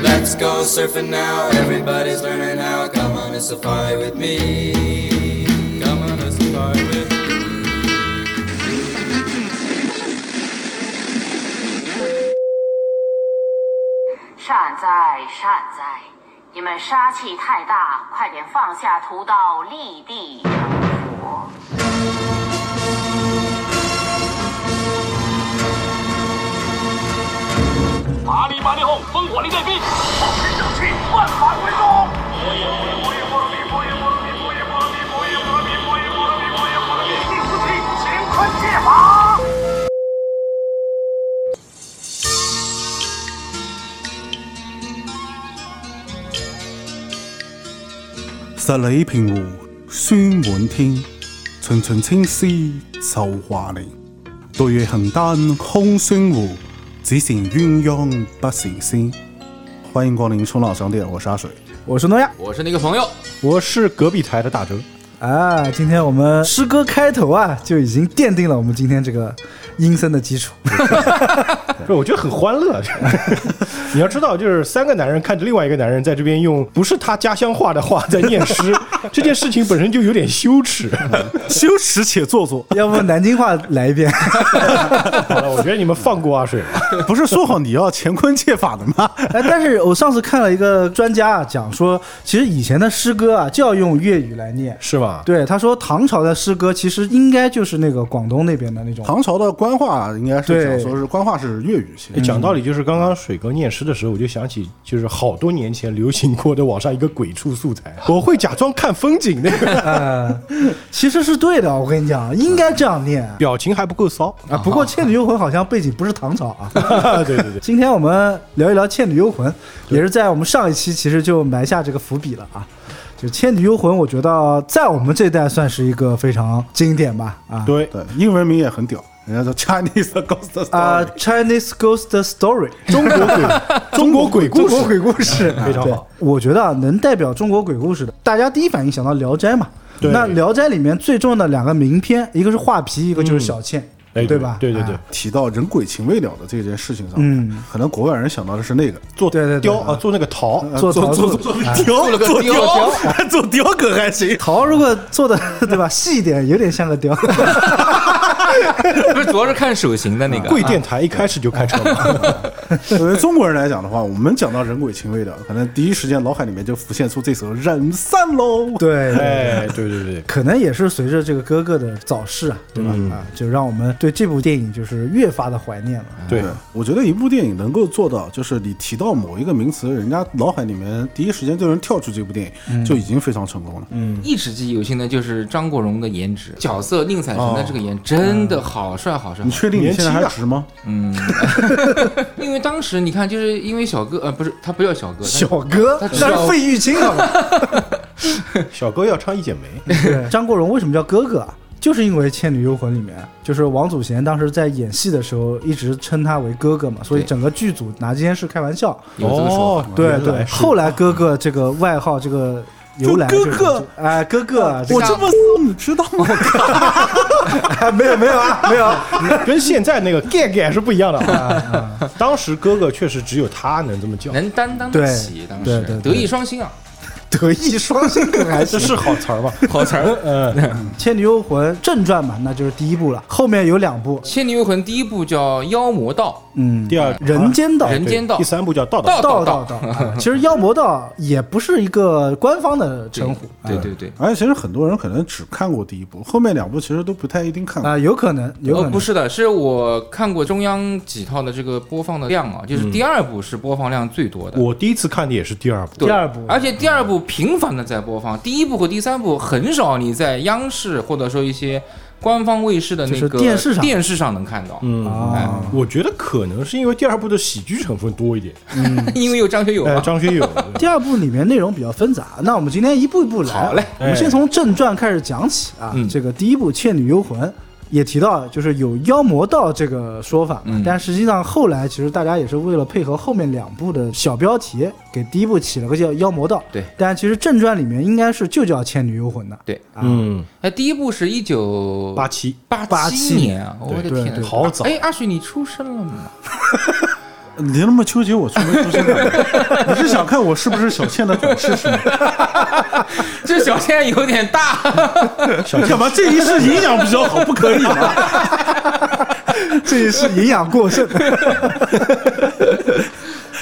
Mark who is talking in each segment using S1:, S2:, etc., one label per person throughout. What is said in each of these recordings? S1: Let's go surfing now. Everybody's learning how. Come on a safari with me. Come on a safari with me.
S2: 善哉善哉，你们杀气太大，快点放下屠刀，立地成佛。
S3: 麻利麻利后，烽火雷电兵，暴君正气，万法归宗。第四批乾坤借法。
S4: 十里平湖霜滿天，循循青絲嗅華年。對月行單空相湖，只羨鴛鴦不羨仙。歡迎光臨衝浪商店，我是阿水。
S5: 我是诺亚，
S6: 我是那个朋友，
S7: 我是隔壁台的大哲，
S5: 啊，今天我们诗歌开头啊，就已经奠定了我们今天这个阴森的基础。
S7: 不是，我觉得很欢乐。 你要知道，就是三个男人看着另外一个男人在这边用不是他家乡话的话在念诗， 这件事情本身就有点羞 耻。
S4: 羞耻且做作，
S5: 要不南京话来一遍？
S7: 好了，我觉得你们放过阿水吧。
S4: 不是说好你要乾坤借法的吗？
S5: 哎，但是我上次看了一个专家啊讲说，其实以前的诗歌啊就要用粤语来念。
S7: 是吗？
S5: 对，他说唐朝的诗歌其实应该就是那个广东那边的那种。
S4: 唐朝的官话应该是
S5: 对
S4: 讲说是官话是粤语系
S7: 哎讲道理，就是刚刚水哥念诗的时候，我就想起就是好多年前流行过的网上一个鬼畜素 材，我会假装看风景那个，
S5: 呃，其实是对的，我跟你讲，应该这样念
S7: 表情还不够骚。
S5: 啊。不过《倩女幽魂》好像背景不是唐朝啊。
S7: 对对对，
S5: 今天我们聊一聊《倩女幽魂》，也是在我们上一期其实就埋下这个伏笔了啊。就《倩女幽魂》，我觉得在我们这代算是一个非常经典吧啊。
S7: 对，
S4: 对，英文名也很屌，人家叫 Chinese Ghost Story，、
S5: 啊、c h i n e s e Ghost Story，
S7: 中国鬼，中国鬼故
S5: 中国
S7: 事，哎
S5: 鬼故事
S7: 非常好。
S5: 对我觉得啊，能代表中国鬼故事的，大家第一反应想到《聊斋》嘛。
S7: 对
S5: 那《聊斋》里面最重要的两个名篇，一个是画皮，一个就是小倩，
S7: 哎
S5: 对吧？
S7: 对对对
S5: 啊，
S4: 提到人鬼情未了的这件事情上，
S5: 嗯，
S4: 可能国外人想到的是那个
S7: 做
S5: 对对对
S7: 雕啊，做那个陶，
S4: 呃
S5: 做陶
S4: 做
S5: 做
S4: 做雕，
S6: 了个
S4: 做
S6: 雕
S4: 雕，做雕可还行。
S5: 桃如果做的对吧，细一点，有点像个雕。
S6: 不是主要是看手型的那
S5: 嗯
S6: 个
S7: 贵电台一开始就开车 了，
S4: 作为中国人来讲的话，我们讲到人鬼情未了，可能第一时间脑海里面就浮现出这首《人散喽》。
S5: 对，
S7: 哎，对对对，
S5: 可能也是随着这个哥哥的早逝啊，对吧？啊，就让我们对这部电影就是越发的怀念了。
S7: 对，
S4: 我觉得一部电影能够做到，就是你提到某一个名词，人家脑海里面第一时间就能跳出这部电
S7: 嗯
S4: 影，就已经非常成功了。
S6: 一直记忆犹新的就是张国荣的颜值，角色宁采臣的这个
S5: 哦
S6: 颜真
S5: 嗯
S6: 的好帅好帅
S4: 你，确定你现在
S7: 啊
S4: 还值吗？
S6: 啊因为当时你看就是因为小哥呃不是他不叫小哥，
S5: 小哥，
S6: 他
S5: 那
S6: 只要
S5: 是费玉清好吧？
S7: 小哥要唱《一剪梅》，
S5: 对张国荣为什么叫哥哥啊？就是因为《倩女幽魂》里面，就是王祖贤当时在演戏的时候一直称他为哥哥嘛，所以
S6: 对
S5: 整个剧组拿这件事开玩笑。
S6: 有这个
S7: 哦
S6: 说法。
S5: 对
S7: 原
S5: 对，
S7: 来是
S5: 后来哥哥这个外号这个由来就是
S4: 就哥哥，
S5: 哎，哥哥啊，这
S4: 我
S5: 个
S4: 这么死你知道吗？
S5: 哎 没有没有啊，没有啊，
S7: 跟现在那个 gay gay 是不一样的啊。当时哥哥确实只有他能这么叫，
S6: 能担当得起，
S5: 对
S6: 当
S5: 对
S6: 时
S5: 对对
S6: 德艺 双馨啊，
S5: 德艺双馨可还
S7: 这
S5: 行。
S7: 是好词儿吧？
S6: 好词儿。
S7: 嗯，
S5: 《倩女幽魂》正传嘛，那就是第一部了，后面有两部，
S6: 《倩女幽魂》第一部叫《妖魔道
S5: 嗯，
S7: 第二
S5: 人间道。
S6: 啊人间道
S7: 对第三部叫道
S6: 道
S7: 道。
S5: 道
S6: 道
S5: 道，啊其实妖魔道也不是一个官方的》称呼，
S6: 对
S5: 啊
S6: 对对，
S4: 而且哎其实很多人可能只看过第一部，后面两部其实都不太一定看过。
S5: 啊，有可能，有可
S6: 呃
S5: 能
S6: 不是的，是我看过中央几套的这个播放的量啊，
S5: 嗯
S6: 就是第二部是播放量最多的。
S7: 我第一次看的也是第二部，
S6: 对
S5: 第二部
S6: 而且第二部频繁的在播放，第一部和第三部很少你在央视或者说一些官方卫视的那
S5: 就
S6: 个
S5: 是电视上
S6: 电视上能看到，嗯
S5: 啊，
S7: 我觉得可能是因为第二部的喜剧成分多一点，
S6: 因为有张学友
S7: 哎，
S6: 嘛。
S7: 张学友，
S5: 第二部里面内容比较纷杂，那我们今天一步一步来。
S6: 哦好嘞
S5: 我们
S7: 哎
S5: 先从正传开始讲起啊。
S7: 嗯
S5: 这个第一部《倩女幽魂》也提到，就是有妖魔道这个说法嘛，
S6: 嗯
S5: 但实际上后来其实大家也是为了配合后面两部的小标题，给第一部起了个叫妖魔道。
S6: 对
S5: 但其实正传里面应该是就叫《倩女幽魂》的。
S6: 对，
S7: 嗯，
S6: 哎，第一部是一九
S7: 八七，
S6: 八
S5: 87
S6: 年啊，我的
S5: 对
S6: 天
S5: 对
S6: 呐，
S7: 好早
S6: 哎，阿水，你出生了吗？
S4: 你那么纠结我出没出身感， 你是想看我是不是小倩的转世是 吗？
S6: 这小倩有点大，
S4: 小倩吧，这一世营养比较好，不可以吗？
S5: 这也是营养过 剩。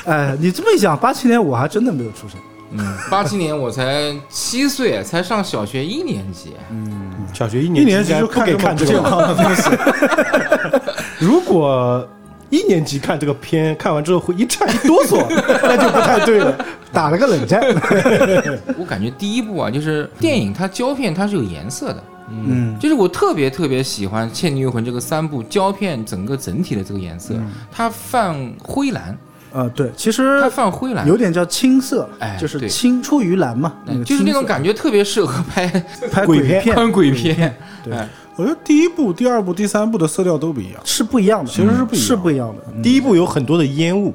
S5: 哎，你这么一想，八七年我还真的没有出生。
S6: 八七年我才七岁，才上小学一年级，
S7: 小学一
S4: 一
S7: 年
S4: 年级
S7: 级
S4: 就
S7: 不
S4: 看
S7: 给
S4: 这么
S7: 看
S4: 不
S7: 这个
S4: 健 康的东西，
S7: 如果一年级看这个片，看完之后会一颤一 哆嗦，那就不太对了。
S5: 打了个冷战，
S6: 我感觉第一部啊，就是电影它胶片它是有颜色的，
S5: 嗯，
S6: 就是我特别特别喜欢《倩女幽魂》这个三部胶片整个整体的这个颜
S5: 嗯
S6: 色，它泛灰蓝，
S5: 呃，对，其实
S6: 它泛灰蓝
S5: 有。点叫青色，
S6: 哎
S5: 就是
S6: 对
S5: 青出于蓝嘛，
S6: 哎
S5: 个
S6: 就是那种
S5: 青色
S6: 感觉特别适合拍
S5: 拍
S7: 鬼
S5: 片嗯
S7: 片
S6: 拍鬼片，
S5: 对
S6: 哎
S4: 我觉得第一部、第二部、第三部的色调都不一样。
S5: 是不一样的，其
S4: 实是不一样
S5: 是不一样的。
S7: 第一部有很多的烟雾，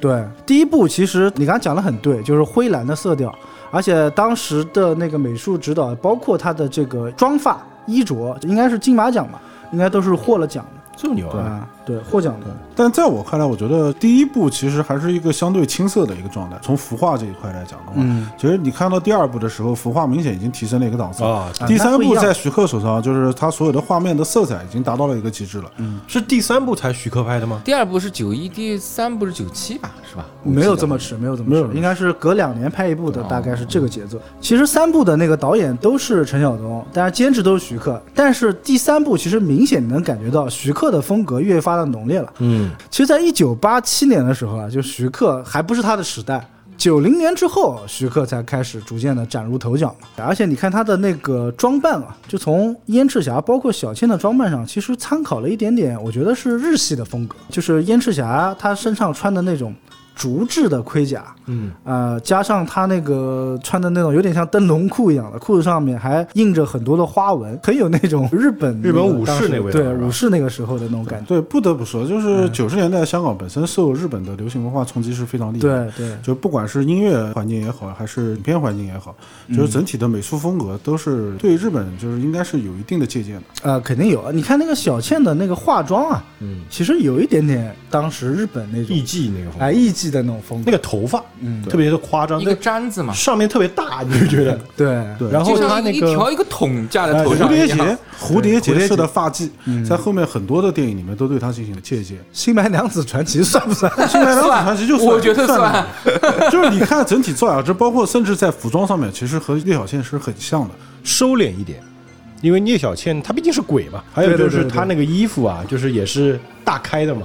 S5: 对，第一部其实你刚才讲的很对，就是灰蓝的色调，而且当时的那个美术指导，包括他的这个妆发、衣着，应该是金马奖吧，应该都是获了奖的，
S7: 这么牛
S5: 对
S7: 啊！
S5: 吧？对，获奖的。
S4: 但在我看来，我觉得第一部其实还是一个相对青涩的一个状态。从服化这一块来讲的话，
S5: 嗯
S4: 其实你看到第二部的时候，服化明显已经提升了一个档次
S7: 啊
S4: 第三
S5: 那不一
S4: 部
S5: 样
S4: 在徐克手上，就是他所有的画面的色彩已经达到了一个极致了。嗯，
S7: 是第三部才徐克拍的吗？
S6: 第二部是九一，第三部是九七吧，是吧？我
S5: 没有
S6: 记得
S5: 这么迟，没有这么
S4: 没有这么
S5: 迟，应该是隔两年拍一部的，大概是这个节奏。其实三部的那个导演都是陈晓东，但是监制都是徐克。但是第三部其实明显能感觉到徐克的风格越发的浓烈了。
S7: 嗯，
S5: 其实，在一九八七年的时候啊，就徐克还不是他的时代。九零年之后，徐克才开始逐渐的崭露头角嘛。而且你看他的那个装扮啊，就从燕赤霞包括小倩的装扮上，其实参考了一点点，我觉得是日系的风格，就是燕赤霞她身上穿的那种竹制的盔甲，嗯，呃，加上她那个穿的那种有点像灯笼裤一样的，裤子上面还印着很多的花纹，很有那种日本
S7: 日
S5: 那个
S7: 本武士
S5: 当时
S7: 那味道
S5: 对
S7: 是吧
S5: 武士那个时候的那种感觉。
S4: 对，不得不说，
S5: 嗯
S4: 就是九十年代香港本身受日本的流行文化冲击是非常厉害的。
S5: 对对，
S4: 就不管是音乐环境也好，还是影片环境也好，
S5: 嗯
S4: 就是整体的美术风格都是对日本就是应该是有一定的借鉴的。
S5: 呃，肯定有。你看那个小倩的那个化妆啊，嗯，其实有一点点当时日本那
S7: 艺
S5: 种
S7: 伎那个风格
S5: 哎艺伎的那种风格。
S7: 那个头发，嗯，特别的夸张，
S6: 一个
S7: 那
S6: 簪子嘛，
S7: 上面特别大，你就觉得。
S5: 对
S4: 对
S7: 然后
S6: 就
S7: 他
S6: 像
S7: 那
S6: 一
S7: 个
S6: 条一个桶架在
S4: 哎
S6: 头
S4: 蝴
S6: 上
S4: 蝶
S6: 一样。
S4: 结，蝴蝶
S7: 蝴
S4: 结
S7: 蝶
S4: 式
S7: 结
S4: 的发髻，
S6: 嗯
S4: 在后面很多的电影里面都对它进行了借鉴。
S5: 新白娘子传奇》算不算？
S4: 新白娘子传奇就
S6: 我觉得
S4: 算 了，就是你看整体造雅之，包括甚至在服装上面，其实和聂小倩是很像的。
S7: 收敛一点，因为聂小倩她毕竟是鬼嘛，还有
S5: 对对
S7: 就
S5: 对
S7: 是
S5: 对
S7: 她那个衣服啊，就是也是大开的嘛，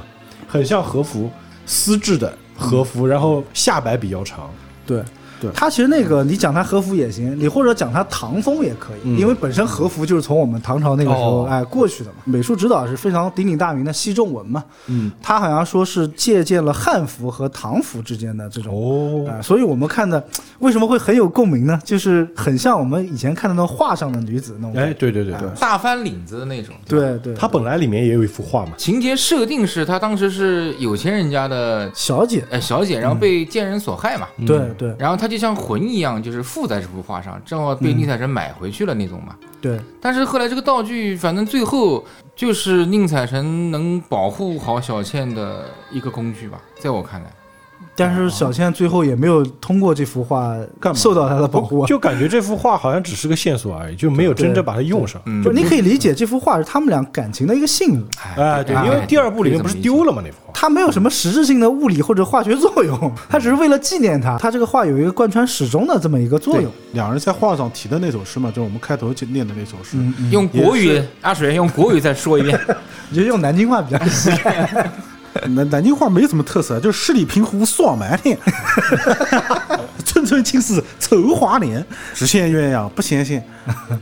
S7: 很像和服，丝质的和服，然后下摆比较长，
S5: 对。
S4: 对
S5: 他其实那个，你讲他和服也行，你或者讲他唐风也可以，因为本身和服就是从我们唐朝那个时候、
S6: 哦
S5: 哎过去的嘛。美术指导是非常鼎鼎大名的西仲文嘛，嗯，他好像说是借鉴了汉服和唐服之间的这种
S7: 哦
S5: 啊、所以我们看的为什么会很有共鸣呢？就是很像我们以前看的那种画上的女子那种感觉
S7: 哎，对对对对，
S6: 大翻领子的那种。
S5: 对对，
S7: 她本来里面也有一幅画嘛，
S6: 情节设定是她当时是有钱人家的
S5: 小姐，
S6: 呃小姐，然后被奸人所害嘛。
S5: 对对
S6: 然后她就像魂一样，就是附在这幅画上，正好被宁采臣买回去了那种嘛。
S5: 对，
S6: 但是后来这个道具，反正最后就是宁采臣能保护好小倩的一个工具吧，在我看来。
S5: 但是小倩最后也没有通过这幅画
S4: 干嘛
S5: 受到她的保护啊，
S7: 就感觉这幅画好像只是个线索而已，就没有真正把它用上。
S6: 嗯
S5: 就你可以理解这幅画是他们俩感情的一个信物，
S7: 哎，对，因为第二部里面不是丢了吗？那幅画，
S5: 它没有什么实质性的物理或者化学作用，它只是为了纪念它，它这个画有一个贯穿始终的这么一个作用。
S4: 两人在画上提的那首诗嘛，就是我们开头念的那首诗。
S6: 用国语，阿水用国语再说一遍。
S5: 你就用南京话 比较实在，
S4: 南南京话没什么特色，啊就是十里平湖爽满 天，寸寸青丝愁华 年，只羡鸳鸯不羡仙。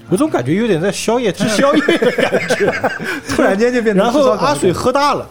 S7: 我总感觉有点在宵夜吃宵夜的感觉。
S5: 突然间就变成
S7: 然
S5: 吃
S7: 后
S5: 烧烤
S7: 阿
S5: 的
S7: 水喝大了，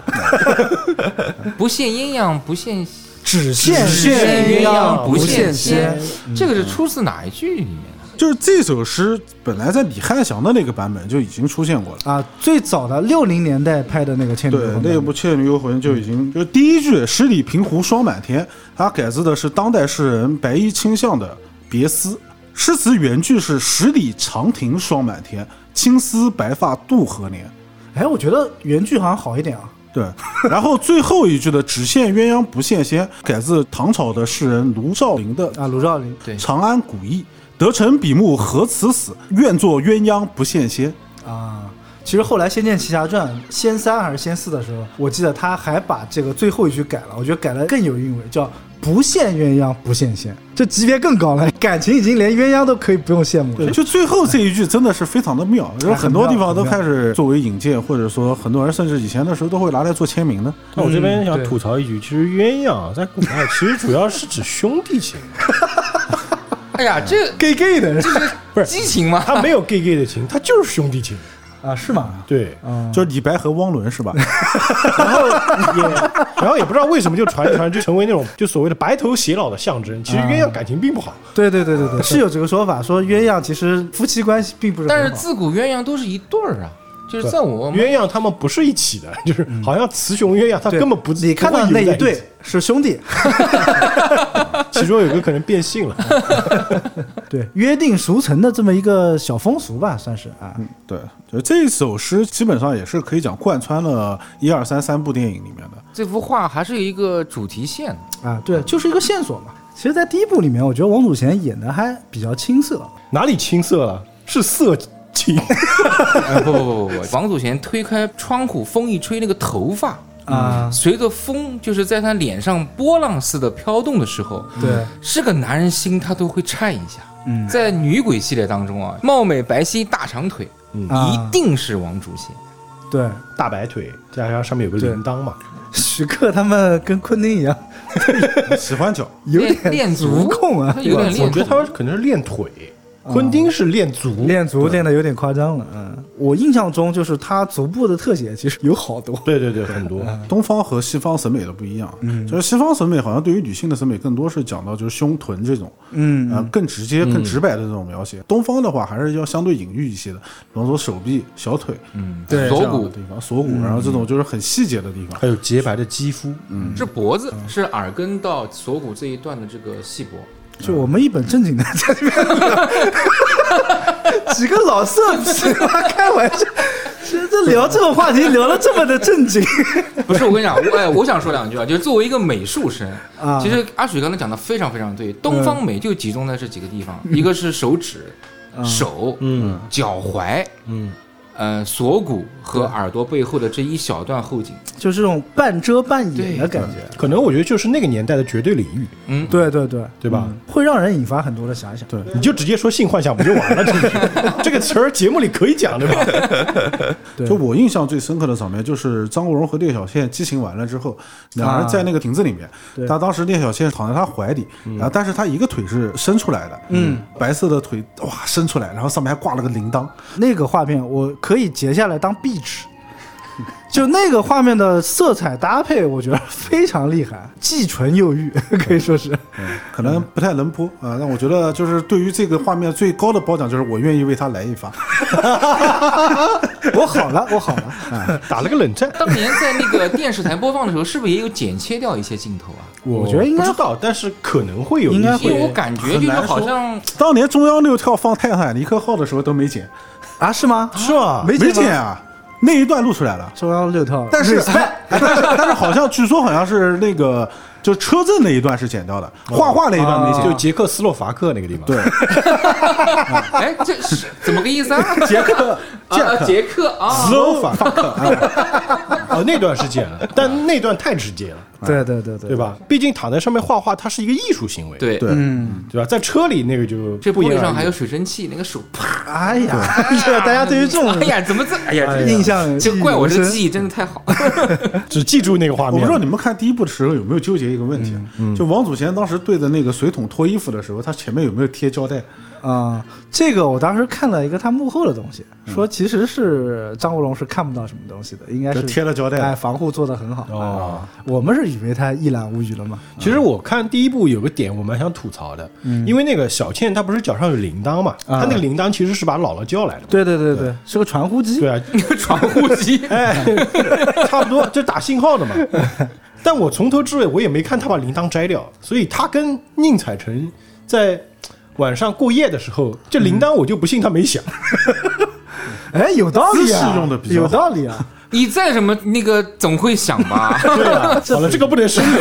S6: 不羡鸳鸯不羡
S5: 只羡
S4: 只羡
S6: 鸳鸯不嗯
S5: 羡
S6: 羡
S5: 仙
S6: 仙，，这个是出自哪一句里面啊的？
S4: 就是这首诗本来在李翰祥的那个版本就已经出现过了。
S5: 啊，最早的六零年代拍的那个《嗯倩女幽
S4: 对
S5: 魂》，
S4: 那部《倩女幽魂》就已经就第一句“十里平湖霜满天”，它改自的是当代诗人白衣卿相的别思。诗词原句是“十里长亭霜满天，青丝白发渡河年
S5: 哎，我觉得原剧好像好一点啊，”
S4: 对，然后最后一句的“只羡鸳鸯不羡仙”改自唐朝的诗人卢照邻的
S5: 啊，卢照邻
S6: 对
S4: 《长安古意》：“得臣比目何辞死，愿做鸳鸯不羡仙。
S5: 啊。其实后来《仙剑奇侠传》仙三还是仙四的时候，我记得他还把这个最后一句改了，我觉得改了更有韵味，叫“不羡鸳鸯不羡仙”，这级别更高了，感情已经连鸳�鸯都可以不用羡慕”。了。
S4: 就最后这一句真的是非常的妙，就是很多地方都开始作为引荐，或者说很多人甚至以前的时候都会拿来做签名的。
S7: 那我这边想
S6: 对
S7: 吐槽一句，其实鸳鸯啊在古代其实主要是指兄弟情，
S6: 哎呀，这
S5: gay gay 的
S6: 不是激情吗？
S7: 他没有 gay gay 的情，他就是兄弟情。
S5: 啊，是吗？
S7: 对，
S5: 嗯，
S4: 就是李白和汪伦 是吧？
S7: 然后也，然后也不知道为什么就传一传就成为那种就所谓的白头偕老的象征。其实鸳鸯感情并不好，
S5: 对对对对对，是有这个说法，说鸳鸯其实夫妻关系并不是很
S6: 但
S5: 好，
S6: 是自古鸳鸯都是一对儿啊，就是在我们
S7: 鸳鸯他们不是一起的，就是好像雌雄鸳�鸯，他
S5: 对
S7: 根本不
S5: 你看到的那一，
S7: 不会游
S5: 对
S7: 在起
S5: 是兄弟，
S7: 其中有一个可能变性了。
S5: 对约定俗成的这么一个小风俗吧，算是啊。
S4: 对，就这首诗基本上也是可以讲贯穿了一二三三部电影里面的。
S6: 这幅画还是有一个主题线的。
S5: 啊，对，就是一个线索嘛。其实，在第一部里面，我觉得王祖贤演的还比较青涩，
S7: 哪里青涩了？是色情。
S6: 哎，不不不不不，王祖贤推开窗户，风一吹，那个头发
S5: 啊
S6: 随着风就是在他脸上波浪似的飘动的时候，
S5: 对，
S6: 是个男人心他都会颤一下。嗯，在女鬼系列当中啊，貌美白皙大长腿，
S5: 啊
S6: 一定是王祖贤。
S5: 对，
S7: 大白腿，加上上面有个铃铛嘛，
S5: 徐克他们跟昆汀一样，
S4: 喜欢脚，
S5: 有
S6: 练
S5: 点
S6: 练
S5: 足
S6: 足
S5: 控啊
S6: 他，有点
S7: 我
S6: 练
S7: 觉得
S6: 足。
S7: 他可能是练腿，昆汀是练足，
S5: 哦练足练的有点夸张了。嗯，我印象中就是他足部的特写其实有好多，
S7: 对对对，很多。
S5: 嗯
S4: 东方和西方审美的不一样，就是西方审美好像对于女性的审美更多是讲到就是胸臀这种，
S5: 嗯
S4: 呃，更直接、更直白的这种描写。东方的话还是要相对隐喻一些的，比方说手臂、小腿，嗯，这
S5: 对
S6: 锁
S4: 样的
S6: 骨
S4: 地方、锁骨，然后
S5: 嗯
S4: 这种就是很细节的地方。
S7: 还有洁白的肌肤，嗯，
S6: 是脖子，是耳根到锁骨这一段的这个细脖。
S5: 就我们一本正经的在这边聊，几个老色批，妈开玩笑，这这聊这种话题聊的这么的正经，
S6: 不是，我跟你讲，我哎，我想说两句啊，就是作为一个美术生
S5: 啊，
S6: 其实阿水刚才讲的非常非常对，东方美就集中在这几个地方，一个是手指、手、
S7: 嗯
S6: 脚踝，
S7: 嗯，
S6: 呃，锁骨和耳朵背后的这一小段后颈，
S5: 就这种半遮半掩的感觉。
S7: 可能我觉得就是那个年代的绝对领域，
S6: 嗯，
S5: 对对对，
S7: 对吧？
S5: 嗯会让人引发很多的遐想。对，
S7: 你就直接说性幻想不就完了？这 个这个词儿节目里可以讲对吧？
S5: 对
S4: 就我印象最深刻的场面，就是张国荣和聂小倩激情完了之后，两人在那个亭子里面，
S5: 啊对嗯
S4: 他当时聂小倩躺在他怀里，然后但是他一个腿是伸出来的，嗯，白色的腿哇伸出来，然后上面还挂了个铃铛，
S5: 那个画面我可以截下来当壁纸。 就那个画面的色彩搭配，我觉得非常厉害，既纯又欲， 可以说是
S4: 可
S5: 嗯
S4: 能不太能播啊，但我觉得就是对于这个画面最高的褒奖就是我愿意为他来一发，
S5: 我好了，我好了，
S7: 打了个冷战，
S6: 当年在那个电视台播放的时候，是不是也有剪切掉一些镜头啊？
S5: 我觉得应该
S7: 不知道，但是可能会有一
S5: 应该
S7: 些。
S5: 会
S6: 因为我感觉就是好像
S4: 当年中央六套放《泰坦尼克号》的时候都没剪，
S5: 啊，是吗？
S7: 是吧？
S5: 没
S4: 没
S5: 剪吗
S4: 剪啊，那一段录出来了。
S5: 中央六套，
S4: 但是，
S5: respect
S4: 哎但是，但是好像据说好像是那个，就车震那一段是剪掉的，画画那一段没剪。
S7: 啊就捷克斯洛伐克那个地 方，对，
S6: 哎，这是怎么个意思啊？
S4: 杰 克，杰
S6: 啊，
S4: 克，
S6: 杰克啊
S7: 斯，
S4: 哦
S7: 洛伐克，哎哦，那段是剪 了，但那段太直接了，
S5: 对对对对
S7: 对？吧？毕竟躺在上面画画，它是一个艺术行为，嗯
S6: 对。嗯
S4: 对，
S7: 对吧？在车里那个就
S6: 这
S7: 不
S6: 玻
S7: 一
S6: 璃
S7: 样
S6: 上还有水蒸气，那个手啪！
S5: 哎呀， 这大家对于这种
S6: 哎呀，怎么这？哎呀，这
S5: 印象，
S6: 这怪我这
S5: 这
S6: 个记忆真的太好。
S7: 只记住那个画
S4: 我不
S7: 面
S4: 知。道你们看第一部的时候有没有纠结一个问题，就王祖贤当时对着那个水桶脱衣服的时候，他前面有没有贴胶带？
S5: 啊、这个我当时看了一个他幕后的东西，
S4: 嗯
S5: 说其实是张国荣是看不到什么东西的，应该是
S4: 就贴了胶带
S5: 哎，防护做得很好。
S7: 哦
S5: 哎我们是以为他一览无余了嘛，
S7: 其实我看第一部有个点我蛮想吐槽的，
S4: 嗯
S7: 因为那个小倩她不是脚上有铃铛嘛，她
S4: 啊
S7: 那个铃铛其实是把姥姥叫来的嘛，
S5: 对对对对，是个传呼机
S7: 对啊，
S6: 那个 传呼机，
S7: 哎， 差不多就打信号的嘛。但我从头至尾我也没看他把铃铛摘掉，所以他跟宁采臣在晚上过夜的时候，这 铃铛我就不信他没响。
S5: 哎，有道理啊，
S4: 姿势用得比较好
S5: 有道理啊。
S6: 你再什么那个总会想吧？
S7: 对啊，好了，这个不能深究，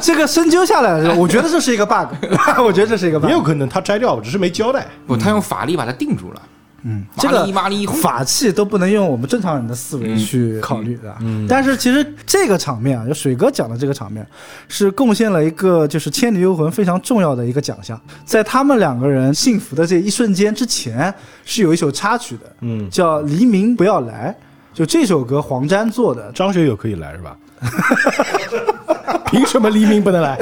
S5: 这个深究下来，我觉得这是一个 bug，我 觉得这是一个 bug
S7: 也。有可能他摘掉，只是没交代。
S6: 不，他用法力把它定住了。嗯，
S5: 这个
S6: 麻力轰
S5: 法器都不能用我们正常人的思维去考虑的。但是其实这个场面啊，就水哥讲的这个场面，是贡献了一个就是《千里幽魂》非常重要的一个奖项。在他们两个人幸福的这一瞬间之前，是有一首插曲的，嗯，叫《黎明不要来》。就这首歌，黄沾做的，
S7: 张学友可以来是 吧？凭什么黎明不能来？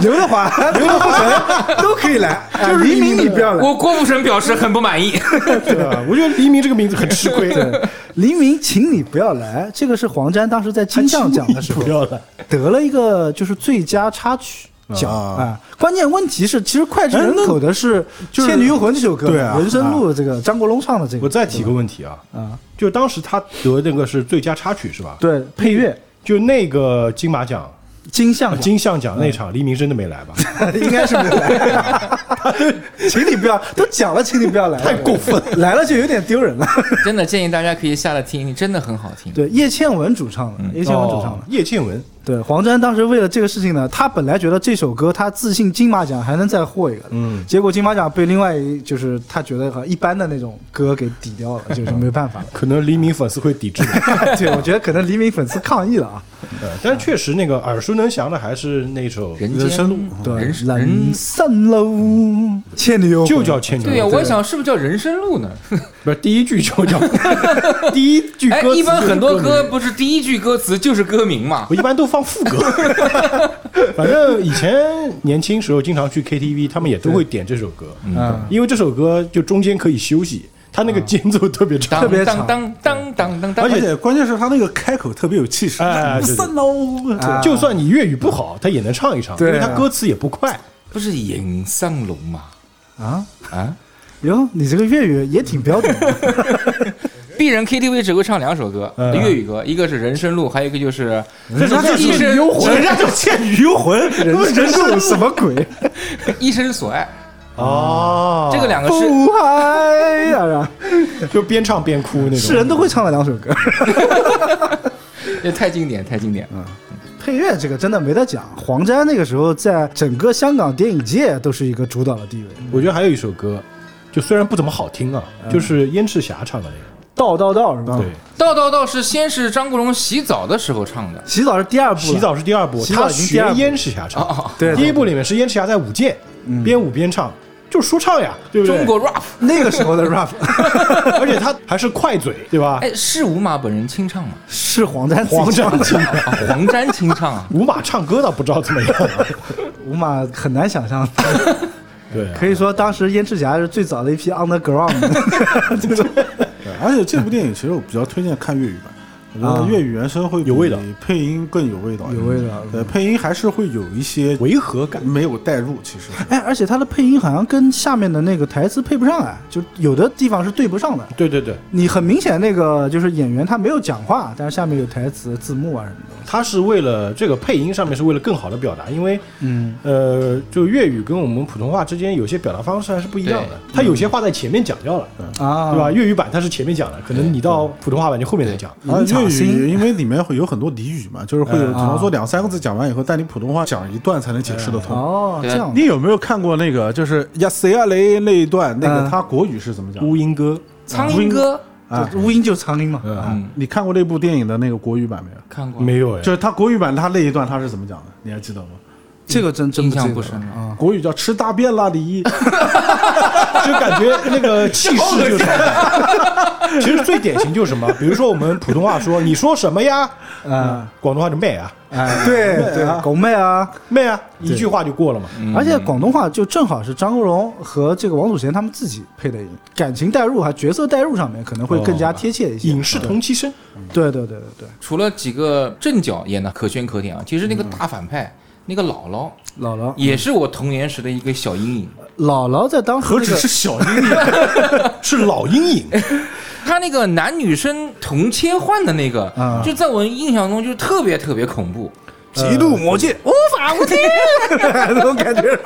S5: 刘德华、 刘德华都可以来， 就是黎明你不要来。
S6: 我郭富城表示很不满意。
S7: 对吧？我觉得黎明这个名字很吃亏。
S5: 黎明，请你不要来。这个是黄沾当时在金像奖的时候
S7: 不要来。
S5: 得了一个就是最佳插曲奖啊、关键问题是，其实脍炙人口的是《
S7: 是
S5: 倩女幽魂》这首歌嘛，
S7: 对啊
S5: 人生路》这个、张国荣唱的这个。
S7: 我再提个问题啊，
S5: 啊，
S7: 就当时他得那个是最佳插曲是吧？，
S5: 对配乐
S7: 就那个金马奖、
S5: 金像奖
S7: 啊金像奖那场，黎明真的没来 吧？
S5: 啊应该是没有来， 请你不要都讲了，请你不要来，太过分了，来了就有点丢人了。
S6: 真的建议大家可以下来听一听，真的很好听。
S5: 对，叶倩文主唱的，叶倩文主唱
S7: 哦
S5: 的。
S7: 叶倩文，。
S5: 对，黄沾当时为了这个事情呢，他本来觉得这首歌他自信金马奖还能再获一个，嗯，结果金马奖被另外一就是他觉得很一般的那种歌给抵掉了，就是没办法了
S7: 可能黎明粉丝会抵制 的。
S5: 对，我觉得可能黎明粉丝抗议了啊。
S7: 呃但是确实那个耳熟能详的还是那首，
S6: 人间
S4: 生路
S5: 对
S6: 人，生
S5: 人散喽，倩女幽魂
S7: 就叫《倩女幽
S6: 对呀，》，
S7: 魂
S6: 我也想是不是叫人生路呢？
S7: 不是第一句就 叫第一句
S6: 哎
S7: 歌，词
S6: 一般
S7: 就是
S6: 很多
S7: 名
S6: 歌不是第一句歌词就是歌名嘛
S7: 我？一般都放 副歌。反正以前年轻时候经常去 KTV，他们也都会点这首歌，
S5: 嗯
S7: 因为这首歌就中间可以休息，它那个间奏特别
S6: 当
S7: 长
S5: 特。别
S6: 当
S5: 长
S6: 当当当当当，
S4: 而且关键是他那个开口特别有气势，
S7: 哎对对
S4: 三楼
S6: 哦
S5: 啊
S7: 就算你粤语不好，它也能唱一唱，因
S5: 对啊
S7: 为它歌词也不快。
S6: 不是尹尚龙嘛？
S5: 啊
S6: 啊，
S5: 哟，你这个粤语也挺标准的，
S6: 鄙人 KTV 只会唱两首歌，
S7: 嗯
S6: 粤语歌，一个是《人生路》，还有一个就是
S7: 人家就是
S6: 一
S7: 《倩女
S6: 生
S7: 幽魂
S4: 人》家 叫《倩女幽魂》，
S5: 人人是什么鬼？
S6: 一生所爱，
S7: 啊哦，
S6: 这个两个是
S5: 不嗨呀，
S7: 就边唱边哭那种。
S5: 啊是人都会唱的两首歌。
S6: 这太经典，太经典
S7: 嗯
S6: 了。
S5: 配乐这个真的没得讲，黄沾那个时候在整个香港电影界都是一个主导的地位。
S7: 我觉得还有一首歌，就虽然不怎么好听啊，
S5: 嗯
S7: 就是燕赤霞唱的那
S5: 道道道是吧？
S7: 个。对，，
S6: 道道道是先是张国荣洗澡的时候唱的，
S5: 洗澡是第二部了，
S7: 洗澡是第二部，
S5: 洗澡
S7: 他
S5: 已经第
S7: 学
S5: 二部
S7: 燕赤霞
S6: 哦哦
S7: 唱
S6: 哦。
S5: 对嗯
S7: 第一部里面是燕赤霞在舞剑，边舞边唱，就是说唱呀，对不对？
S6: 中国 rap，
S5: 那个时候的 rap
S7: 而且他还是快嘴，对吧？
S6: 哎，是吴马本人清唱吗？
S5: 是黄沾自己
S7: 黄沾，
S5: 唱的
S6: 啊黄沾清唱啊
S7: 五马唱歌倒不知道怎么样、啊
S5: 吴马很难想象，
S7: 对、啊
S5: 可以说当时燕赤霞是最早的一批 underground 的这种。
S4: 对而且这部电影其实我比较推荐看粤语版，我觉
S5: 啊
S4: 得粤语原声会比
S7: 有味道，
S4: 配音更有味道，
S5: 有味道
S4: 对，配音还是会有一些
S7: 违和感。
S4: 没有代入，其实是
S5: 哎，而且他的配音好像跟下面的那个台词配不上哎，就有的地方是对不上的。
S7: 对对对，
S5: 你很明显那个就是演员他没有讲话，但是下面有台词、字幕啊什么的。
S7: 他是为了这个配音上面是为了更好的表达，因为
S5: 嗯，
S7: 呃，就粤语跟我们普通话之间有些表达方式还是不一样的。他有些话在前面讲掉了，
S4: 嗯
S5: 啊，
S7: 对吧？？粤语版它是前面讲的，可能你到普通话版就后面再讲。
S4: 啊，
S5: 场
S4: 粤
S5: 新
S4: 语因为里面会有很多俚语嘛，就是会有，
S7: 嗯
S4: 比方说两三个字讲完以后，但你普通话讲一段才能解释得通。
S5: 哦，
S6: 对啊
S5: 这样
S4: 你有没有看过那个就是呀谁啊雷那一段？那
S5: 嗯
S4: 个他国语是怎么讲？
S7: 乌蝇哥
S6: 苍蝇哥，
S4: 啊
S5: 就乌蝇就是苍蝇嘛。
S4: 啊，你看过那部电影的那个国语版没有？
S6: 看过
S7: 没有哎，
S4: 就是他国语版他那一段他是怎么讲的？你还记得吗？
S5: 这个真真
S6: 印
S5: 不
S6: 象
S5: 记得
S6: 不深
S5: 了
S6: 了
S5: 啊。
S4: 国语叫吃大便啦你。
S7: 就感觉那个气势 就上来了。其实最典型就是什么？比如说我们普通话说你说什么呀？
S5: 啊，
S7: 广东话就妹啊
S5: 哎，对对，狗妹啊，嗯
S7: 妹啊，一句话就过了嘛。
S4: 嗯
S5: 而且广东话就正好是张国荣和这个王祖贤他们自己配的音，感情代入还角色代入上面可能会更加贴切一些。嗯
S7: 影视同期声，
S5: 对对对对对，
S6: 除了几个正角演的可圈可点啊，其实那个
S7: 嗯
S6: 大反派、那个姥姥
S5: 姥姥
S6: 也是我童年时的一个小阴影。
S5: 嗯姥姥在当时
S4: 何
S5: 那
S4: 止
S5: 个
S4: 是小阴影，
S7: 是老阴
S4: 哎
S7: 影。
S6: 他那个男女生同切换的那个，
S5: 啊
S6: 就在我印象中就特别特别恐怖。呃哦
S4: 极度魔界，
S6: 无法无天，
S5: 那种感觉，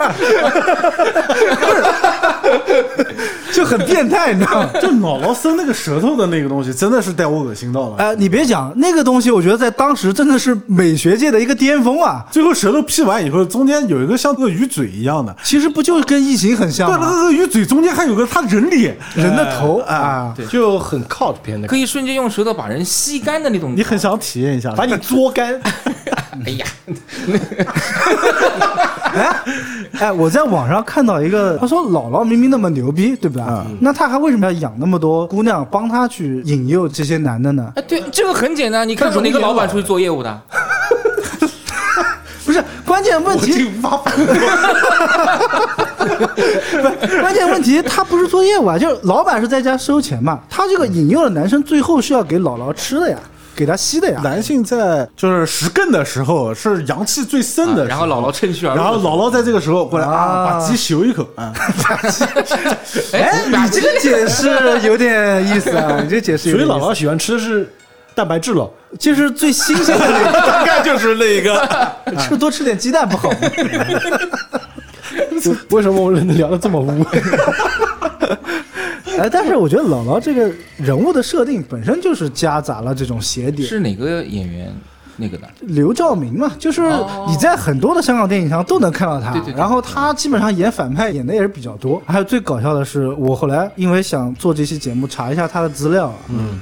S5: 就很变态，你知 道吗？
S4: 就脑劳森那个舌头的那个东西，真的是带我恶心到了。
S5: 哎，你别讲那个东西，我觉得在当时真的是美学界的一个巅峰啊！
S4: 最后舌头劈完以后，中间有一个像鳄鱼嘴一样的，
S5: 其实不就跟异形很像
S4: 对，那个
S5: 吗？
S4: 呃鳄鱼嘴中间还有个他人脸，
S5: 人的头啊，
S6: 对
S7: 就很靠这边 的
S6: 可，以瞬间用舌头把人吸干的那种。
S4: 你很想体验一下。
S7: 把你嘬干。
S6: 哎呀，
S5: 哎，我在网上看到一
S7: 嗯
S5: 个，他说姥姥明明那么牛逼，对不对？那他还为什么要养那么多姑娘帮他去引诱这些男的呢？
S6: 哎，对，这个很简单。你看我哪个老板出去做业务的？
S5: 不是，关键问
S7: 我
S5: 题
S7: 这个发疯
S5: 关键问题，他不是做业务啊，就是老板是在家收钱嘛。他这个引诱的男生最后是要给姥姥吃的呀，给他吸的呀。
S7: 嗯
S4: 男性在就是实更的时候是阳气最盛的时候、
S6: 啊 然后姥姥趁虚而入
S4: 然后姥姥在这个时候过来啊，
S5: 啊
S4: 把鸡嗅一口啊，
S6: 哎，
S5: 你这个解释有点意思啊，你这解释有
S7: 所
S5: 点
S7: 以姥
S5: 意
S7: 姥
S5: 思。
S7: 喜欢吃的是蛋白质了，
S5: 就是最新鲜的那个，
S4: 大概就是那一个。
S5: 吃多吃点鸡蛋不好吗？
S7: 为什么我们能聊得这么污？
S5: 哎，但是我觉得姥姥这个人物的设定本身就是夹杂了这种邪点。
S6: 是哪个演员那个的？
S5: 刘兆明嘛，就是你在很多的香港电影上都能看到他。
S6: 哦对对对
S5: 然后他基本上演反派演的也是比较多。还有最搞笑的是，我后来因为想做这期节目，查一下他的资料。嗯，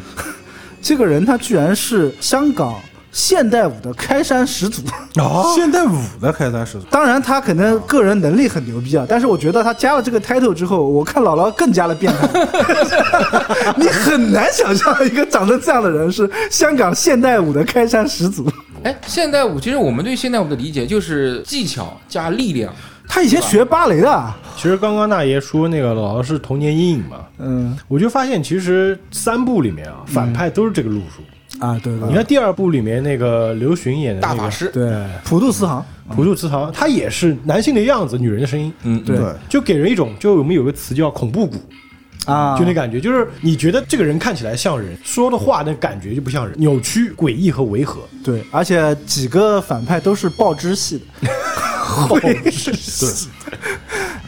S5: 这个人他居然是香港现代舞的开山始祖。
S4: 哦，现代舞的开山始祖，
S5: 当然，他可能个人能力很牛逼啊，但是我觉得他加了这个 title 之后，我看姥姥更加的变态。 你很难想象一个长成这样的人是香港现代舞的开山始祖。
S6: 哎，现代舞其实我们对现代舞的理解就是技巧加力量。
S5: 他以前学芭蕾的啊，
S7: 其实刚刚大爷说那个姥姥是童年阴影嘛，
S5: 嗯
S7: 我就发现其实三部里面啊，
S6: 嗯
S7: 反派都是这个路数。
S5: 啊，对对
S7: 你看第二部里面那个刘巡演的
S6: 大
S7: 那
S6: 法
S7: 个
S6: 师，
S5: 对，普渡四行，
S7: 普渡祠堂，他也是男性的样子，女人的声音，
S6: 嗯，
S5: 对
S7: 就给人一种就我们有个词叫恐怖谷，
S5: 啊，
S7: 就那感觉，就是你觉得这个人看起来像人，说的话那感觉就不像人，扭曲、诡异和违和。
S5: 对，而且几个反派都是爆汁系的，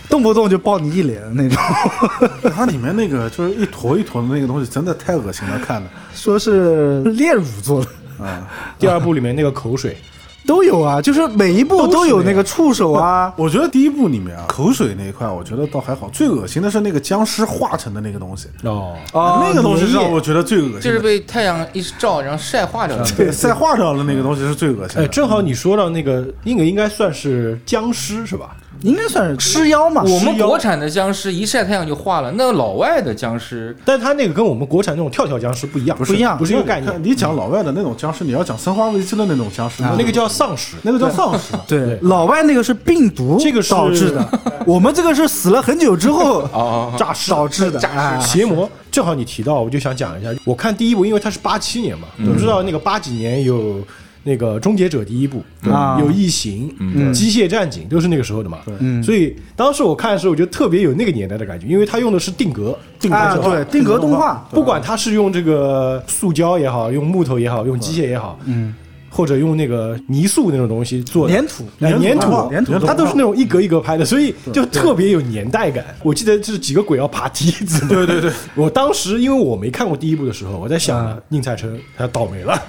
S5: 动不动就爆你一脸的那种，
S4: 它里面那个就是一坨一坨的那个东西，真的太恶心了，看的。
S5: 说是炼乳做的。
S7: 第二部里面那个口水，
S5: 都有啊，就是每一部都有那个触手啊，
S4: 我觉得第一部里面啊，口水那一块，我觉得倒还好。最恶心的是那个僵尸化成的那个东西，
S7: 哦，
S5: 哦，
S4: 那个东西
S5: 粘液
S4: 让我觉得最恶
S6: 就
S4: 心
S6: 是
S4: 的。
S6: 被太阳一照，然后晒化掉了。
S4: 对，晒化掉的那个东西是最恶心
S7: 哎，
S4: 的。
S7: 正好你说到那个那个应该算是僵尸是吧？
S5: 应该算是吃妖嘛，
S6: 我们
S5: 吃妖
S6: 国产的僵尸一晒太阳就化了，那老外的僵尸
S7: 但他那个跟我们国产那种跳跳僵尸不一样，
S5: 不一样
S7: 不是一嗯个概
S4: 你看
S7: 念。
S4: 你讲老外的那种僵尸，你要讲《生化危机》的那种僵尸，
S7: 那个叫丧尸，
S4: 那个叫丧尸。
S5: 对
S7: 对
S5: 老外那个是病毒
S7: 这个是
S5: 导致的，我们这个是死了很久之后
S6: 哦
S5: 炸导致的，啊
S7: 邪魔，正好你提到，我就想讲一下。我看第一部，因为它是八七年嘛，我知道那个八几年有那个《终结者》第一部，
S5: 啊
S7: 有《异形》、嗯机械战警》，都是那个时候的嘛。所以当时我看的时候，我就特别有那个年代的感觉，因为它用的是定格， 定
S5: 啊，对，定格动画，
S7: 不管它是用这个塑胶也好，用木头也好，用机械也好，嗯。或者用那个泥塑那种东西做的
S5: 粘土
S7: 哎
S5: 粘
S7: 粘
S5: 土
S7: 土，
S5: 粘土
S7: 它都是那种一格一格拍的，所以就特别有年代感。我记得就是几个鬼要爬梯子，对对啊对。 我当时因为我没看过第一部的时候，我在想宁采臣他倒霉 了，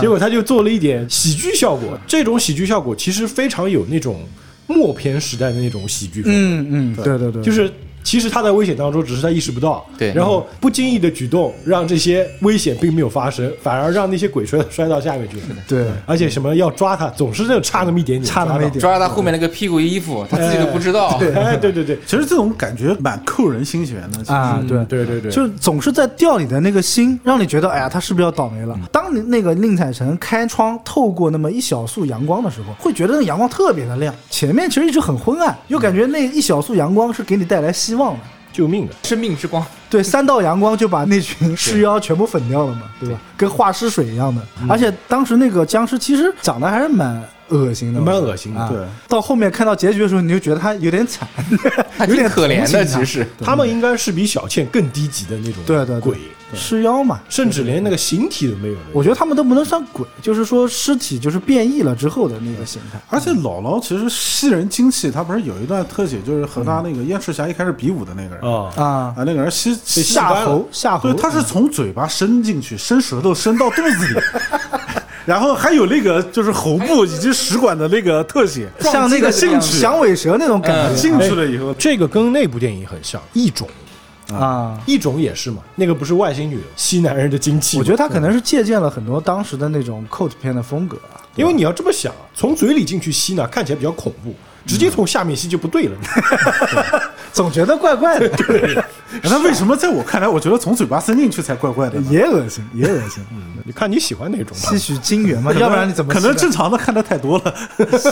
S7: 结果他就做了一点喜剧效果。这种喜剧效果其实非常有那种默片时代的那种喜剧风格，
S5: 嗯嗯，对对对，
S7: 就是其实他在危险当中，只是他意识不到。
S6: 对
S7: 然后不经意的举动让这些危险并没有发生，反而让那些鬼摔摔到下面去了。
S5: 对
S7: 而且什么要抓他，总是那种差那么一点点，
S5: 差那么一
S7: 到。
S6: 抓他后面那个屁股衣服，他自己都不知道。
S7: 哎，对对对，嗯
S4: 其实这种感觉蛮扣人心弦的。其实
S5: 啊，对
S7: 对对对
S5: 就是总是在吊你的那个心，让你觉得哎呀，他是不是要倒霉了？当你那个宁采臣开窗透过那么一小束阳光的时候，会觉得那阳光特别的亮，前面其实一直很昏暗，又感觉那一小束阳光是给你带来希望的。
S7: 救命的！
S6: 生命之光，
S5: 对，三道阳光就把那群尸妖全部粉掉了嘛，对吧？跟化尸水一样的。而且当时那个僵尸其实长得还是蛮恶心的，
S7: 蛮恶心的
S5: 啊
S4: 对
S5: 到后面看到结局的时候，你就觉得他有点惨，
S6: 还
S5: 有
S6: 挺
S5: 点啊
S6: 可怜的，
S5: 同情他
S6: 其实。
S7: 他们应该是比小倩更低级的那种
S5: 对对对
S7: 鬼，
S5: 尸妖嘛。
S7: 甚至连那个形体都没有了。
S5: 我觉得他们都不能算鬼，就是说尸体就是变异了之后的那个形态。
S4: 而且姥姥其实吸人精气，她不是有一段特写，就是和她那个燕赤霞一开始比武的那个人
S7: 啊
S5: 啊
S4: 啊，那个人吸吸
S7: 吸干
S5: 了下喉
S4: 对，他是从嘴巴伸进去，伸舌头伸到肚子里， 然后还有那个就是喉部以及食管的那个特写，
S5: 像那个
S4: 进去
S5: 响尾蛇那种感觉
S4: 进去了以后，
S7: 这个跟那部电影很像，《异种》，
S5: 啊，
S7: 《异种》也是嘛，那个不是外星女人吸男人的精气吗。
S5: 我觉得他可能是借鉴了很多当时的那种 cult 片的风格啊。
S7: 因为你要这么想，从嘴里进去吸呢，看起来比较恐怖，直接从下面吸就不对了。
S5: 总觉得怪 怪的，
S4: 哎那为什么在我看来，我觉得从嘴巴伸进去才怪怪的呢？嗯
S5: 也恶心，也恶心，
S7: 你看你喜欢哪种吧？
S5: 吸取精元嘛，要不然你怎么
S4: 啊可
S5: 吸
S4: 能
S5: 的
S4: 正常的看的太多了，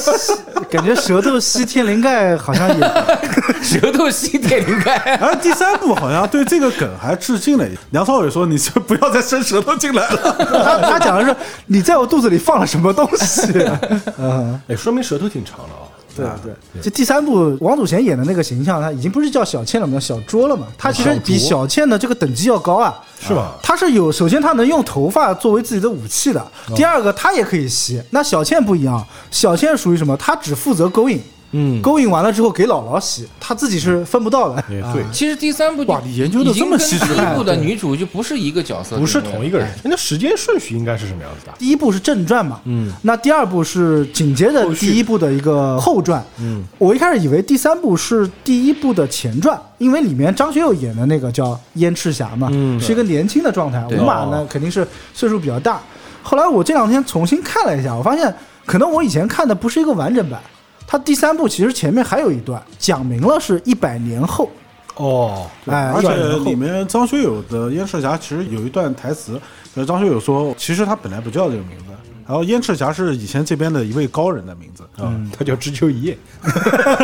S5: 感觉舌头吸天灵盖好像也
S6: 舌头吸铁灵 盖。
S4: 然后第三部好像对这个梗还致敬了。梁朝伟说：“你就不要再伸舌头进来了。
S5: 他他讲的是你在我肚子里放了什么东西？啊
S7: 哎，说明舌头挺长的啊。
S5: 对对，就第三部王祖贤演的那个形象，他已经不是叫小倩了嘛，小卓了嘛，他其实比小倩的这个等级要高啊。
S7: 是吧？
S5: 他是有，首先他能用头发作为自己的武器的，第二个他也可以吸。那小倩不一样，小倩属于什么？她只负责勾引，嗯，勾引完了之后给姥姥吸，她自己是分不到的。
S7: 哎对，
S6: 其实第三部就
S4: 哇你研究得
S6: 已经
S4: 这么
S6: 跟
S4: 细致
S6: 第
S4: 啊
S6: 一部的女主就不是一个角色，
S7: 不是
S6: 对对
S7: 同一个人。
S5: 哎
S7: 那时间顺序应该是什么样子的？
S5: 第一部是正传嘛，嗯，那第二部是紧接着第一部的一个后传，嗯，我一开始以为第三部是第一部的前传，因为里面张学友演的那个叫燕赤霞嘛，嗯，哦是一个年轻的状态，
S6: 对
S5: 吴马呢肯定是岁数比较大。后来我这两天重新看了一下，我发现可能我以前看的不是一个完整版，它第三部其实前面还有一段讲明了是一百年后，
S7: 哦，
S5: 哎，
S4: 而
S5: 100
S4: 且
S5: 年后
S4: 里面张学友的燕赤霞其实有一段台词，就是张学友说，其实他本来不叫这个名字，然后燕赤霞是以前这边的一位高人的名字。
S5: 嗯
S7: 啊，他叫知秋一夜。
S5: 啊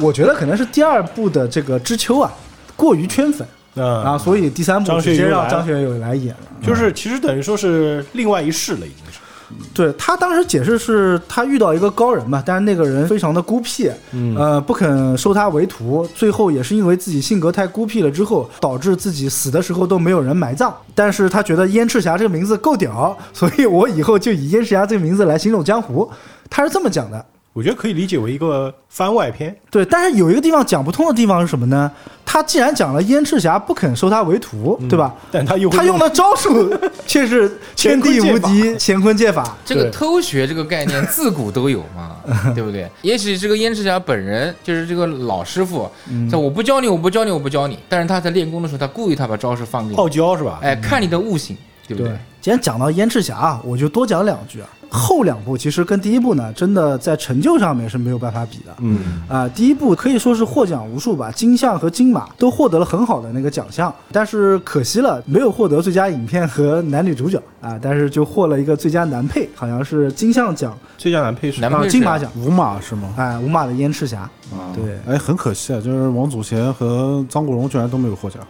S5: 我觉得可能是第二部的这个知秋啊，过于圈粉。
S7: 嗯
S5: 啊，所以第三部
S7: 张学
S5: 直接
S7: 友
S5: 让
S7: 来
S5: 张
S7: 了
S5: 学友来演了。
S7: 就是其实等于说是另外一世了，已经是。
S5: 对他当时解释是他遇到一个高人嘛，但是那个人非常的孤僻，
S7: 嗯
S5: 呃，不肯收他为徒。最后也是因为自己性格太孤僻了之后，导致自己死的时候都没有人埋葬。但是他觉得燕赤霞这个名字够屌，所以我以后就以燕赤霞这个名字来行走江湖。他是这么讲的。
S7: 我觉得可以理解为一个番外篇。
S5: 对，但是有一个地方讲不通的地方是什么呢？他既然讲了燕赤霞不肯收他为徒，对吧？
S7: 但他又会
S5: 他用的招数却是天地无敌乾坤剑法。
S6: 这个
S7: 对
S6: 偷学这个概念自古都有嘛，对不对？也许这个燕赤霞本人就是这个老师傅，说我不教你，我不教你，我不教你。但是他在练功的时候，他故意他把招式放给
S7: 傲
S6: 你，
S7: 娇是吧？
S6: 哎，看你的悟性，对不
S5: 对
S6: 对？，
S5: 既然讲到燕赤霞啊，我就多讲两句啊。后两部其实跟第一部呢，真的在成就上面是没有办法比的。
S7: 嗯，
S5: 啊、第一部可以说是获奖无数吧，金像和金马都获得了很好的那个奖项，但是可惜了，没有获得最佳影片和男女主角啊、但是就获了一个最佳男配，好像是金像奖
S7: 最佳男配是
S6: 男
S5: 啊、
S6: 配
S5: 金
S6: 是
S5: 马奖，
S4: 五马是吗？
S5: 哎、五马的燕赤霞，对，
S4: 哎，很可惜啊，就是王祖贤和张国荣居然都没有获奖。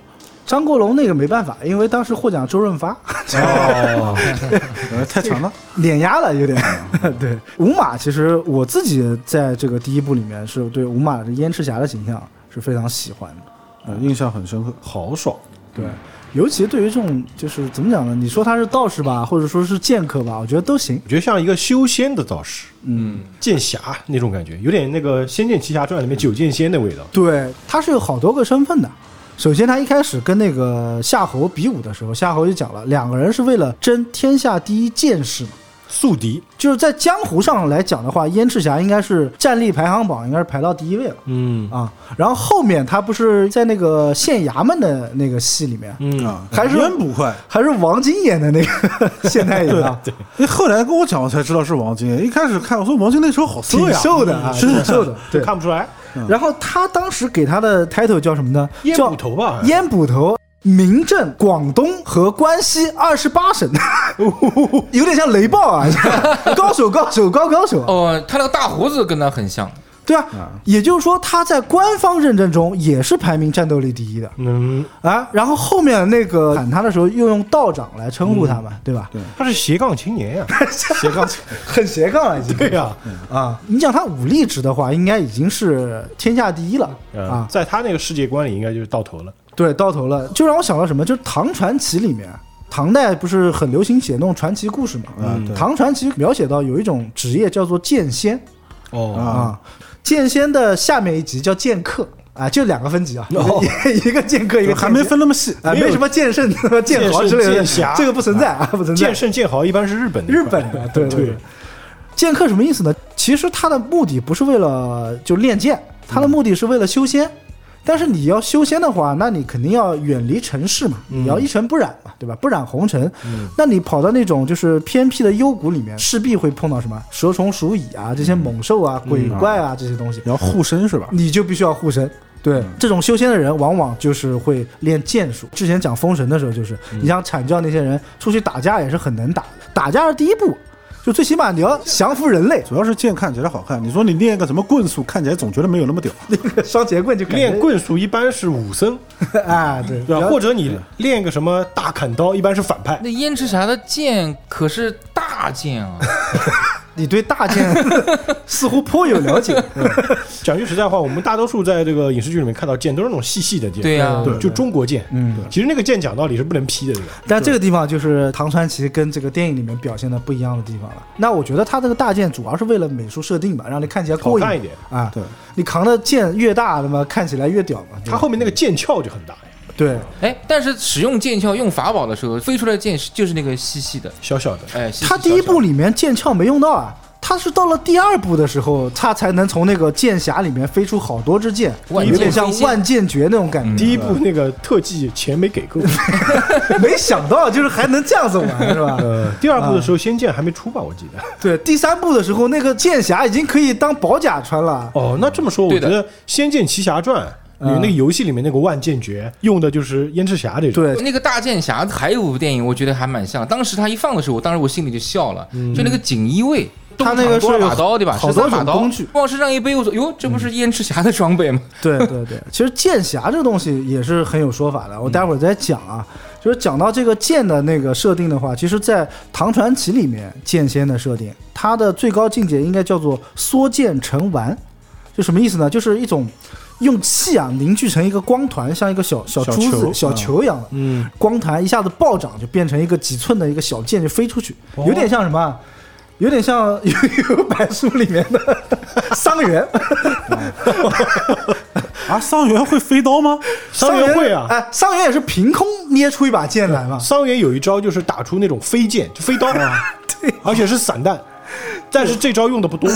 S5: 张国荣那个没办法，因为当时获奖周润发，
S7: 哦，
S4: 呃，太长了。
S5: 碾压了有点。 对，五马其实我自己在这个第一部里面是对五马的燕赤霞的形象是非常喜欢的，
S4: 呃，印象很深刻。
S7: 豪爽。
S5: 对。尤其对于这种就是怎么讲呢？你说他是道士吧，或者说是剑客吧，我觉得都行。
S7: 我觉得像一个修仙的道士，
S5: 嗯，
S7: 剑侠啊那种感觉，有点那个《仙剑奇侠传》里面九剑仙的味道。
S5: 对，他是有好多个身份的。首先，他一开始跟那个夏侯比武的时候，夏侯就讲了，两个人是为了争天下第一剑士嘛。
S7: 宿敌，
S5: 就是在江湖上来讲的话，燕赤霞应该是战力排行榜应该是排到第一位了。
S7: 嗯
S5: 啊，然后后面他不是在那个县衙门的那个戏里面，
S7: 嗯，
S4: 啊，
S5: 还是
S4: 真不快。
S5: 还是王晶演的那个 现代演 啊，
S4: 你哎后来跟我讲，我才知道是王晶。一开始看，我说王晶那时候好瘦
S5: 挺
S4: 呀，
S5: 瘦的啊，
S4: 是
S5: 挺瘦的。
S7: 就
S5: 对，嗯
S7: 看不出来。
S5: 然后他当时给他的 title 叫什么呢？
S7: 烟
S5: 叫
S7: 捕头吧好像
S5: 烟捕头。民政、广东和关西二十八省， 有点像雷暴啊！ 高手，高手，高高手啊！
S6: 哦，他那个大胡子跟他很像，
S5: 对啊，也就是说他在官方认证中也是排名战斗力第一的
S7: 嗯，
S5: 啊。然后后面那个喊他的时候又用道长来称呼他
S7: 嗯
S5: 嘛，对吧？
S7: 他是斜杠青年呀。
S5: 斜杠， 很斜杠了已经。
S7: 对呀，
S5: 啊，你讲他武力值的话，应该已经是天下第一了
S7: 嗯
S5: 啊。
S7: 在他那个世界观里，应该就是到头了。
S5: 对，到头了，就让我想到什么，就是《唐传奇》里面，唐代不是很流行写那种传奇故事嘛？啊
S7: 嗯对
S5: 唐传奇》描写到有一种职业叫做剑仙
S7: 哦，
S5: 啊，剑仙的下面一级叫剑客啊，就两个分级啊，
S7: 哦
S5: 一个一个剑客，一 个
S4: 还没
S5: 剑仙
S4: 分那么细。
S5: 啊，没什么剑圣、剑豪之类的，
S7: 剑圣剑侠
S5: 这个不存在啊，不存在
S7: 剑。圣剑豪一般是日本的，
S5: 日本的，对对
S7: 对
S5: 对。剑客什么意思呢？其实他的目的不是为了就练剑，他的目的是为了修仙。但是你要修仙的话，那你肯定要远离尘世嘛，你要一尘不染嘛，对吧？不染红尘。那你跑到那种就是偏僻的幽谷里面，势必会碰到什么蛇虫鼠蚁啊，这些猛兽啊、鬼怪啊这些东西，
S4: 你要护身是吧？
S5: 你就必须要护身。
S7: 嗯
S5: 对，这种修仙的人往往就是会练剑术。之前讲封神的时候，就是
S7: 嗯
S5: 你像阐教那些人出去打架也是很能打，打架是第一步，就最起码你要降服人 类，
S4: 主要是剑看起来好看。你说你练个什么棍术，看起来总觉得没有那么屌。
S5: 那个双截棍就感觉
S7: 练棍术一般是武僧，
S5: 啊，对，
S7: 对
S5: 然
S7: 吧？
S5: 后
S7: 或者你练个什么大砍刀，一般是反派。
S6: 那燕赤霞的剑可是大剑啊，
S5: 你对大剑 似乎颇有了 解，嗯
S7: 讲句实在话，我们大多数在这个影视剧里面看到剑都是那种细细的剑，
S6: 对呀
S7: 就中国剑。
S5: 啊嗯，
S7: 其实那个剑讲道理是不能劈的，对吧？
S5: 但这个地方就是唐传奇跟这个电影里面表现的不一样的地方了。那我觉得他这个大剑主要是为了美术设定吧，让你看起来过
S7: 好看一
S5: 瘾
S7: 点
S5: 啊。
S4: 对，
S5: 你扛的剑越大，那么看起来越屌嘛。对吧
S7: 它后面那个剑鞘就很大呀，
S5: 对
S6: 哎，但是使用剑鞘用法宝的时候，飞出来的剑是就是那个细细的，
S7: 小小的。
S6: 哎，细细
S5: 他第一
S6: 小小
S5: 部里面剑鞘没用到啊，他是到了第二部的时候，他才能从那个剑匣里面飞出好多支剑，
S6: 万
S5: 有
S6: 箭
S5: 点像
S6: 飞仙
S5: 万剑诀那种感觉。
S7: 第一部那个特技钱没给够，
S6: 嗯
S5: 没想到就是还能这样子 玩，是吧？
S7: 呃，第二部的时候《仙剑》还没出吧？我记得。
S5: 对，第三部的时候，那个剑匣已经可以当宝甲穿
S6: 嗯
S5: 了。
S7: 哦，那这么说，我
S6: 对
S7: 觉
S6: 的
S7: 得《仙剑奇侠传》里面那个游戏里面那个万剑诀用的就是燕赤霞这种。
S5: 对，
S6: 那个大剑侠还有部电影，我觉得还蛮像。当时他一放的时候，我当时我心里就笑了，就那个锦衣卫。
S5: 嗯他那个
S6: 东厂多
S5: 是
S6: 少把刀对吧？
S5: 好
S6: 十
S5: 多
S6: 三把
S5: 种
S6: 刀
S5: 工具
S6: 往身上一背，我说哟，这不是燕赤霞的装备吗？
S5: 对对对，其实剑匣这个东西也是很有说法的，我
S6: 嗯
S5: 待会儿再讲啊。就是讲到这个剑的那个设定的话，其实，在《唐传奇》里面，剑仙的设定，它的最高境界应该叫做缩剑成丸，就什么意思呢？就是一种用气啊凝聚成一个光团，像一个小小
S7: 小
S5: 珠子、
S7: 球
S5: 小
S7: 嗯
S5: 球一样的，
S7: 嗯，
S5: 光团一下子暴涨，就变成一个几寸的一个小剑就飞出去，
S7: 哦
S5: 有点像什么啊？有点像 《幽游白书》里面的 桑园，
S4: 啊，桑园会飞刀 吗？
S7: 桑园会啊，
S5: 哎，桑园也是凭空捏出一把剑来嘛。
S7: 桑园有一招就是打出那种飞剑，就飞刀，
S5: 啊
S7: 对，而且是散弹，但是这招用的不多。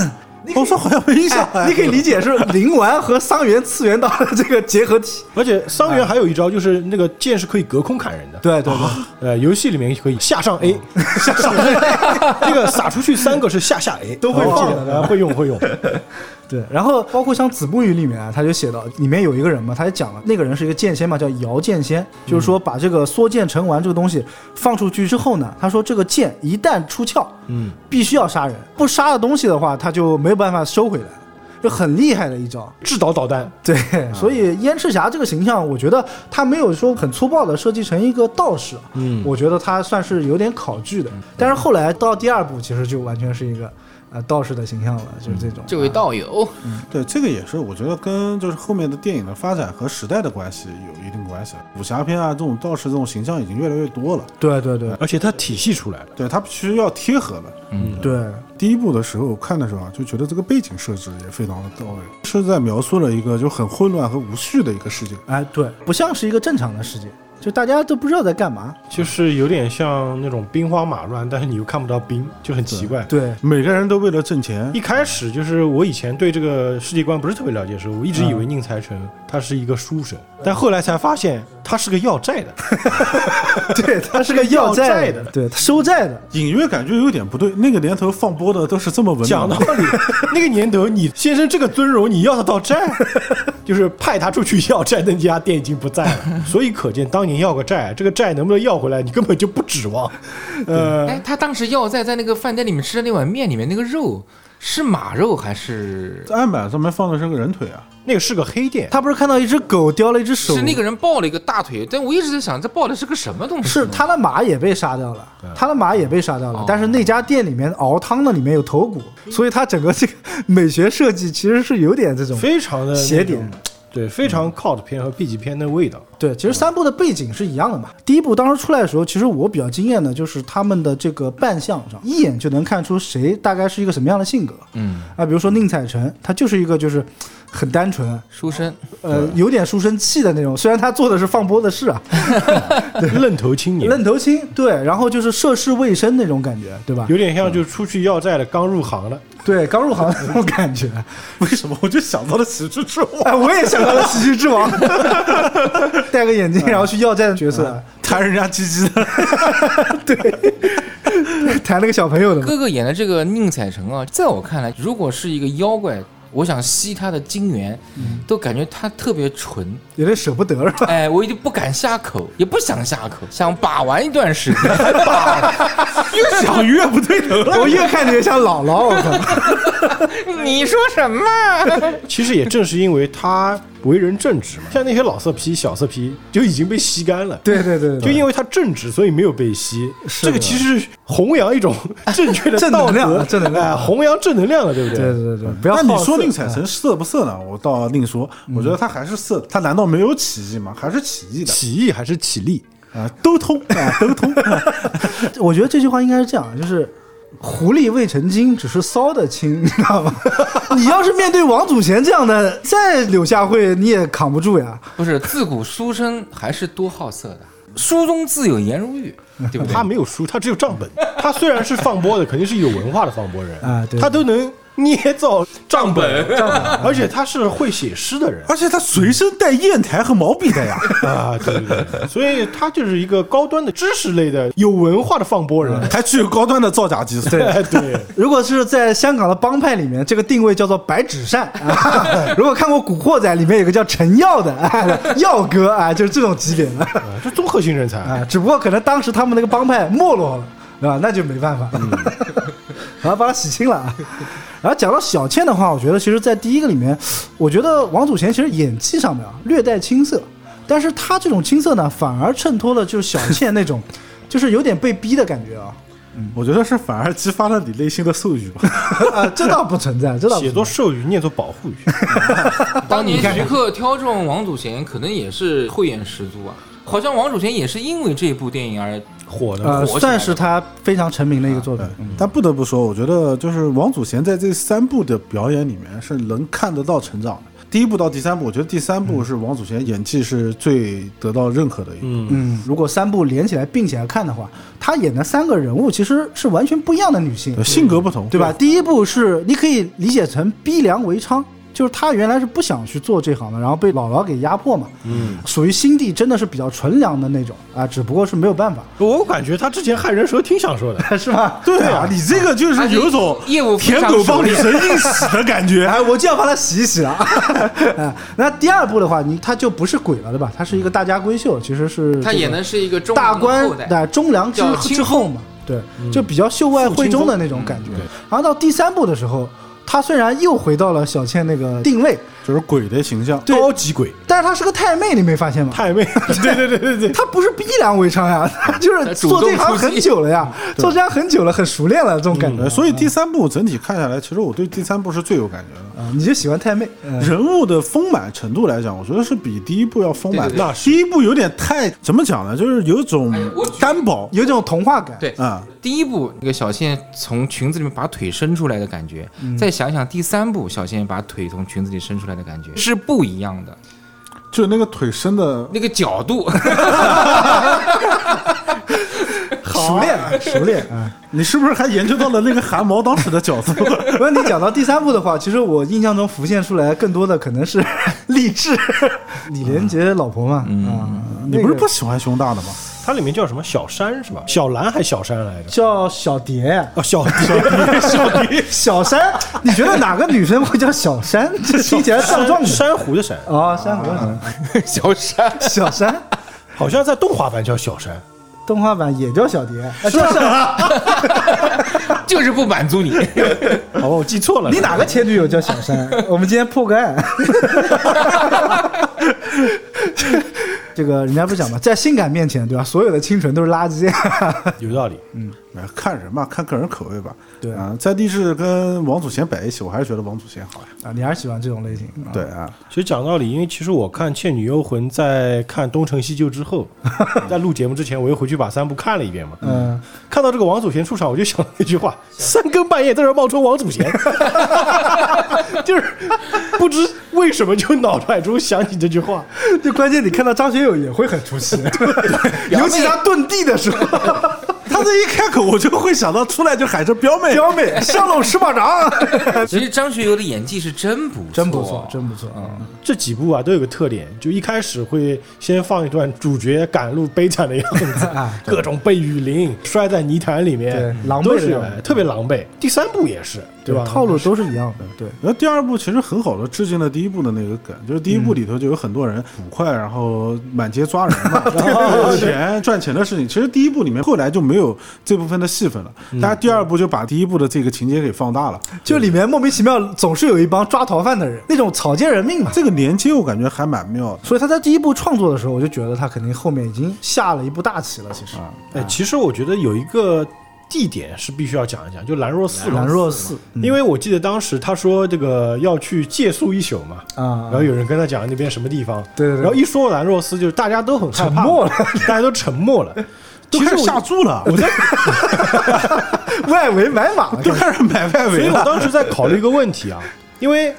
S4: 我说好像没印象。
S5: 哎你可以理解是灵丸和桑园次元刀的这个结合体。
S7: 而且桑园还有一招就是那个剑是可以隔空砍人的，
S5: 对对
S7: 呃，游戏里面可以下上 A，
S5: 对，上对
S7: 这个撒出去三个是下下 A，都
S5: 会
S7: 有
S5: 放的
S7: 的，呃会用会用。
S5: 对。然后包括像《子不语》里面啊，他就写到里面有一个人嘛，他就讲了，那个人是一个剑仙嘛，叫姚剑仙，就是说把这个缩剑成丸这个东西放出去之后呢，他说这个剑一旦出鞘，
S7: 嗯，
S5: 必须要杀人，不杀的东西的话，他就没有办法收回来，就很厉害的一招。
S7: 制导导弹，
S5: 对，所以燕赤霞这个形象，我觉得她没有说很粗暴的设计成一个道士，
S7: 嗯
S5: 我觉得她算是有点考据的。但是后来到第二部，其实就完全是一个呃道士的形象了，就是这种。
S6: 这位道友，
S4: 对，这个也是，我觉得跟就是后面的电影的发展和时代的关系有一定关系。武侠片啊，这种道士这种形象已经越来越多了，
S5: 对对对
S7: 而且它体系出来了。
S4: 对，它必须要贴合了。
S5: 对，
S4: 第一部的时候看的时候啊，就觉得这个背景设置也非常的到位，是在描述了一个就很混乱和无序的一个世界。
S5: 哎对，不像是一个正常的世界，就大家都不知道在干嘛。
S7: 就是有点像那种兵荒马乱，但是你又看不到兵，就很奇怪。
S5: 对，
S4: 每个人都为了挣钱
S7: 一，开始就是我以前对这个世界观不是特别了解的时候，我一直以为
S5: 嗯
S7: 宁财神他是一个书生，但后来才发现他是个要债的。
S5: 对，他是个要债
S7: 要债的
S5: 对，他收债的。
S4: 隐约感觉有点不对。那个年头放播的都是这么文
S7: 讲
S4: 明
S7: 道
S4: 的，
S7: 理，那个年头你先生这个尊荣，你要得到 债，就是派他出去要债那家店已经不 在了，所以可见当年要个债，啊这个债能不能要回来，你根本就不指望。
S5: 嗯
S7: 呃，
S6: 哎，他当时要在在那个饭店里面吃的那碗面里面那个肉是马肉还是
S4: 在案板上面放的 是个人腿啊，
S7: 那个是个黑店，
S5: 他不是看到一只狗叼了一只手，
S6: 是那个人抱了一个大腿？但我一直在想，这抱的是个什么东西？
S5: 是他的马也被杀掉了，他的马也被杀掉
S6: 哦
S5: 了，但是那家店里面熬汤的里面有 头骨，所以他整个这个美学设计其实是有点这种
S7: 非常的
S5: 邪点。
S7: 对，非常 cult 片和 B 级片的味道。
S5: 对，其实三部的背景是一样的嘛。第一部当时出来的时候，其实我比较惊艳的就是他们的这个扮相上，一眼就能看出谁大概是一个什么样的性格。
S6: 嗯，
S5: 啊，比如说宁采臣，他就是一个就是很单纯，
S6: 书生，
S5: 呃，有点书生气的那种。虽然他做的是放播的事 啊，
S7: 愣头青
S5: 嗯
S7: 年，
S5: 愣头青，对，然后就是涉世未深那种感觉，对吧？
S7: 有点像就是出去要债的，刚入行的。
S5: 对，刚入行的那种感觉。
S4: 为什么我就想到了《喜剧之王》？
S5: 哎，我也想到了《喜剧之王》， 戴个眼镜，
S7: 嗯
S5: 然后去要债的角色，
S4: 弹人家鸡鸡 的，
S7: 嗯
S5: 谈那个小朋友的嘛。
S6: 哥哥演的这个宁采臣啊，在我看来，如果是一个妖怪，我想吸他的精元，都感觉他特别纯。
S5: 有点舍不得是 吧？
S6: 哎，我已经不敢下口， 也不想下口，想把玩一段时间。 把
S4: 越想越不对头了。
S5: 我越看着越像姥姥，我 靠！
S6: 你说什么？
S7: 其实也正是因为他为人正直嘛，像那些老色批、小色批就已经被吸干了。
S5: 对对对，
S7: 就
S5: 为
S7: 因为他正直，所以没有被吸。
S5: 是
S7: 这个其实是弘扬一 种正确的
S5: 正
S7: 道
S5: 能量
S7: 德
S5: 啊正能量
S7: 哎弘扬正能量了，对不对？
S5: 对对对， 不要
S4: 那
S5: 好
S4: 你
S5: 色嗯
S4: 说宁采臣色不色呢？我倒另说，我觉得他还是色，他难道没有起义吗？还是起义的
S7: 起义还是起立？
S4: 啊，都通啊，都 通。
S5: 我觉得这句话应该是这样，就是狐狸未成精，只是骚得轻，你知道吗？ 你要是面对王祖贤这样的，再柳下惠你也扛不住呀。
S6: 不是，自古书生还是多好色的，书中自有颜如玉，对不对？
S7: 他没有书，他只有账本。他虽然是放播的，肯定是有文化的放播人
S5: 啊对
S7: 他都能捏造账本，账本而且他是会写诗的人
S4: 而且他随身带砚台和毛笔的 呀。
S7: 啊，对对对，所以他就是一个高端的知识类的有文化的放播
S5: 啊
S7: 人。
S4: 还具有高端的造假技术，
S7: 哎，对，
S5: 如果是在香港的帮派里面，这个定位叫做白纸扇。 啊、如果看过《古惑仔》，里面有个叫陈耀的、 啊、耀哥啊，就是这种级别的
S7: 啊就综合性人才。
S5: 啊。只不过可能当时他们那个帮派没落了，对吧？那就没办法， 然后把他洗清了啊。然后讲到小倩的话，我觉得其实，在第一个里面，我觉得王祖贤其实演技上面啊略带青涩，但是他这种青涩呢，反而衬托了就是小倩那种，就是有点被逼的感觉啊。
S4: 嗯我觉得是反而激发了你内心的兽欲吧。
S5: 啊，这倒不存在，这倒不
S7: 写
S5: 存
S7: 作
S5: 在。
S7: 授予，念作保护语。
S6: 当年徐克挑中王祖贤，可能也是慧眼识珠啊。好像王祖贤也是因为这部电影而
S7: 火的，
S5: 呃，
S6: 火起来
S5: 算是他非常成名的一个作品。
S4: 但不得不说，我觉得就是王祖贤在这三部的表演里面是能看得到成长的。第一部到第三部，我觉得第三部是王祖贤演技是最得到认可的一部。
S5: 嗯，如果三部连起来并起来看的话，他演的三个人物其实是完全不一样的女性
S4: 呃，性格不同，
S5: 嗯对吧？？第一部是你可以理解成逼良为娼，就是她原来是不想去做这行的，然后被姥姥给压迫嘛，嗯，属于心地真的是比较纯良的那种啊，只不过是没有办法，
S7: 我感觉他之前害人时候挺享受的。
S5: 是吧？
S4: 对啊，你这个就是有一种
S6: 而且业务非
S4: 舔
S6: 常
S4: 狗帮女神硬洗的感觉。
S5: 哎，我就要把它洗一洗了。 啊，那第二部的话，你他就不是鬼了，对吧？他是一个大家闺秀，其实是
S6: 他
S5: 这个
S6: 演的是一个中
S5: 大官
S6: 后代，
S5: 的忠良之
S6: 叫清
S5: 之后嘛，对，就比较秀外慧中的那种感觉。然后到第三部的时候，他虽然又回到了小倩那个定位，
S4: 就是鬼的形象。
S5: 对
S7: 高级鬼，
S5: 但是她是个太妹，你没发现吗？
S7: 太妹， 对对对对对，
S5: 她不是逼良为娼呀， 她就是
S6: 主
S5: 做
S6: 动
S5: 这行
S6: 出击
S5: 很久了呀，做这行很久了，很熟练了这种感觉。
S4: 呃，所以第三部整体看下来，其实我对第三部是最有感觉的。呃
S5: 啊，你就喜欢太妹，嗯
S4: 人物的丰满程度来讲，我觉得是比第一部要丰满。
S6: 对对对
S4: 那第一部有点太怎么讲呢？就是有一种
S6: 哎我觉得哎
S4: 单薄。
S5: 有这种童话感。
S6: 对，
S4: 啊、
S6: 第一部那个小倩从裙子里面把腿伸出来的感觉，
S5: 嗯
S6: 再想想第三部小倩把腿从裙子里伸出来的感觉是不一样的，
S4: 就那个腿伸的
S6: 那个 角度。
S5: 熟练啊，熟练啊。
S4: 哎你是不是还研究到了那个汗毛当时的角色？
S5: 不过你讲到第三部的话，其实我印象中浮现出来更多的可能是励志，李连杰老婆嘛，啊，
S4: 你不是
S5: 那个
S4: 不喜欢胸大的吗？
S7: 它里面叫什么小山是吧？小兰还小山来着？
S5: 叫小蝶，
S7: 哦， 小小小迪，
S5: 小山，你觉得哪个女生会叫小山？这听起来上撞
S7: 山
S5: 的
S7: 珊瑚的山，
S5: 哦，山河
S6: 小山，
S5: 小山，
S7: 好像在动画版叫小山。
S5: 动画版也叫小蝶，啊叫小
S6: 就是不 满足你。
S7: 哦，我记错了。
S5: 你哪个前女友叫小山？我们今天破个案。这个人家不是讲嘛，在性感面前，对吧？所有的清纯都是垃圾。
S7: 有道理？嗯，
S4: 哎看人吧，看个人口味吧。
S5: 对
S4: 啊，在地市跟王祖贤摆一起，我还是觉得王祖贤好呀。
S5: 啊，你还是喜欢这种类型？啊
S4: 对，啊，
S7: 其实讲道理，因为其实我看《倩女幽魂》在看《东成西就》之 后，在录节目之前，我又回去把三部看了一遍嘛。
S5: 嗯，
S7: 看到这个王祖贤出场，我就想了一句 话：三更半夜在这儿冒充王祖 贤，就是不知为什么就脑海中想起这句话。
S5: 就关键你看到张学友也会很出戏， 尤其他遁地的时候，
S4: 他这一开口，我就会想到出来就喊声彪妹，
S5: 彪妹降龙十八掌，
S6: 其实张学友的演技是真不错，
S5: 真不错，真不错，嗯，
S7: 这几部啊都有个特点，就一开始会先放一段主角赶路悲惨的样 子，各种被雨淋，摔在泥潭里面，
S5: 啊对狼狈的
S7: 都是有
S5: 样子
S7: 特别狼狈。第三部也是，对吧？
S5: 套路都是一样的，对，
S4: 然后第二部其实很好的致敬了第一部的那个梗，就是第一部里头就有很多人捕快，然后满街抓人嘛，然后赚钱赚钱的事情。其实第一部里面后来就没有这部分的戏份了，但是第二部就把第一部的这个情节给放大了。
S5: 就里面莫名其妙总是有一帮抓逃犯的人，那种草菅人命嘛。
S4: 这个连接我感觉还蛮妙的。
S5: 所以他在第一部创作的时候，我就觉得他肯定后面已经下了一步大棋了。其实，
S7: 哎，其实我觉得有一个地点是必须要讲一讲，就兰若寺了。
S5: 兰若寺，嗯
S7: 因为我记得当时他说这个要去借宿一宿嘛，
S5: 啊
S7: 然后有人跟他讲那边什么地方，
S5: 对对对
S7: 然后一说兰若寺，就是大家都很害怕，
S5: 沉默了，
S7: 大家都沉默 了。
S4: 都
S7: 其
S4: 开
S7: 实
S4: 始下
S7: 我，
S4: 注了，
S7: 我在，
S5: 外围买马了，
S4: 都开始买外
S7: 所
S4: 围
S7: 以我
S4: 了。
S7: 当时在考虑一个问 题啊，因为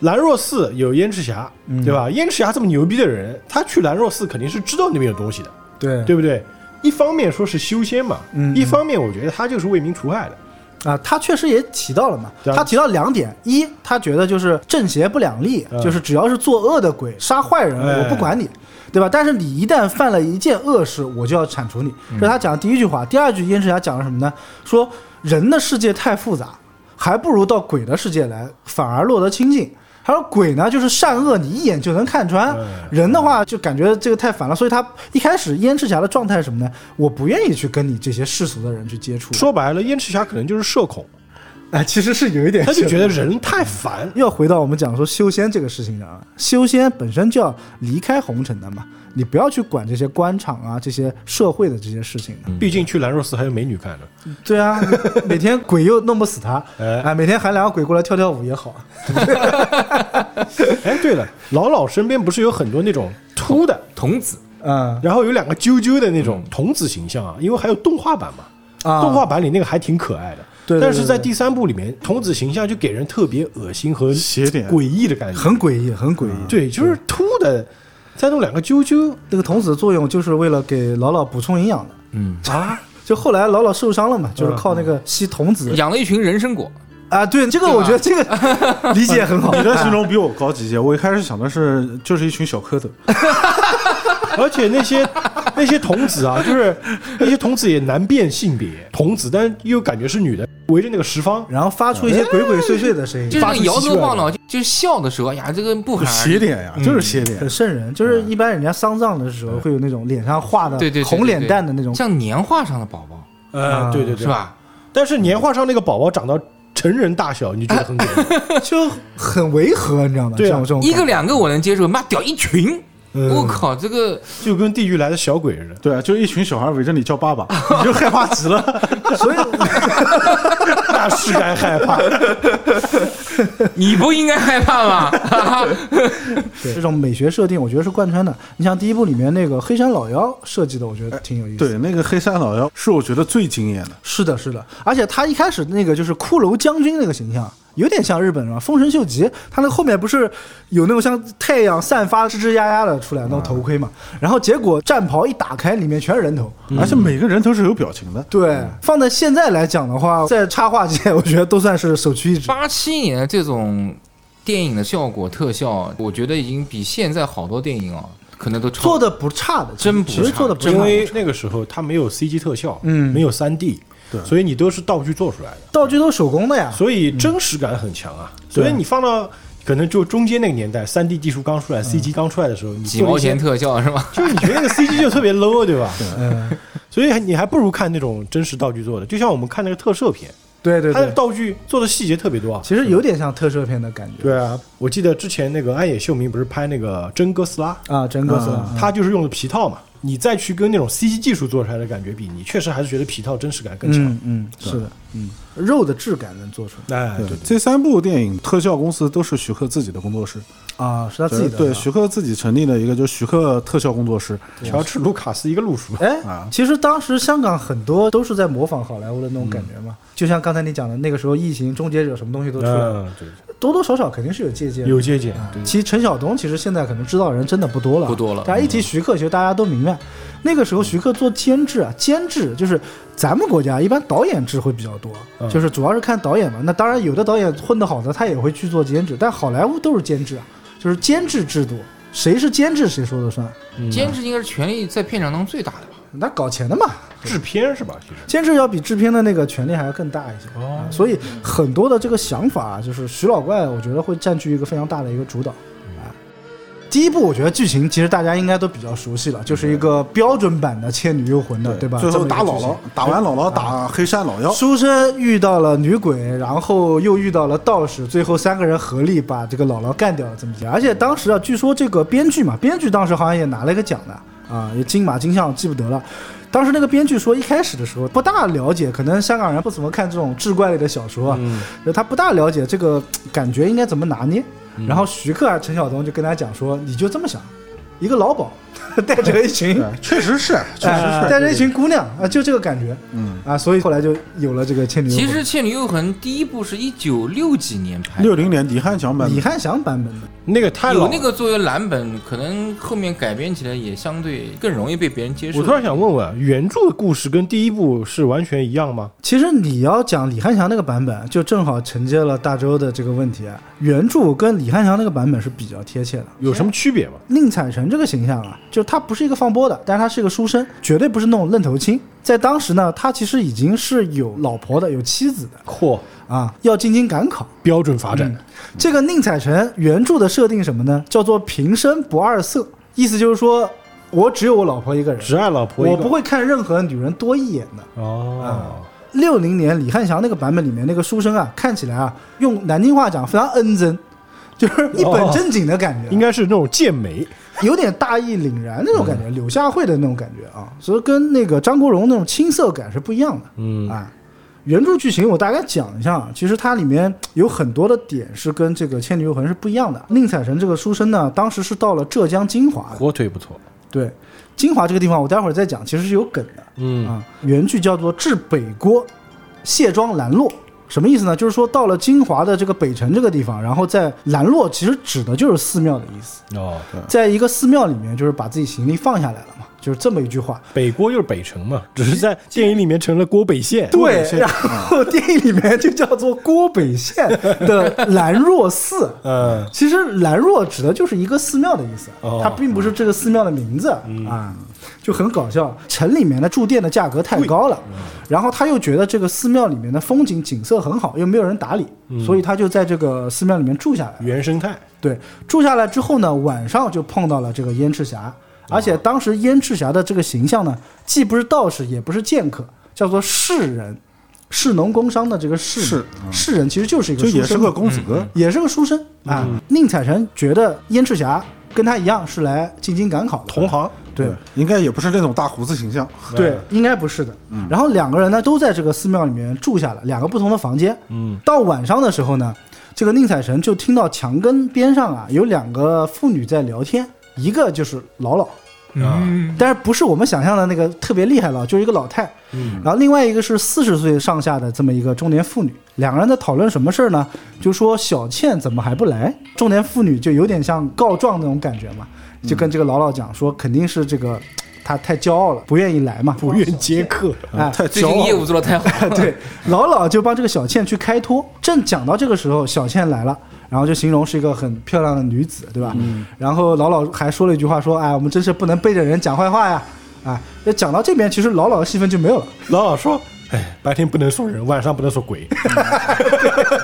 S7: 兰若寺有燕赤霞，
S5: 嗯
S7: 对吧？燕赤霞这么牛逼的人，他去兰若寺肯定是知道那边有东西的，
S5: 对
S7: 对不对？一方面说是修仙嘛，
S5: 嗯
S7: 一方面我觉得他就是为民除害的。
S5: 啊，他确实也提到了嘛，
S7: 对啊
S5: 他提到两点，一他觉得就是正邪不两立，
S7: 嗯
S5: 就是只要是作恶的鬼杀坏人，
S7: 哎
S5: 我不管你。对吧？但是你一旦犯了一件恶事，我就要铲除你。
S7: 嗯
S5: 这是他讲的第一句话。第二句，燕赤霞讲了什么呢？说人的世界太复杂，还不如到鬼的世界来，反而落得清净。他说鬼呢，就是善恶你一眼就能看穿，人的话就感觉这个太烦了。所以他一开始燕赤霞的状态是什么呢？我不愿意去跟你这些世俗的人去接触。
S7: 说白了，燕赤霞可能就是社恐，
S5: 哎，其实是有一点
S7: 他就觉
S5: 得
S7: 得人太烦，
S5: 要回到我们讲说修仙这个事情上啊，修仙本身就要离开红尘的嘛，你不要去管这些官场啊、这些社会的这些事情的。
S7: 毕竟去兰若寺还有美女看呢。
S5: 对啊，每天鬼又弄不死 他，
S7: 哎
S5: 啊，每天喊两个鬼过来跳跳舞也好。
S7: 哎，对了，老老身边不是有很多那种秃的，
S6: 童子
S5: 嗯，
S7: 然后有两个啾啾的那种童子形象啊，因为还有动画版嘛，
S5: 啊
S7: 动画版里那个还挺可爱的。
S5: 对对对
S7: 但是在第三部里面，童子形象就给人特别恶心和
S4: 邪典
S7: 诡异的感觉。
S5: 很诡异，很诡异。
S7: 对，就是秃的，再弄两个啾啾
S5: 那个童子的作用就是为了给老老补充营养的。
S7: 啊，
S5: 就后来老老受伤了嘛，就是靠那个吸童子
S6: 养了一群人参果，
S5: 啊。嗯对，这个我觉得这个理解很好。
S4: 你的形容比我高级些，我一开始想的是就是一群小蝌蚪，
S7: 而且 那些那些童子啊，就是那些童子也难辨性别，童子，但又感觉是女的，围着那个十方，
S5: 然后发出一些鬼鬼祟祟的声音，
S6: 就是那
S7: 发
S6: 个
S7: 出
S6: 摇
S7: 奇
S6: 头
S7: 怪
S6: 晃
S7: 的
S6: 脑，就就是笑的时候，哎呀，这个不寒而
S4: 邪
S6: 栗。
S4: 典呀，就是邪典
S5: 很。瘆人，就是一般人家丧葬的时候会有那种脸上画的
S6: 嗯对对，对
S5: 红脸蛋的那种，
S6: 像年画上的宝宝
S5: 啊
S7: 呃，对对对，
S6: 是？吧？
S7: 但是年画上那个宝宝长到成人大小，你觉得很 诡异？
S5: 就很违和，你知道吗？
S7: 对啊
S5: 像我这种
S6: 一个
S5: 感觉嗯
S6: 两个我能接受，妈屌一群，我靠，这个
S7: 就跟地狱来的小鬼似的。
S4: 对啊，就一群小孩围着你叫爸爸，你就害怕极 了。
S5: 所以
S7: 那是该害怕。
S6: 你不应该害怕 吗？哈哈
S5: 这种美学设定，我觉得是贯穿的。你像第一部里面那个黑山老妖设计的，我
S6: 哎
S5: 觉得挺有意思。
S4: 对，，那个黑山老妖是我觉得最惊艳的，
S5: 是的，是的。而且他一开始那个就是骷髅将军那个形象，有点像日本人啊，丰臣秀吉。他那后面不是有那种像太阳散发吱吱呀呀的出来那
S6: 嗯
S5: 种头盔嘛？然后结果战袍一打开，里面全是人头。
S4: 而且每个人都是有表情的。
S5: 对，放在现在来讲的话，在插画界， 我觉得都算是首屈一指。
S6: 八七年这种电影的效果特效，我觉得已经比现在好多电影啊，可能都超
S5: 做的不差的，
S6: 真不
S5: 其实
S6: 差
S5: 做的不差。
S7: 因为那个时候它没有 CG 特效，
S5: 嗯
S7: 没有三 D，对，所以你都是道具做出来的，
S5: 道具都是手工的呀，
S7: 所以真实感很强啊。所以你放到可能就中间那个年代，三 D 技术刚出
S5: 嗯
S7: 来，CG 刚出来的时候，你
S6: 几毛钱
S7: 特，
S6: 特效是吧？
S7: 就是你觉得那个 CG 就特别 low，对吧？嗯，所以你还不如看那种真实道具做的，就像我们看那个特摄片，
S5: 对对
S7: 它的
S5: 对，
S7: 道具做的细节特别多啊。
S5: 其实有点像特摄片的感觉
S7: 对啊，我记得之前那个安野秀明不是拍那个《真哥斯拉》，嗯
S5: 啊，真哥斯拉，
S7: 他就是用的皮套嘛。你再去跟那种 CG 技术做出来的感觉比，你确实还是觉得皮套真实感更强
S5: 嗯。嗯，是的，嗯，肉的质感能做出
S7: 哎，对对
S4: 这三部电影特效公司都是徐克自己的工作室，
S5: 来啊，是他自己的
S4: 对
S5: 是吧
S4: 徐克自己成立了一个就是徐克特效工作室，
S7: 乔治·卢卡斯一个路数。
S5: 哎，其实当时香港很多都是在模仿好莱坞的那种感觉嘛，就像刚才你讲的，那个时候《异形》《终结者》什么东西都出来了，
S7: 嗯，对，
S5: 多多少少肯定是有借鉴的。
S7: 有借鉴。对
S5: 其实陈晓东其实现在可能知道的人真的不多了，
S6: 不多了
S5: 大家一提徐克，其实大家都明白，那个时候徐克做监制啊，监制就是咱们国家一般导演制会比较多，
S6: 嗯
S5: 就是主要是看导演嘛。那当然有的导演混得好的，他也会去做监制，但好莱坞都是监制啊，就是监制制度，谁是监制谁说了算，
S6: 监制应该是权力在片场当中最大的吧？
S5: 那搞钱的嘛。
S7: 制片是吧？其实哦
S5: 监制要比制片的那个权力还要更大一些，啊所以很多的这个想法啊，就是徐老怪，我觉得会占据一个非常大的一个主导
S7: 嗯
S5: 啊。第一部我觉得剧情其实大家应该都比较熟悉了，就是一个标准版的《倩女幽魂》的，对吧？
S4: 最
S5: 这
S4: 后
S5: 么一个
S4: 打姥
S5: 剧情啊
S4: 姥，打完姥姥打黑山老妖，
S5: 书生遇到了女鬼，然后又遇到了道士，最后三个人合力把这个姥姥干掉了，这么讲。而且当时啊，据说这个编剧嘛，编剧当时好像也拿了一个奖的啊，也金马金像记不得了。当时那个编剧说，一开始的时候不大了解，可能香港人不怎么看这种志怪类的小说啊，就他不大了解这个感觉应该怎么拿捏。然后徐克啊，陈晓东就跟他讲说，你就这么想，一个老鸨 带着一群
S4: 确实是，确实
S5: 哎
S4: 是。
S5: 带着一群姑娘啊，就这个感觉，嗯啊，所以后来就有了这个《倩女幽
S6: 其
S5: 魂》。
S6: 实《倩女幽魂》第一部是一九六几年拍的
S4: 六。零年李翰强版
S5: 哎李
S4: 本，
S5: 翰祥版本的，
S7: 那个太
S6: 有
S7: 老。
S6: 那个作为蓝本，可能后面改编起来也相对更容易被别人接受。
S7: 我突然想问问，原著的故事跟第一部是完全一样吗？
S5: 其实你要讲李翰祥那个版本，就正好承接了大周的这个问题啊。原著跟李翰祥那个版本是比较贴切的。
S7: 有什么区别吗？
S5: 宁采臣这个形象啊，就他不是一个放波的，但是他是一个书生，绝对不是那种愣头青。在当时呢，他其实已经是有老婆的，有妻子的
S7: 嚯，
S5: 啊，要进京赶考。
S7: 标准法
S5: 嗯
S7: 展，
S5: 这个宁采臣原著的设定什么呢？叫做平生不二色，意思就是说我只有我老婆一个人，
S7: 只爱老婆一
S5: 我
S7: 个。
S5: 不会嗯看任何女人多一眼的。
S7: 哦，
S5: 六零年李翰祥那个版本里面那个书生啊，看起来啊，用南京话讲非常恩真，就是一本正经的感觉，
S7: 哦应该是那种健美。
S5: 有点大义凛然那种感
S7: 嗯
S5: 觉，柳下惠的那种感觉啊，所以跟那个张国荣那种青涩感是不一样的。
S7: 嗯
S5: 啊，原著剧情我大概讲一下，啊，其实它里面有很多的点是跟这个《倩女幽魂》是不一样的。宁采臣这个书生呢，当时是到了浙江金华的，
S7: 火腿不错。
S5: 对，金华这个地方我待会儿再讲，其实是有梗的。
S7: 嗯
S5: 啊，原剧叫做《至北郭，卸妆兰洛》，什么意思呢？就是说到了金华的这个北城这个地方，然后在兰洛其实指的就是寺庙的意思，
S7: 哦，
S5: 在一个寺庙里面，就是把自己行李放下来了嘛，就是这么一句话。
S7: 北郭就是北城嘛，只是在电影里面成了郭北县。
S5: 对，然后啊电影里面就叫做郭北县的兰若 寺。
S7: 嗯，
S5: 其实兰若指的就是一个寺庙的意思，
S7: 哦
S5: 它并不是这个寺庙的名字、啊，就很搞笑。城里面的住店的价格太高了，然后他又觉得这个寺庙里面的风景景色很好，又没有人打理，所以他就在这个寺庙里面住下来了。
S7: 原生态。
S5: 对，住下来之后呢，晚上就碰到了这个燕赤霞，而且当时燕赤霞的这个形象呢，既不是道士，也不是剑客，叫做士人，士农工商的这个士
S4: 士
S5: 士士人其实就是一个
S4: 就也
S5: 书
S4: 是
S5: 生
S4: 个公子哥，
S5: 也是个书生啊。宁采臣觉得燕赤霞跟他一样是来进京赶考的，
S7: 同行
S5: 对。啊
S4: 应该也不是那种大胡子形象。
S5: 对，应该不是的。然后两个人呢都在这个寺庙里面住下了，两个不同的房间。嗯，到晚上的时候呢，这个宁采臣就听到墙根边上啊有两个妇女在聊天，一个就是老老，嗯，但是不是我们想象的那个特别厉害老，就是一个老太。嗯，然后另外一个是四十岁上下的这么一个中年妇女，两个人在讨论什么事儿呢？就说小倩怎么还不来？中年妇女就有点像告状那种感觉嘛，就跟这个老老讲说，肯定是这个。她太骄傲了，不愿意来嘛，
S7: 不愿接客，嗯
S5: 哎，
S4: 啊太
S6: 最
S4: 骄
S6: 近
S4: 傲
S6: 业
S4: 了，
S6: 务做的太好 了，
S5: 对，老老就帮这个小倩去开脱。正讲到这个时候，小倩来了，然后就形容是一个很漂亮的女子，对吧？
S4: 嗯
S5: 然后老老还说了一句话，说：“哎，我们真是不能背着人讲坏话呀！”啊，那讲到这边，其实老老的戏份就没有了。
S7: 老老说，哎，白天不能说人，晚上不能说鬼。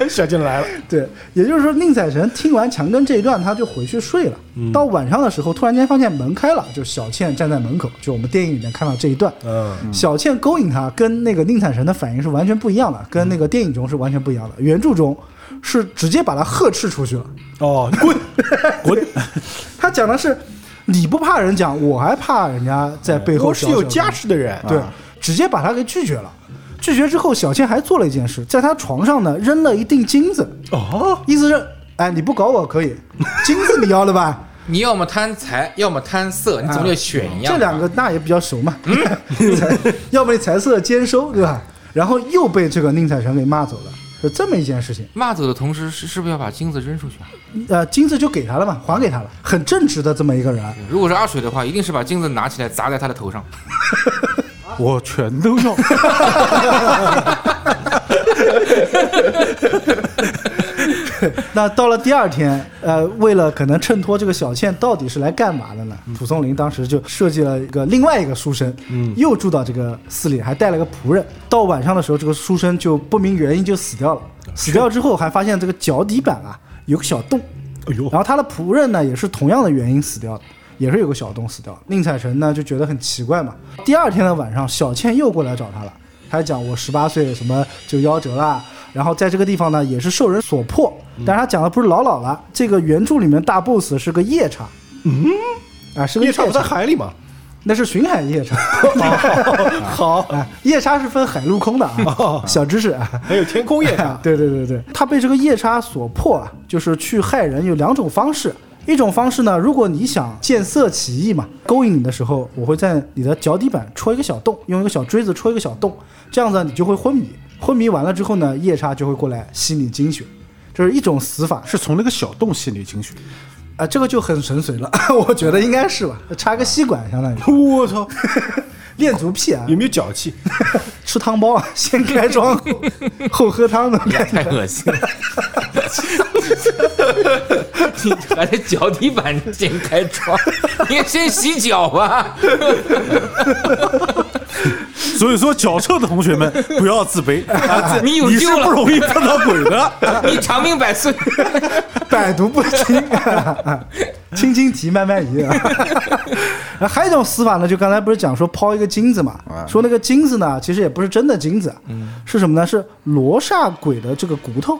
S7: 小静来了，
S5: 对，也就是说，宁采臣听完强根这一段，他就回去睡了。
S7: 嗯
S5: 到晚上的时候，突然间发现门开了，就小倩站在门口，就我们电影里面看到这一段。
S7: 嗯，
S5: 小倩勾引他，跟那个宁采臣的反应是完全不一样的，跟那个电影中是完全不一样的。原著中 是直接把他呵斥出去了。
S7: 哦，滚，滚，
S5: 他讲的是你不怕人讲，我还怕人家在背后
S7: 我
S5: 小
S7: 是
S5: 小
S7: 有
S5: 的
S7: 价值的人，
S5: 对
S7: 啊，
S5: 直接把他给拒绝了。拒绝之后，小倩还做了一件事，在他床上呢扔了一锭金子，
S7: 哦，
S5: 意思是，哎，你不搞我可 以，金子你要了吧？
S6: 你要么贪财，要么贪色，你总得选一
S5: 哎
S6: 样。嗯
S5: 这两个那也比较熟嘛，财 要么你财色兼收，对吧？然后又被这个宁采臣给骂走了，是这么一件事情。
S6: 骂走的同时，是是不是要把金子扔出去啊？
S5: 呃，金子就给他了嘛，还给他了，很正直的这么一个人。
S6: 如果是阿水的话，一定是把金子拿起来砸在他的头上。
S4: 我全都要。
S5: 那到了第二天，呃，为了可能衬托这个小倩到底是来干嘛的呢？蒲松龄当时就设计了一个另外一个书生，嗯，又住到这个寺里，还带了个仆人。到晚上的时候，这个书生就不明原因就死掉了。死掉之后，还发现这个脚底板啊有个小洞，
S7: 哎呦
S5: 然后他的仆人呢也是同样的原因死掉的，也是有个小洞死掉的。宁采臣呢就觉得很奇怪嘛。第二天的晚上，小倩又过来找他了，他还讲我十八岁什么就夭折啦，然后在这个地方呢也是受人所迫，但是他讲的不是老老了，这个原著里面大 boss 是个夜叉，嗯，啊是个
S7: 夜
S5: 夜
S7: 叉
S5: 叉
S7: 不，在海里嘛？
S5: 那是巡海夜叉，
S7: 好，哦
S5: 啊夜叉是分海陆空的啊， 小知识啊。
S7: 还有天空夜
S5: ，
S7: 叉
S5: 对对对对，他被这个夜叉所迫啊，就是去害人有两种方式。一种方式呢，如果你想见色起意嘛，勾引你的时候，我会在你的脚底板戳一个小洞，用一个小锥子戳一个小洞，这样子你就会昏迷。昏迷完了之后呢，夜叉就会过来吸你精血，这是一种死法。
S4: 是从那个小洞吸你进去，
S5: 啊，这个就很神髓了， 我觉得应该是吧，插个吸管 相当于
S7: 我操，
S5: 练足癖啊
S7: 有，没有脚 气？
S5: 吃汤包啊，先开装后后喝汤的感觉
S6: 太。恶心了！你还在脚底板先开 窗，你先洗脚吧。
S4: 所以说脚臭的同学们不要自 卑，啊
S6: 你有
S4: 你是
S6: 救了
S4: 不容易碰到鬼的。
S6: 你长命百岁。
S5: 百毒不侵，啊轻轻提，慢慢移。啊还有一种死法呢，就刚才不是讲说抛一个金子嘛，说那个金子呢，其实也不是真的金子，是什么呢？是罗刹鬼的这个骨头。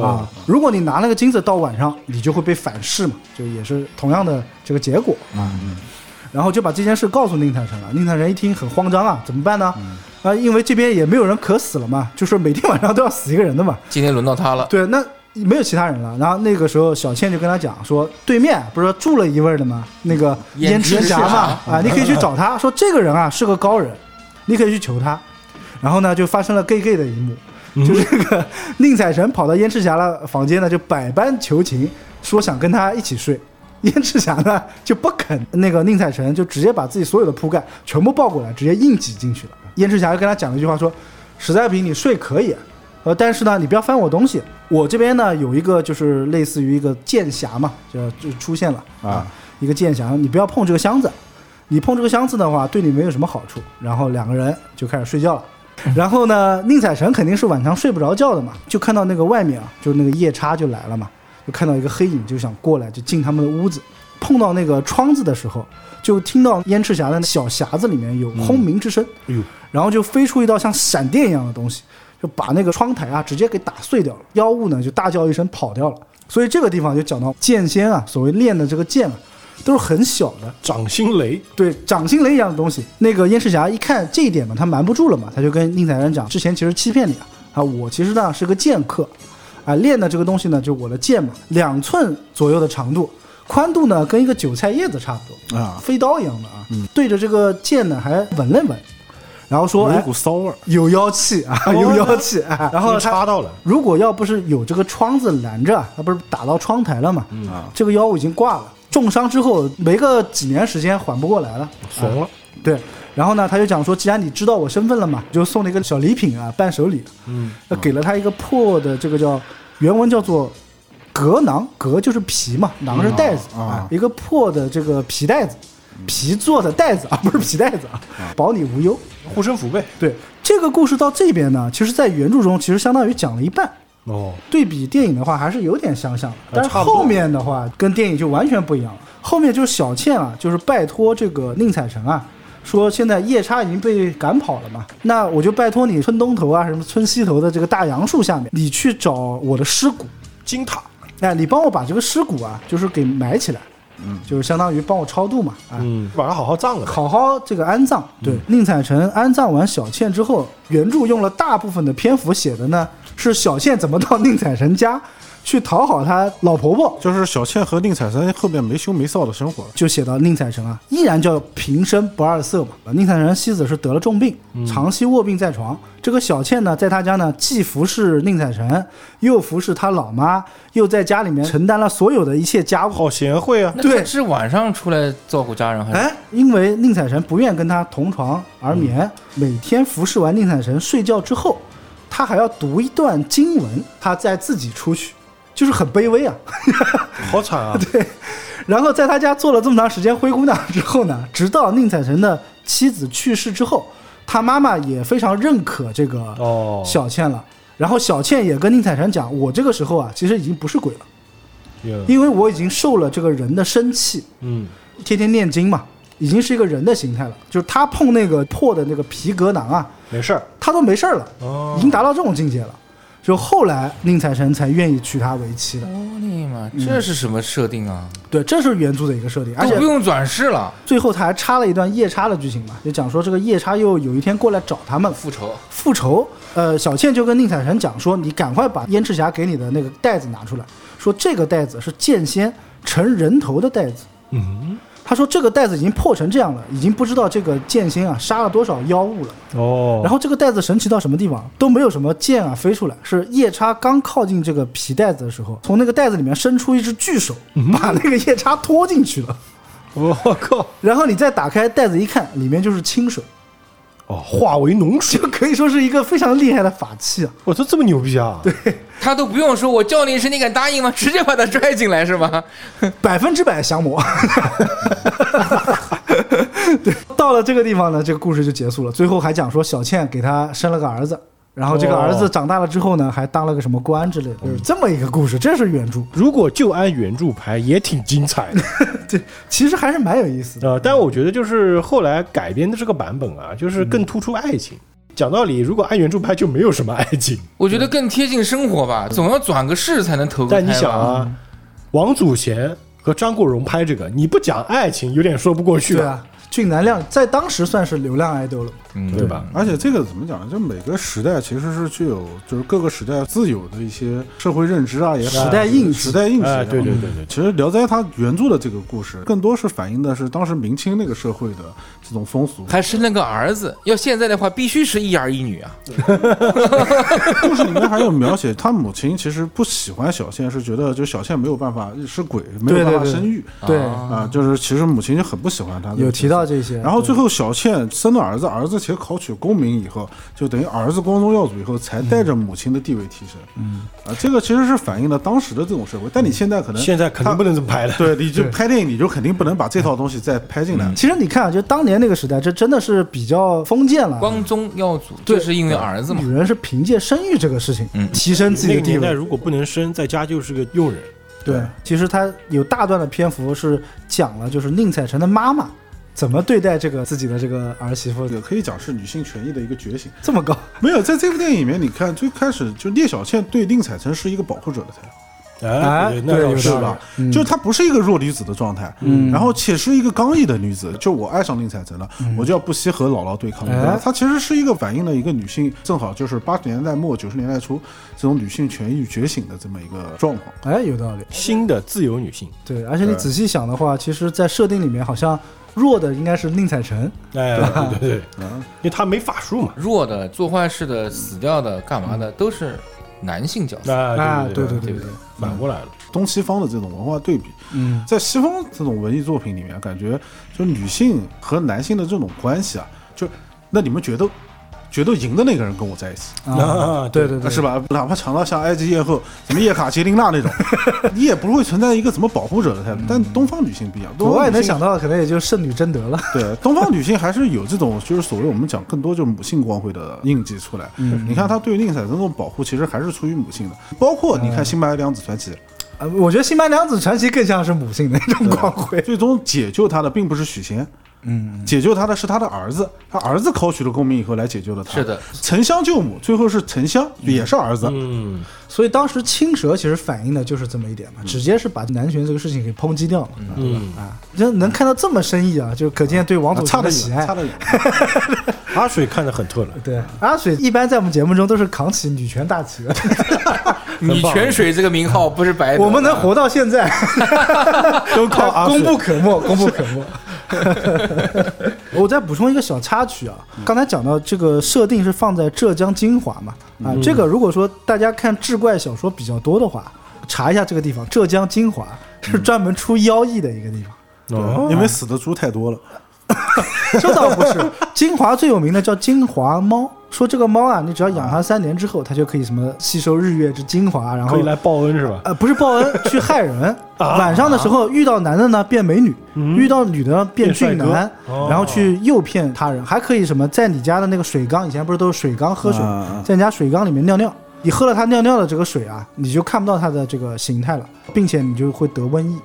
S5: 啊，如果你拿那个金子到晚上，你就会被反噬嘛，就也是同样的这个结果啊。然后就把这件事告诉宁采臣了。宁采臣一听很慌张啊，怎么办呢？啊、因为这边也没有人可死了嘛，就是每天晚上都要死一个人的嘛。
S6: 今天轮到他了，
S5: 对，那没有其他人了。然后那个时候，小倩就跟他讲说，对面不是住了一位的吗？那个
S6: 燕
S5: 燕
S6: 赤
S5: 赤霞
S6: 霞
S5: 嘛，啊，你可以去找他，说这个人啊是个高人，你可以去求他。然后呢，就发生了 gay gay 的一幕，就是那个宁采臣跑到燕赤霞的房间呢，就百般求情，说想跟他一起睡。燕赤霞呢就不肯，那个宁采臣就直接把自己所有的铺盖全部抱过来，直接硬挤进去了。燕赤霞就跟他讲了一句话说：“实在不行你睡可以，呃，但是呢你不要翻我东西，我这边呢有一个就是类似于一个剑匣嘛，就就出现了啊，一个剑匣，你不要碰这个箱子，你碰这个箱子的话对你没有什么好处。”然后两个人就开始睡觉了。然后呢，宁采臣肯定是晚上睡不着觉的嘛，就看到那个外面啊，就是那个夜叉就来了嘛，就看到一个黑影就想过来，就进他们的屋子，碰到那个窗子的时候，就听到燕赤霞的小匣子里面有轰鸣之声，
S7: 哎呦
S5: 然后就飞出一道像闪电一样的东西，就把那个窗台啊直接给打碎掉了。妖物呢就大叫一声跑掉了。所以这个地方就讲到剑仙啊，所谓练的这个剑啊，都是很小的，
S7: 掌心雷，
S5: 对，掌心雷一样的东西。那个燕赤霞一看这一点嘛，她瞒不住了嘛，她就跟宁采臣讲，之前其实欺骗你啊，啊，我其实呢是个剑客，啊，练的这个东西呢，就我的剑嘛，两寸左右的长度，宽度呢跟一个韭菜叶子差不多
S4: 啊
S5: 飞刀一样的啊，对着这个剑呢还闻了闻，然后 说，
S4: 有一
S5: 哎
S4: 股，骚味儿，
S5: 有妖气 啊，有妖气啊，然后
S7: 你
S5: 他
S7: 插到了，
S5: 如果要不是有这个窗子拦着，他不是打到窗台了嘛？这个妖物已经挂了，重伤之后没个几年时间缓不过来了，
S7: 怂了，
S5: 对，然后呢，他就讲说，既然你知道我身份了嘛，就送了一个小礼品啊，伴手礼。嗯，给了他一个破的这个叫原文叫做革囊，革就是皮嘛，囊是袋子、啊，一个破的这个皮袋子，皮做的袋子啊， 不是皮袋子啊，保你无忧。
S7: 哎护身符呗。
S5: 对，这个故事到这边呢，其实在原著中其实相当于讲了一半。
S7: 哦，
S5: 对比电影的话，还是有点相像的，但是
S7: 呃差不多
S5: 后面的话跟电影就完全不一样了。后面就是小倩啊，就是拜托这个宁采臣啊，说现在夜叉已经被赶跑了嘛，那我就拜托你村东头啊，什么村西头的这个大杨树下面，你去找我的尸骨，
S7: 金塔，
S5: 哎，你帮我把这个尸骨啊，就是给埋起来。嗯，就是相当于帮我超度嘛，啊，
S7: 嗯，把它好好葬了呗。
S5: 好好这个安葬。对，宁采臣安葬完小倩之后，原著用了大部分的篇幅写的呢是小倩怎么到宁采臣家 去讨好他老婆婆，
S4: 就是小倩和宁采臣后面没羞没臊的生活了。
S5: 就写到宁采臣啊，依然叫平生不二色嘛。宁采臣妻子是得了重病，长期卧病在床。这个小倩呢，在他家呢，既服侍宁采臣，又服侍他老妈，又在家里面承担了所有的一切家务。
S4: 好贤惠啊！
S6: 那
S5: 对
S6: 他是晚上出来照顾家人还是？
S5: 哎，因为宁采臣不愿跟他同床而眠，每天服侍完宁采臣睡觉之后，他还要读一段经文，他再自己出去，就是很卑微啊。
S7: 好惨 啊！
S5: 然后在他家做了这么长时间灰姑娘之后呢，直到宁采臣的妻子去世之后，他妈妈也非常认可这个
S7: 哦
S5: 小倩了。然后小倩也跟宁采臣讲，我这个时候啊，其实已经不是鬼了，
S7: 哟
S5: 因为我已经受了这个人的生气，
S7: 嗯，
S5: 天天念经嘛，已经是一个人的形态了。就是他碰那个破的那个皮革囊啊，
S7: 没事儿。
S5: 他都没事儿了，
S7: 哦
S5: 已经达到这种境界了。就后来宁采臣才愿意娶她为妻的。
S6: 我的妈，哦这是什么设定啊？
S5: 对，这是原著的一个设嗯定，而
S6: 都
S5: 且
S6: 不用转世了，
S5: 最后他还插了一段夜叉的剧情嘛，就讲说这个夜叉又有一天过来找他们
S6: 复仇。
S5: 复仇。呃，小倩就跟宁采臣讲说，你赶快把燕赤霞给你的那个袋子拿出来，说这个袋子是剑仙成人头的袋子。
S7: 嗯，
S5: 他说这个袋子已经破成这样了，已经不知道这个剑仙啊杀了多少妖物了。
S7: 哦，
S5: 然后这个袋子神奇到什么地方都没有什么剑啊飞出来，是夜叉刚靠近这个皮袋子的时候，从那个袋子里面伸出一只巨手，
S7: 嗯
S5: 把那个夜叉拖进去了。
S7: 我靠，
S5: 然后你再打开袋子一看，里面就是清水，
S7: 哦，化为脓水，
S5: 就 可以说是一个非常厉害的法器啊。
S7: 我操，这么牛逼啊！对，
S6: 他都不用说，我叫你一声，你敢答应吗？ 直接把他拽进来是吧？
S5: 百分之百降魔。 对，到了这个地方呢，这个故事就结束了。最后还讲说小倩给他生了个儿子，然后这个
S7: 哦
S5: 儿子长大了之后呢，还当了个什么官之类的，就是这么一个故事。这是原著，
S7: 如果就按原著拍，也挺精彩的。
S5: 对，其实还是蛮有意思的。
S7: 呃，但我觉得就是后来改编的这个版本啊，就是更突出爱情。讲道理，如果按原著拍就没有什么爱情，
S6: 我觉得更贴近生活吧，总要转个世才能投个胎
S7: 但你
S6: 吧
S7: 想，啊，王祖贤和张国荣拍这个，你不讲爱情有点说不过去
S5: 对
S7: 了，
S5: 啊，俊男靓在当时算是流量爱豆了。
S6: 嗯，
S7: 对吧？
S4: 而且这个怎么讲呢？就每个时代其实是具有，就是各个时代自有的一些社会认知啊，也好
S5: 时代印记
S4: 时代印记也好、啊
S7: 哎对对对对
S4: 其实《聊斋》它原著的这个故事，更多是反映的是当时明清那个社会的这种风俗。
S6: 还生了个儿子，要现在的话必须是一儿一女啊。
S4: 故事里面还有描写，他母亲其实不喜欢小倩，是觉得就小倩没有办法是鬼，没有办法
S5: 对对对
S4: 生育
S5: 对，
S4: 啊，就是其实母亲就很不喜欢她。
S5: 有提到。这些。
S4: 然后最后小倩生了儿子，儿子其实考取功名以后，就等于儿子光宗耀祖以后，才带着母亲的地位提升。嗯，啊，这个其实是反映了当时的这种社会，
S5: 嗯
S4: 但你现在可能
S7: 现在肯定不能这么拍了。
S4: 对，你就拍电影，你就肯定不能把这套东西再拍进
S7: 嗯
S4: 来。
S5: 其实你看啊，就当年那个时代，这真的是比较封建了。
S6: 光宗耀祖
S5: 对嗯
S6: 就是因为儿子嘛
S5: 女。人是凭借生育这个事情，提升自己 的
S7: 那个
S5: 地
S7: 年代
S5: 位。
S7: 如果不能生，在家就是个佣人。
S5: 对，其实他有大段的篇幅是讲了，就是宁采臣的妈妈怎么对待这个自己的这个儿媳妇，
S4: 也可以讲是女性权益的一个觉醒。
S5: 这么高。
S4: 没有，在这部电影里面，你看最开始就聂小倩对宁采臣是一个保护者的态度。
S7: 哎，对那
S5: 对
S7: 倒
S5: 有
S7: 是
S5: 道理
S7: 吧？
S4: 就她不是一个弱女子的状态，嗯，然后且是一个刚毅的女子。就我爱上宁采臣了，我就要不惜和姥姥对抗。对吧
S5: 哎
S4: 她其实是一个反映了一个女性，正好就是八十年代末九十年代初这种女性权益觉醒的这么一个状况。
S5: 哎，有道理。
S7: 新的自由女性，
S5: 对，而且你
S4: 对
S5: 仔细想的话，其实，在设定里面好像弱的应该是宁采臣，
S7: 哎，对对对，因为她没法术嘛。
S6: 弱的、做坏事的、死掉的、干嘛的，都是男性角色。
S7: 啊
S5: 啊，
S7: 对
S5: 对
S7: 对
S5: 对对，
S7: 反过来了。
S4: 东西方的这种文化对比，
S5: 嗯，
S4: 在西方这种文艺作品里面，感觉就女性和男性的这种关系啊，就那你们决斗，决斗赢的那个人跟我在一起，
S5: 啊，
S7: 啊
S5: 对对对，
S4: 是？吧？哪怕强到像埃及艳后、什么叶卡捷琳娜那 种，你也不会存在一个什么保护者的态度。但东方女性不一样，东
S5: 嗯国
S4: 方
S5: 外
S4: 女
S5: 能
S4: 性
S5: 想到的可能也就圣女贞德了。
S4: 对，东方女性还是有这种，就是所谓我们讲更多就是母性光辉的印记出来。
S5: 嗯
S4: 你看她对宁采臣这种保护，其实还是出于母性的。包括
S5: 嗯
S4: 你看《新白娘子传奇》
S5: 呃，我觉得《新白娘子传奇》更像是母性的那种光辉。
S4: 最终解救她的并不是许仙，嗯，解救他的是他的儿子，他儿子考取了功名以后来解救了他。
S6: 是的，
S4: 沉香救母，最后是沉香，也是儿子。
S7: 嗯，
S5: 所以当时青蛇其实反映的就是这么一点
S4: 嗯
S5: 嘛，直接是把南玄这个事情给抨击掉了。嗯啊，就能看到这么深意啊，就可见对王
S4: 啊
S5: 祖
S4: 差
S5: 贤
S4: 得
S5: 的喜
S4: 远，
S5: 爱
S4: 差。得远。
S7: 阿水看得很透了。
S5: 对，阿水一般在我们节目中都是扛起女权大 旗的，
S6: 女泉水这个名号不是白得的
S5: 我们能活到现在，
S4: 都靠阿水
S5: 功不可 没，功不可没。我再补充一个小插曲啊，
S4: 嗯
S5: 刚才讲到这个设定是放在浙江金华嘛，啊，
S4: 嗯
S5: 这个如果说大家看志怪小说比较多的话，查一下这个地方，浙江金华
S4: 嗯
S5: 是专门出妖异的一个地方。
S7: 哦，
S4: 因为死的猪太多了。
S5: 这倒不 是，金华最有名的叫金华猫。说这个猫啊，你只要养它三年之后，它就可以什么吸收日月之精华，啊然后
S7: 可以来报恩是吧？
S5: 呃，不是报恩， 去害
S7: 啊
S5: 人。晚上的时候遇到男的呢变美女，遇到女的呢变俊
S7: 嗯变帅哦
S5: 男，然后去诱骗他人，还可以什么在你家的那个水缸，以前不是都是水缸喝水
S4: 啊啊啊，
S5: 在你家水缸里面尿尿，你喝了他尿尿的这个水啊，你就看不到他的这个形态了，并且你就会得瘟疫。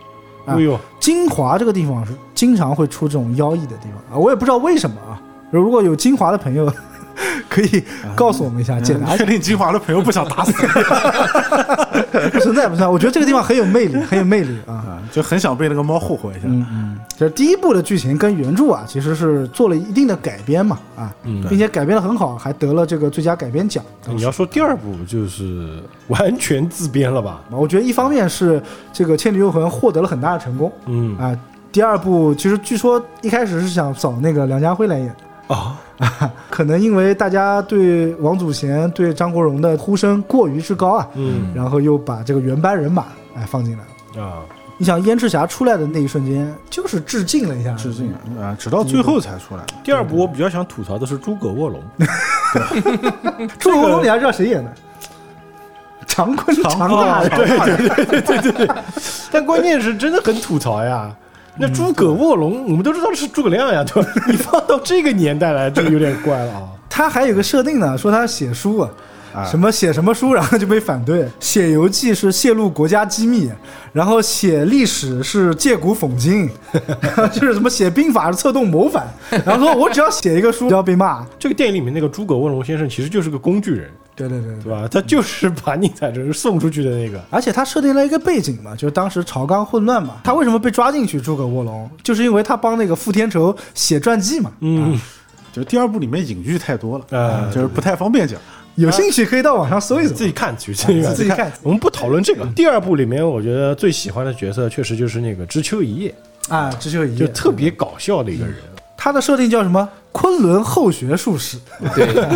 S5: 啊
S7: 哎呦，
S5: 金华这个地方是经常会出这种妖异的地方啊，我也不知道为什么啊。如果有金华的朋友， 可以
S4: 啊
S5: 告诉我们一下，解答
S4: 确
S5: 一下
S4: 定金华的朋友不想 打死你
S5: 不存在不存在。我觉得这个地方很有魅力，很有魅力啊。
S4: 啊，就很想被那个猫霍霍一下。
S5: 就是第一部的剧情跟原著啊，其实是做了一定的改编嘛，啊，并且改编的很好，还得了这个最佳改编奖。
S7: 你要说第二部就是完全自编了吧？
S5: 我觉得一方面是这个《倩女幽魂》获得了很大的成功
S7: 嗯
S5: 啊，第二部其实据说一开始是想找那个梁家辉来演，
S7: 啊，
S5: 可能因为大家对王祖贤、对张国荣的呼声过于之高啊，
S7: 嗯
S5: 然后又把这个原班人马哎放进来了。
S7: 啊，
S5: 你想燕赤霞出来的那一瞬间，就是致敬了一下，
S4: 致敬啊，直到最后才出来。
S7: 第二部我比较想吐槽的是诸葛卧 龙，
S5: 朱国荣，你还知道谁演的？常坤啊常大人，
S7: 对对对对对对对，但关键是真的很吐槽呀。那诸葛卧龙，我们都知道是诸葛 亮呀，对吧？你放到这个年代来，这个有点怪了啊。
S5: 他还有个设定呢，说他写书啊。
S4: 啊
S5: 什么写什么书，然 后就被反对。写游记是泄露国家机密，然后写历史是借古讽今， 就是什么写兵法是策动谋反。然后说我只要写一个书就要 被骂。
S7: 这个电影里面那个诸葛卧龙先生其实就是个工具人，
S5: 对对对对
S7: 对吧？他就是把宁采臣送出去的那个。
S5: 而且他设定了一个背景嘛，就是当时朝纲混乱嘛。他为什么被抓进去诸葛卧龙，就是因为他帮那个傅天仇写传记嘛。啊
S7: 嗯，
S4: 就是第二部里面隐喻太多了，
S7: 啊
S4: 就是不太方便 讲。
S5: 有兴趣可以到网上搜一搜。
S7: 自己看去，自己看嗯
S5: 自己看
S7: 我们不讨论这个。第二部里面，我觉得最喜欢的角色确实就是那个知秋一夜，
S5: 啊，这就一
S7: 就
S5: 页
S7: 特别搞笑的一个人。
S5: 他的设定叫什么？昆仑后学术士，
S6: 对，
S4: 对，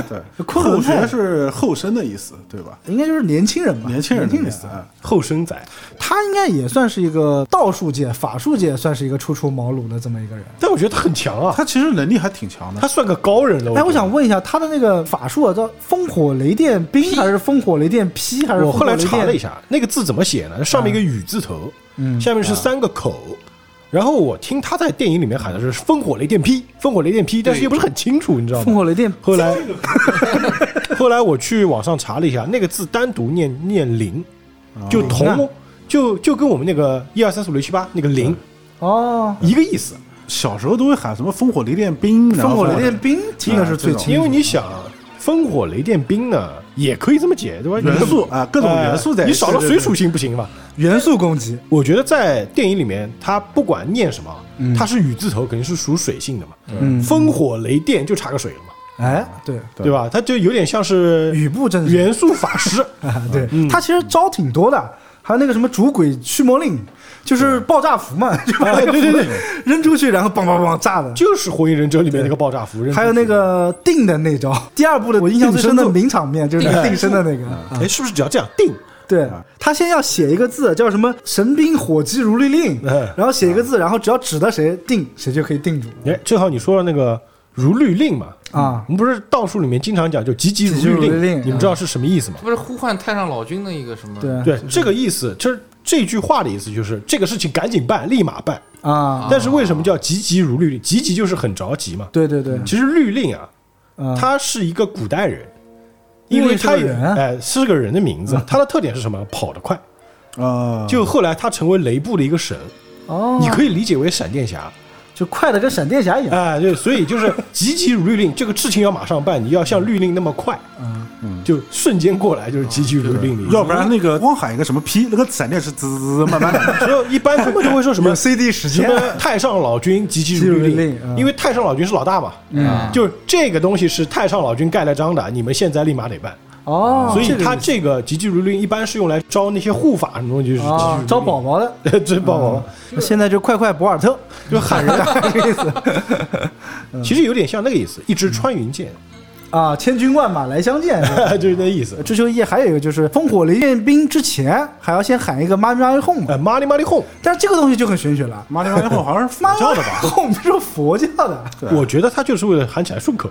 S5: 昆
S4: 后
S5: 仑派
S4: 学是后生的意思，对吧？
S5: 应该就是年轻人吧？
S4: 年轻人的
S5: 年轻
S4: 意
S5: 人
S4: 思
S5: 啊，
S4: 啊，
S7: 后生仔，
S5: 他应该也算是一个道术界、法术界算是一个初出茅庐的这么一个人。
S7: 但我觉得他很强啊，
S4: 他其实能力还挺强的
S7: 他。算个高人了。
S5: 哎，
S7: 觉得
S5: 我想问一下，他的那个法术啊，叫烽火雷电冰还是烽火雷电劈还是？
S7: 我后来查了一，下，那个字怎么写呢？上面一个雨字头，下面是三个口。然后我听他在电影里面喊的是“烽火雷电劈，烽火雷电劈”，但是又不是很清楚，你知道
S5: 烽
S7: 吗？
S5: 火雷电
S7: 后来， 后来我去网上查了一下，那个字单独念念“零”，就同、
S5: 零啊
S7: 就就跟我哦们那个一二三四五六七八那个“零
S5: 哦”，
S7: 一个意思。
S4: 小时候都会喊什么烽火雷电兵，然
S5: 烽
S4: 后
S5: 火雷电冰听的是最
S4: 这
S5: 清
S4: 种
S5: 楚
S7: 因为你想，烽火雷电兵呢，也可以这么解，对吧？
S4: 元素
S7: 你
S4: 啊各种元素在
S7: 哎
S4: 一起
S7: 你少了
S4: 对
S7: 水
S4: 对
S7: 属性不行吧？
S5: 元素攻击，
S7: 我觉得在电影里面，他不管念什么，
S5: 嗯
S7: 他是雨字头，肯定是属水性的嘛。烽火雷电就差个水了嘛，
S5: 哎，对
S4: 对
S7: 对吧？他就有点像是
S5: 雨布阵
S7: 元素法师，
S5: 啊， 对，他其实招挺多的，还有那个什么主鬼驱魔令，就是爆炸符嘛， 就把那个
S7: 对对对
S5: 符扔出去，然后梆梆梆炸的。
S7: 就是火影忍者里面那个爆炸 符，
S5: 还有那个定的那招，第二部的我印象最深的名场面就是那个定身的啊那个。
S7: 哎，是不是只要这样定？
S5: 对他先要写一个字，叫什么“神兵火急如律令
S7: 哎”，
S5: 然后写一个字，然后只要指的谁定，谁就可以定住。
S7: 哎，正好你说了那个如律令嘛，
S5: 嗯啊
S7: 我们不是道术里面经常讲就急急
S5: 急急
S7: 如
S5: 如
S7: 律
S5: 律令嗯
S7: 你们知道是什么意思吗？
S6: 不是呼唤太上老君的一个什么？
S5: 对
S7: 对，这个意思就是这句话的意思，就是这个事情赶紧办，立马办。
S5: 啊，
S7: 但是为什么叫急急如律令？急急就是很着急嘛。
S5: 对对对，
S7: 其实律令啊，
S5: 嗯
S7: 他是一个古代人，
S5: 因
S7: 因
S5: 为
S7: 为
S5: 是个
S7: 他
S5: 人
S7: 哎是个人的名字，他的特点是什么？跑得快。
S4: 啊，
S7: 就后来他成为雷部的一个神，
S5: 哦，
S7: 你可以理解为闪电侠，
S5: 就快的跟闪电侠一样。
S7: 哎，对，所以就是急急如律令，这个事情要马上办，你要像律令那么快，嗯，就瞬间过来，就是急急如律令。
S4: 要不然那个光喊一个什么劈，那个闪电是滋滋滋慢慢 来。
S7: 然后一般他们就会说什么
S4: 有 CD 时
S7: 什
S4: 间
S7: 么
S5: 嗯
S7: 太上老君急急
S5: 急
S7: 如律
S5: 急如律
S7: 令
S5: 令，嗯
S7: 因为太上老君是老大嘛，嗯，就是这个东西是太上老君盖了章的，你们现在立马得办。
S5: 哦，
S7: 所以
S5: 这个
S7: 他
S5: 意思
S7: 这个急急如律令一般是用来招那些护法什么东西，就是急急如律
S5: 哦
S7: 令
S5: 招宝，宝的，
S7: 对宝宝，
S5: 哦现在就快快博尔 特，
S7: 就喊人，
S5: 啊 这个意思
S7: 其实有点像那个意思，一支穿云箭，
S5: 啊，千军万马来相见。是 吧
S7: 就是那意思。
S5: 知秋夜还有一个就是烽火雷电兵之前还要先喊一个妈咪妈咪哄嘛，
S7: 呃，玛丽玛丽哄，
S5: 但是这个东西就很玄学了。
S4: 马里奥那会儿好像是佛
S5: 嗯妈
S4: 教
S5: 妈
S4: 的吧？
S5: 哄 是佛教的，
S7: 我觉得他就是为了喊起来顺口。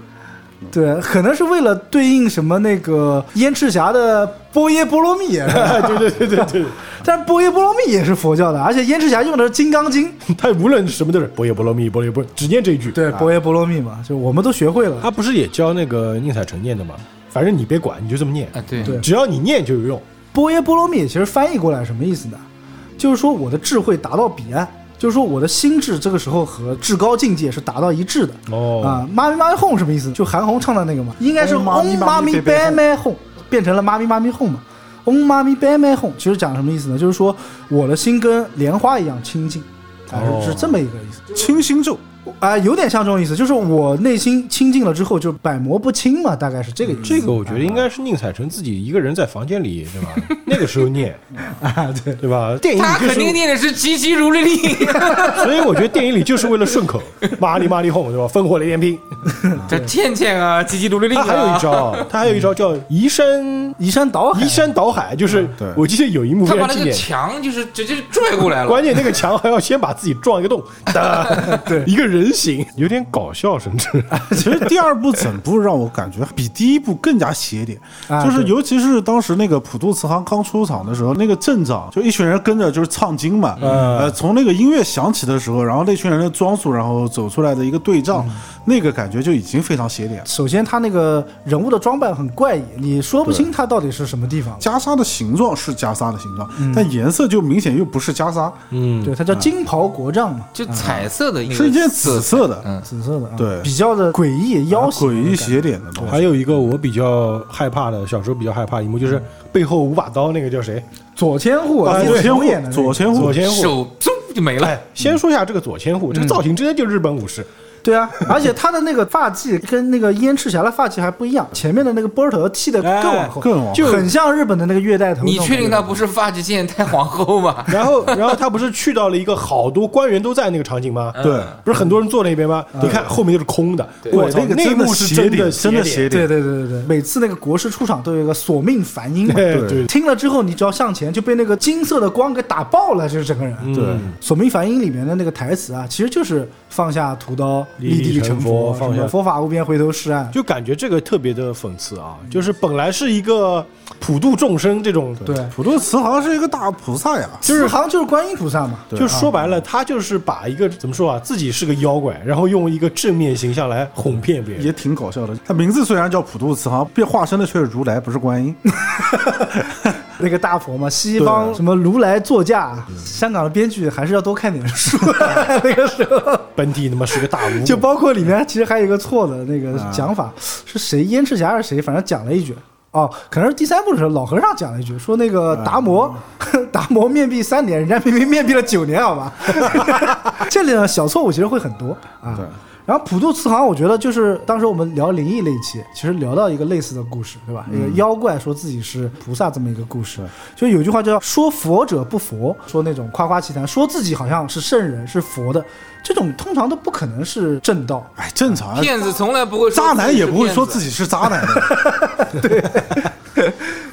S5: 对，可能是为了对应什么那个燕赤霞的波耶波罗蜜 也是，
S7: 对对对对对，
S5: 但是波耶波罗蜜也是佛教的，而且燕赤霞用的是《金刚经》，
S7: 他无论什么都是波耶波罗蜜，波耶波，只念这一句。
S5: 对，
S7: 啊
S5: 波耶波罗蜜嘛，就我们都学会了。
S7: 他不是也教那个宁采臣念的吗？反正你别管，你就这么念，
S6: 啊，对
S5: 对
S7: 只要你念就有用。
S5: 波耶波罗蜜其实翻译过来什么意思呢？就是说我的智慧达到彼岸，就是说我的心智这个时候和至高境界是达到一致的。
S7: 哦
S5: 啊，妈咪妈咪哄什么意思？就韩红唱的那个嘛，应该是
S4: 嗡
S5: 嗡
S4: 妈咪
S5: 妈
S4: 咪
S5: 咪
S4: 贝贝
S5: 拜
S4: 哄
S5: 麦哄，变成了妈咪妈咪哄嘛。嗡妈咪拜麦哄，其实讲什么意思呢？就是说我的心跟莲花一样清净，啊，
S7: 哦
S5: 是是这么一个意思。
S4: 清心咒，
S5: 啊、有点像这种意思，就是我内心清净了之后，就百磨不清嘛，大概是这
S6: 嗯
S5: 个意思。
S7: 这个我觉得应该是宁采臣自己一个人在房间里，对吧？ 那个时候念，
S5: 啊， 对，
S7: 对吧？电影
S6: 他
S7: 里就
S6: 肯定
S7: 是，
S6: 念的是急急如律令，
S7: 所以我觉得电影里就是为了顺口，玛丽玛丽哄，对吧？烽火雷电兵，
S6: 这倩倩啊，急急如律令
S7: 他
S6: 啊。
S7: 还有一招，他还有一招叫移山
S5: 移山倒海，
S7: 移山倒海，就是
S4: 对
S7: 我记得有一幕
S6: 嗯他
S7: 非
S6: 把
S7: 常
S6: 那
S7: 经
S6: 个
S7: 典，
S6: 墙就是直接拽过来了
S7: 关。键那个墙还要先把自己撞一个洞， 对，一个人形，有点搞笑，甚至
S4: 其实第二部整部让我感觉比第一部更加邪点，
S5: 啊
S4: 就是
S5: 对
S4: 尤其是当时那个普渡慈航刚出场的时候，那个镇长就一群人跟着就是唱经嘛，
S5: 嗯
S4: 呃，从那个音乐响起的时候，然后那群人的装束，然后走出来的一个对仗，
S5: 嗯
S4: 那个感觉就已经非常邪点了。
S5: 首先，他那个人物的装扮很怪异，你说不清他到底是什么地方。
S4: 袈裟的形状是袈裟的形状，
S5: 嗯
S4: 但颜色就明显又不是袈裟，
S5: 对，它叫
S4: 嗯
S5: 金袍国丈嘛，
S6: 就彩色的那个
S4: 是一件紫色的，
S6: 嗯
S5: 紫色的啊，
S4: 对啊
S5: 比较的诡异妖邪
S4: 诡异邪点的东西。
S7: 还有一个我比较害怕的，小时候比较害怕的一幕就是背后五把刀那个叫谁？
S5: 左千户啊，
S4: 啊
S5: 左
S4: 左千
S5: 千户演的
S4: 户，
S5: 那个
S4: 左千户，
S7: 左千户。
S6: 手嗖就没了
S7: 哎。，先说一下这个左千户，这个造型直接就是日本武士。
S5: 对啊，而且他的那个发髻跟那个燕赤霞的发髻还不一样，前面的那个波尔特剃的更往后，
S4: 哎更往后
S5: 就很像日本的那个月带头那种
S6: 你
S5: 感觉。
S6: 确定他不是发际线太皇后吗？
S7: 然后，然后他不是去到了一个好多官员都在那个场景吗？
S4: 对
S7: 不是很多人坐那边吗？你看后面就是空的，我操
S4: 那个
S7: 那一
S4: 真的
S7: 幕是
S4: 邪
S7: 真
S4: 点，
S7: 的
S4: 真的
S7: 邪
S4: 邪
S7: 点。
S4: 点。
S5: 对对对对对，每次那个国师出场都有一个索命梵音嘛，
S7: 对对
S5: 听了之后你只要向前就被那个金色的光给打爆了，就是整个人。对，《索命梵音》里面的那个台词啊，其实就是放下屠刀，
S7: 立
S5: 立
S7: 地
S5: 地
S7: 成
S5: 成
S7: 佛放
S5: 什
S7: 下
S5: 么佛法无边，回头是岸。
S7: 就感觉这个特别的讽刺啊，就是本来是一个普度众生这种，
S5: 对，
S4: 普渡慈航是一个大菩萨呀，
S5: 就是好像就是观音菩萨嘛，
S7: 就说白了，他就是把一个怎么说啊，自己是个妖怪，然后用一个正面形象来哄骗别
S4: 也
S7: 人。
S4: 挺搞笑的。他名字虽然叫普渡慈航，变化身的却是如来，不是观 音。
S5: 那个大佛嘛，西方
S4: 对
S5: 什么如来座驾，香港的编剧还是要多看点书。啊 那个时候。
S7: 本体他妈是个大巫，
S5: 就包括里面其实还有一个错的那个讲法，是谁燕赤霞还是谁，反正讲了一句。哦，可能是第三部的时候，老和尚讲了一句，说那个达摩， 达摩面壁三年，人家明明面壁了九年，好吧？ 这里呢，小错误其实会很多啊。
S4: 对
S5: 然后普渡慈航，我觉得就是当时我们聊灵异那一期，其实聊到一个类似的故事，对吧？一个妖怪说自己是菩萨这么一个故事，就有句话叫“说佛者不佛”，说那种夸夸其谈，说自己好像是圣人是佛的，这种通常都不可能是正道。
S4: 哎，正常啊，
S6: 骗子从来不会说
S4: 渣男也不会说
S6: 骗子
S4: 自己是渣男的。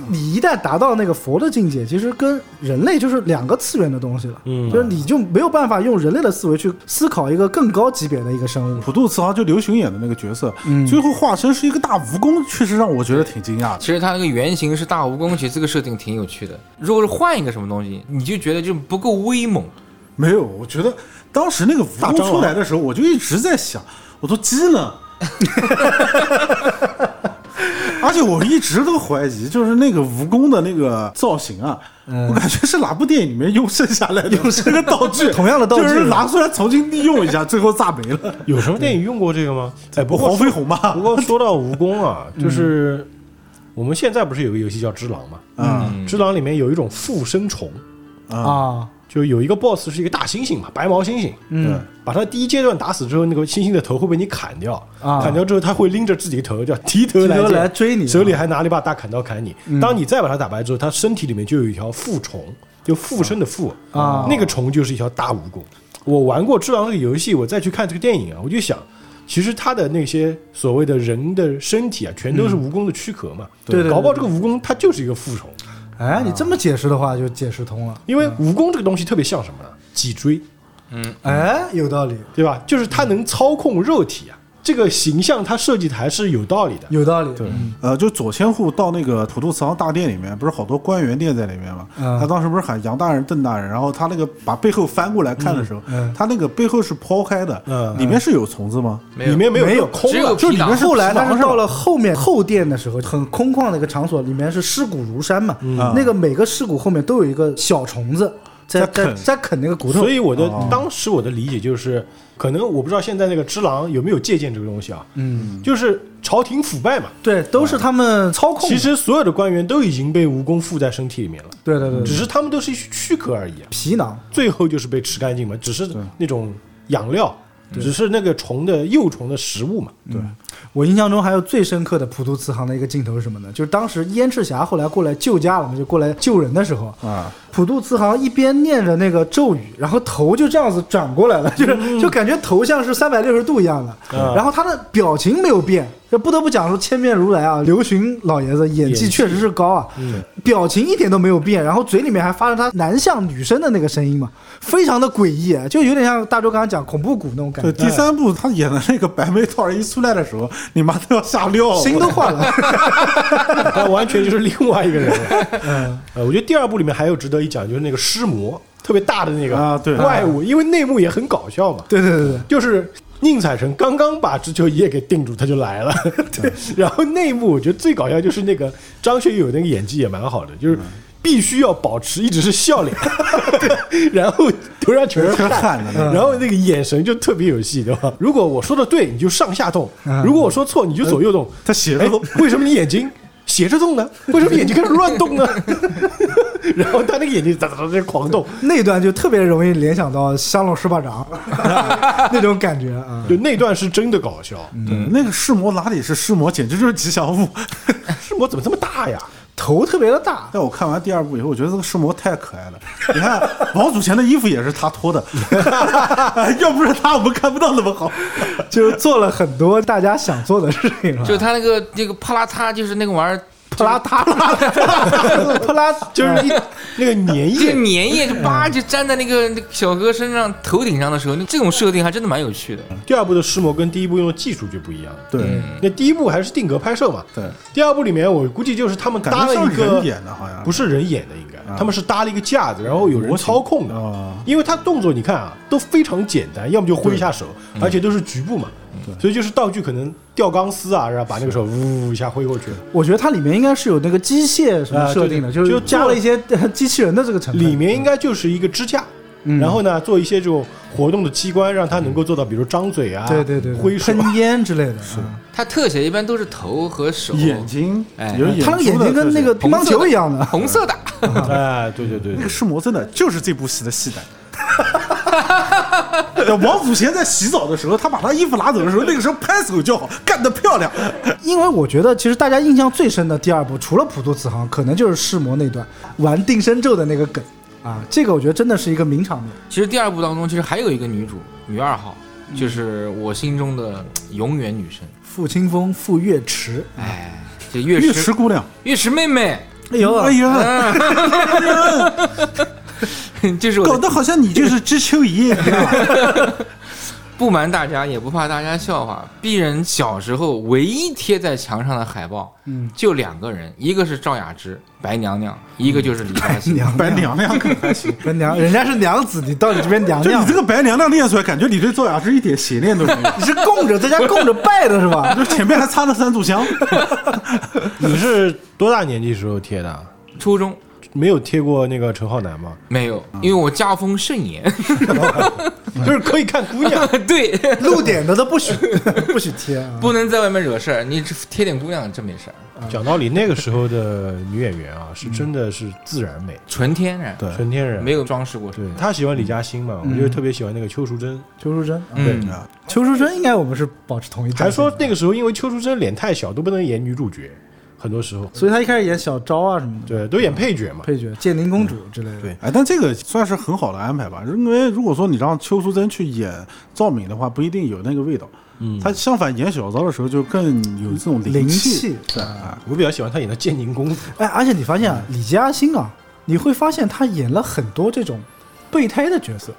S5: 你一旦达到那个佛的境界，其实跟人类就是两个次元的东西了，嗯，就是你就没有办法用人类的思维去思考一个更高级别的一个生物。
S4: 普渡慈航就刘巡演的那个角色，
S6: 嗯
S4: 最后化身是一个大蜈蚣，确实让我觉得挺惊讶的。
S6: 其实它那个原型是大蜈蚣，其实这个设定挺有趣的。如果是换一个什么东西，你就觉得就不够威猛。
S4: 没有，我觉得当时那个蜈
S7: 大蟑
S4: 蚣
S7: 螂
S4: 出来的时候，我 就一直在想，我说鸡呢？而且我一直都怀疑，就是那个蜈蚣的那个造型啊，
S5: 嗯
S4: 我感觉是哪部电影里面用剩下来的， 用这个道具，
S5: 同样的道具啊
S4: 就是拿出来重新利用一下，最后炸没了。
S7: 有什么电影用过这个吗？哎，不过
S4: 黄飞鸿吧
S7: 不过说到蜈蚣啊，就是我们现在不是有个游戏叫《只狼》嘛？
S4: 啊
S7: 《只狼》里面有一种附身虫，
S4: 啊，
S5: 啊，
S7: 就有一个 BOSS 是一个大猩猩嘛，白毛猩猩。
S5: 嗯，
S7: 把它第一阶段打死之后，那个猩猩的头会被你砍掉，
S5: 啊
S7: 砍掉之后，它会拎着自己的头叫提头
S5: 提头
S7: 剑
S5: 来追你嗯
S7: 手里还拿了一把大砍刀砍你。当你再把它打败之后，它身体里面就有一条附虫，就附身的附
S5: 啊
S7: 那个虫就是一条大蜈蚣。我玩过《只狼》这个游戏，我再去看这个电影啊，我就想，其实它的那些所谓的人的身体啊，全都是蜈蚣的躯壳嘛，
S5: 嗯对对
S7: 搞不好
S5: 对
S7: 这个蜈蚣它就是一个附虫，
S5: 哎，你这么解释的话就解释通了，
S7: 因为蜈蚣这个东西特别像什么呢？脊椎。
S5: 哎，有道理，
S7: 对吧？就是它能操控肉体啊，这个形象它设计的还是有道理的。
S5: 有道理，嗯对，
S4: 呃，就左千户到那个土兔祠堂大殿里面，不是好多官员殿在里面嘛？
S5: 嗯
S4: 他当时不是喊杨大人、邓大人，然后他那个把背后翻过来看的时候，
S5: 嗯嗯
S4: 他那个背后是剖开的，
S7: 嗯
S4: 里面是有虫子吗？
S6: 没有
S7: 里面没有
S5: 没有
S7: 空啊
S6: 只
S7: 了
S6: 有，
S5: 就里
S6: 皮
S5: 面
S6: 囊
S5: 后来，但
S4: 是
S5: 是
S4: 吧
S5: 到了后面后殿的时候，很空旷的一个场所，里面是尸骨如山嘛。那个每个尸骨后面都有一个小虫子在
S4: 在
S5: 在
S4: 啃
S5: 在啃那个骨头。哦
S7: 所以我的当时我的理解就是，可能我不知道现在那个只狼有没有借鉴这个东西啊，嗯，就是朝廷腐败嘛，
S5: 对，都是他们操控的。
S7: 其实所有的官员都已经被蜈蚣附在身体里面了，
S5: 对对对，
S7: 只
S5: 对
S7: 是他们都是躯壳而已啊，
S5: 皮囊。
S7: 最后就是被吃干净嘛，只是那种养料，只是那个虫的幼虫的食物嘛，对，
S5: 我印象中还有最深刻的普渡慈航的一个镜头是什么呢？就是当时燕赤霞后来过来救家了嘛，就过来救人的时候，
S4: 啊，
S5: 普渡慈航一边念着那个咒语，然后头就这样子转过来了，就是就感觉头像是三百六十度一样的，
S7: 嗯
S5: 然后他的表情没有变。这不得不讲说千面如来啊，刘询老爷子演
S7: 演
S5: 技
S7: 技
S5: 确实是高啊，表情一点都没有变，然后嘴里面还发着他男像女生的那个声音嘛，非常的诡异，啊就有点像大周刚刚讲恐怖谷那种感
S4: 对，
S5: 觉，
S4: 第三部他演的那个白眉道人一出来的时候，你妈都要吓尿了，
S5: 心都化了。
S7: 他完全就是另外一个人了。嗯，呃，我觉得第二部里面还有值得一讲，就是那个尸魔，特别大的那个
S4: 啊对
S7: 怪物，因为内幕也很搞笑嘛。
S5: 对对对对。
S7: 就是宁采臣刚刚把知秋叶给定住，他就来 了。对，然后内幕我觉得最搞笑就是那个张学友那个演技也蛮好的，
S4: 嗯
S7: 就是。必须要保持一直是笑 脸，然后头上全是
S4: 全是
S7: 汗
S4: 汗的，
S7: 然后那个眼神就特别有戏，对吧？如果我说的对，你就上下动；如果我说错，你就左右动。
S4: 嗯他斜
S7: 哎
S4: 着动，，
S7: 为什么你眼睛 斜着动呢？为什么眼睛开始乱 动呢？然后他那个眼睛咋咋在狂动，
S5: 那段就特别容易联想到香龙十八掌那种感觉啊。
S7: 就那段是真的搞笑。
S4: 对那个尸魔哪里是尸魔，简直就是吉祥物。
S7: 世魔怎么这么大呀？
S5: 头特别的大，
S4: 但我看完第二部以后，我觉得这个尸魔太可爱了。你 看，王祖贤的衣服也是他脱的， 要不是他，我们看不到那么好。
S5: 就是做了很多大家想做的事情啊。
S6: 就他那个那个啪啦嗒，就是那个玩意儿
S5: 普拉塔拉， 普拉
S7: 就是一 那个粘
S6: 这
S7: 液，
S6: 个粘液就叭就粘在那个那个小哥身上头顶上的时候，那这种设定还真的蛮有趣的。
S7: 第二部的世魔跟第一部用的技术就不一样。
S5: 嗯
S4: 对，
S7: 那第一部还是定格拍摄嘛，
S4: 对。
S7: 第二部里面我估计就是他们
S4: 感
S7: 搭
S4: 觉
S7: 了
S4: 像
S7: 一个
S4: 人演的，好像
S7: 不
S4: 是
S7: 是人演的，应该、他们是搭了一个架子，然后有人操控的，
S4: 模型啊
S7: 因为他动作你看啊都非常简单，要么就挥一下手，
S4: 嗯
S7: 而且都是局部嘛，所以就是道具可能吊钢丝啊，然后把那个手呜一下挥过去，
S5: 我觉得它里面应该是有那个机械什么设定的，
S7: 啊对
S5: 就
S7: 对
S5: 是
S7: 就
S5: 加了一些 呃机器人的这个成
S4: 嗯
S5: 分。
S7: 里面应该就是一个支架。然后呢，做一些这种活动的机关，让
S4: 嗯
S7: 它能够做到，比如张嘴啊，
S5: 对对对，对
S7: 挥手啊
S5: 喷烟之类的。啊是，
S6: 他特写一般都是头和手，
S4: 眼睛，
S6: 哎
S4: 有眼
S5: 他那个眼
S4: 珠的
S5: 睛跟那个乒
S6: 红色
S5: 乓球一样的。
S6: 红色的。
S7: 哎，对对对
S4: 那个尸魔真的就是这部戏的戏胆。 王祖贤在洗澡的时候，他把他衣服拿走的时候，那个时候拍手叫好，干得漂亮。
S5: 因为我觉得，其实大家印象最深的第二部，除了普渡慈航，可能就是世魔那段玩定身咒的那个梗啊，这个我觉得真的是一个名场面。
S6: 其实第二部当中，其实还有一个女主，女二号，就是我心中的永远女神。
S5: 傅清风、傅月池，
S6: 哎，这月
S4: 玉
S6: 石
S4: 石姑娘，
S6: 月石妹妹，
S5: 哎呦，
S4: 哎呀，
S6: 这是我
S4: 搞
S6: 的
S4: 得好像你就是知秋一夜一样。
S6: 不瞒大家，也不怕大家笑话，鄙人小时候唯一贴在墙上的海报，嗯，就两个人，一个是赵雅芝白娘娘，一个就是李嘉欣。
S5: 娘
S4: 白娘娘可还行，
S5: 白嗯娘，人家是娘子，你到你这边娘
S4: 就
S5: 娘
S4: 你这，个白娘娘念出来，感觉你对赵雅芝一点邪念都 没有，
S5: 你是供着在家供着拜的是吧？
S4: 就前面还插了三炷香。
S7: 你是多大年纪时候贴的？啊
S6: 初中
S7: 没有贴过那个陈浩南吗？
S6: 没有，
S5: 嗯
S6: 因为我家风甚 严。
S7: 就是可以看姑娘，
S6: 对，
S5: 露点的都不许 不许贴啊！
S6: 不能在外面惹事儿，你贴点姑娘真没事儿，
S7: 讲道理，那个时候的女演员啊，是真的是自然美，
S6: 纯天然，
S4: 对
S7: 纯天然。
S6: 没有装饰过。
S7: 对，他喜欢李嘉欣嘛，我就特别喜欢那个邱淑贞。
S5: 邱淑贞，啊
S6: 嗯，
S5: 邱淑贞应该我们是保持同一阵线的，
S7: 还说那个时候因为邱淑贞脸太小，都不能演女主角，很多时候
S5: 所以她一开始演小昭啊什么的，
S7: 对都演配角嘛。
S5: 配角建宁公主之类的。
S7: 对
S4: 哎，但这个算是很好的安排吧，因为如果说你让邱淑贞去演赵敏的话，不一定有那个味道。嗯，她相反演小昭的时候就更有这种
S5: 灵
S4: 气。
S5: 气啊
S4: 对，哎
S7: 我比较喜欢她演的建宁公主，
S5: 哎，而且你发现啊，李嘉欣啊，你会发现她演了很多这种备胎的角色。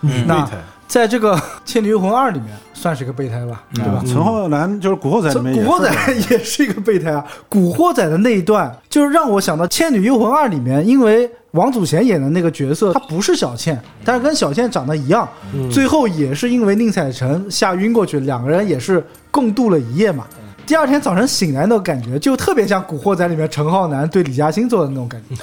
S7: 女备
S5: 那
S7: 胎。
S5: 在这个《倩女幽魂二》里面算是个备胎吧，
S4: 嗯
S5: 对吧？
S4: 陈浩南就是《古惑仔》
S5: 这
S4: 里面
S5: 古
S4: 演
S5: 惑
S4: 是吧
S5: 仔 也是一个备胎啊，古惑仔的那一段就是让我想到《倩女幽魂二》里面，因为王祖贤演的那个角色，她不是小倩，但是跟小倩长得一样，最后也是因为宁采臣吓晕过去，两个人也是共度了一夜嘛。第二天早晨醒来那种感觉，就特别像《古惑仔》里面陈浩南对李嘉欣做的那种感觉。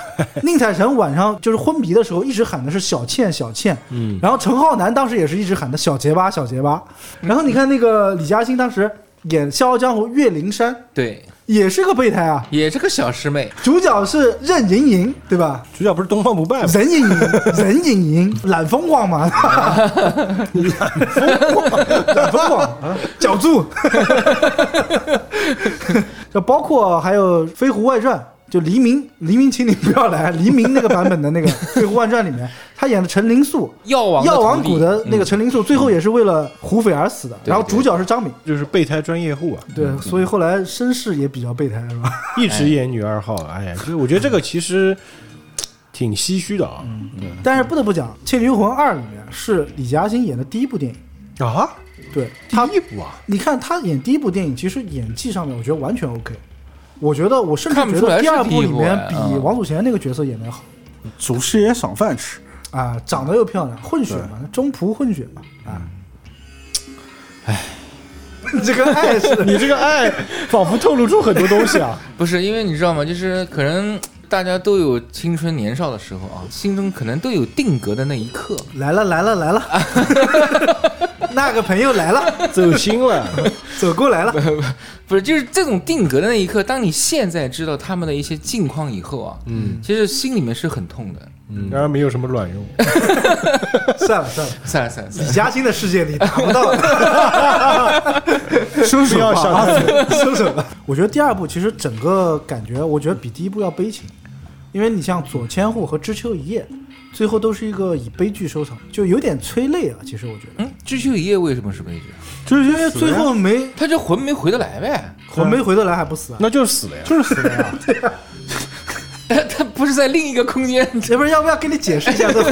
S5: 宁采臣晚上就是昏迷的时候，一直喊的是小倩小倩，嗯，然后陈浩南当时也是一直喊的小结巴小结巴。然后你看那个李嘉欣当时演《笑傲江湖》岳灵珊，
S6: 对，
S5: 也是个备胎啊，
S6: 也是个小师妹，
S5: 主角是任盈盈，对吧？
S7: 主角不是东方不败吗？
S5: 任盈 盈，任盈盈，懒风晃嘛，懒风晃，啊脚注。就 包括还有《飞狐外传》，就黎明，黎明，请你不要来， 黎明那个版本的那个《飞狐外传》里面，他演的陈灵素。
S6: 药王的
S5: 药王
S6: 徒弟
S5: 谷的那个
S6: 嗯
S5: 陈灵素，最后也是为了胡斐而死的。
S6: 对
S5: 然后主角是张敏，
S7: 就是备胎专业户啊，
S5: 对，所以后来身世也比较备胎，是吧？
S7: 一直演女二号。哎呀，就是我觉得这个其实挺唏嘘的啊。
S5: 但是不得不讲，《倩女幽魂二》里面是李嘉欣演的第一部电影。
S7: 啊，
S5: 对
S7: 第
S5: 她，
S7: 一部啊，
S5: 你看她演第一部电影，其实演技上面我觉得完全 OK。我觉得我甚至
S6: 看不
S5: 觉
S6: 出来
S5: 得
S6: 是
S5: 第二部里
S6: 第一部
S5: 面
S6: 哎
S5: 比
S6: 嗯
S5: 王祖贤那个角色演的要好
S4: 祖师爷赏饭吃。
S5: 啊，长得又漂亮，混血嘛，中葡混血嘛啊。哎， 你这个爱是
S7: 嗯你这个爱仿佛透露出很多东西啊。
S6: 不是因为你知道吗？就是可能大家都有青春年少的时候啊，心中可能都有定格的那一刻。
S5: 来了来了来 了，那个朋友来了，
S7: 走心了，
S5: 走过来了，
S6: 不是，就是这种定格的那一刻，当你现在知道他们的一些近况以后啊，嗯，其实心里面是很痛的。
S7: 然而没有什么卵 用。
S5: 算了算了，
S6: 算了算了算
S5: 李
S6: 了，
S5: 嘉欣的世界里达不到。
S4: 收手
S7: 不要
S4: 吧，
S7: 想
S4: 啊
S5: 收手了。我觉得第二部其实整个感觉，我觉得比第一部要悲情，因为你像左千户和知秋一夜，最后都是一个以悲剧收场，就有点催泪啊。其实我觉得，
S6: 嗯，知秋一夜为什么是悲剧啊？
S5: 就是啊因为最后没
S6: 他这魂没回得来呗，
S5: 魂没回得来还不死啊，
S7: 那就是死了呀，就是死了呀。
S6: 他不是在另一个空间。
S5: 要不然要不要跟你解释一下这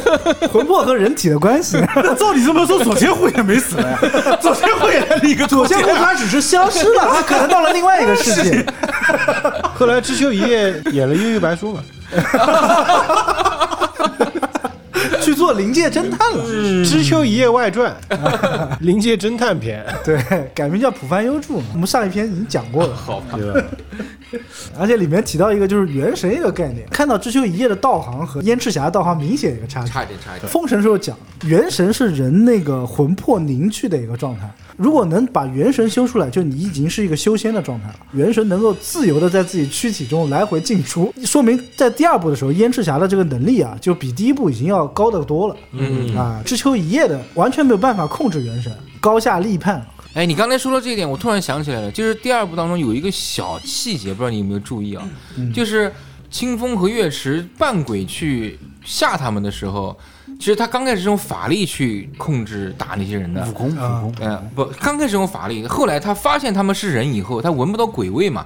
S5: 魂魄和人体的关 系呢？
S4: 照你这么说，左千户也没死 呀，左千户也来了一个
S5: 左千户他只是消失了， 他可能到了另外一个世界。
S7: 后来知秋一夜演了《悠悠白书》嘛，
S5: 去做灵界侦探了。
S7: 《知秋一夜外 传》《临界侦探篇
S5: 对，改名叫浦帆幽助嘛。我们上一篇已经讲过了。》，
S7: 对吧？
S5: 而且里面提到一个就是元神一个概念，看到知秋一夜的道行和燕赤霞的道行明显有一个差距。
S6: 差一点，差一点。
S5: 封神时候讲，元神是人那个魂魄凝聚的一个状态。如果能把元神修出来，就你已经是一个修仙的状态了。元神能够自由的在自己躯体中来回进出， 说明在第二部的时候，燕赤霞的这个能力啊，就比第一部已经要高得多了。嗯啊，知秋一夜的完全没有办法控制元神，高下立判。
S6: 哎，你刚才说到这一点，我突然想起来了，就是第二部当中有一个小细节，不知道你有没有注意啊？就是清风和月池扮鬼去吓他们的时候，其实他刚开始是用法力去控制打那些人的
S4: 武。功，武功，
S6: 嗯，不，
S4: 嗯
S6: 刚开始用法力，后来他发现他们是人以后，他闻不到鬼味嘛。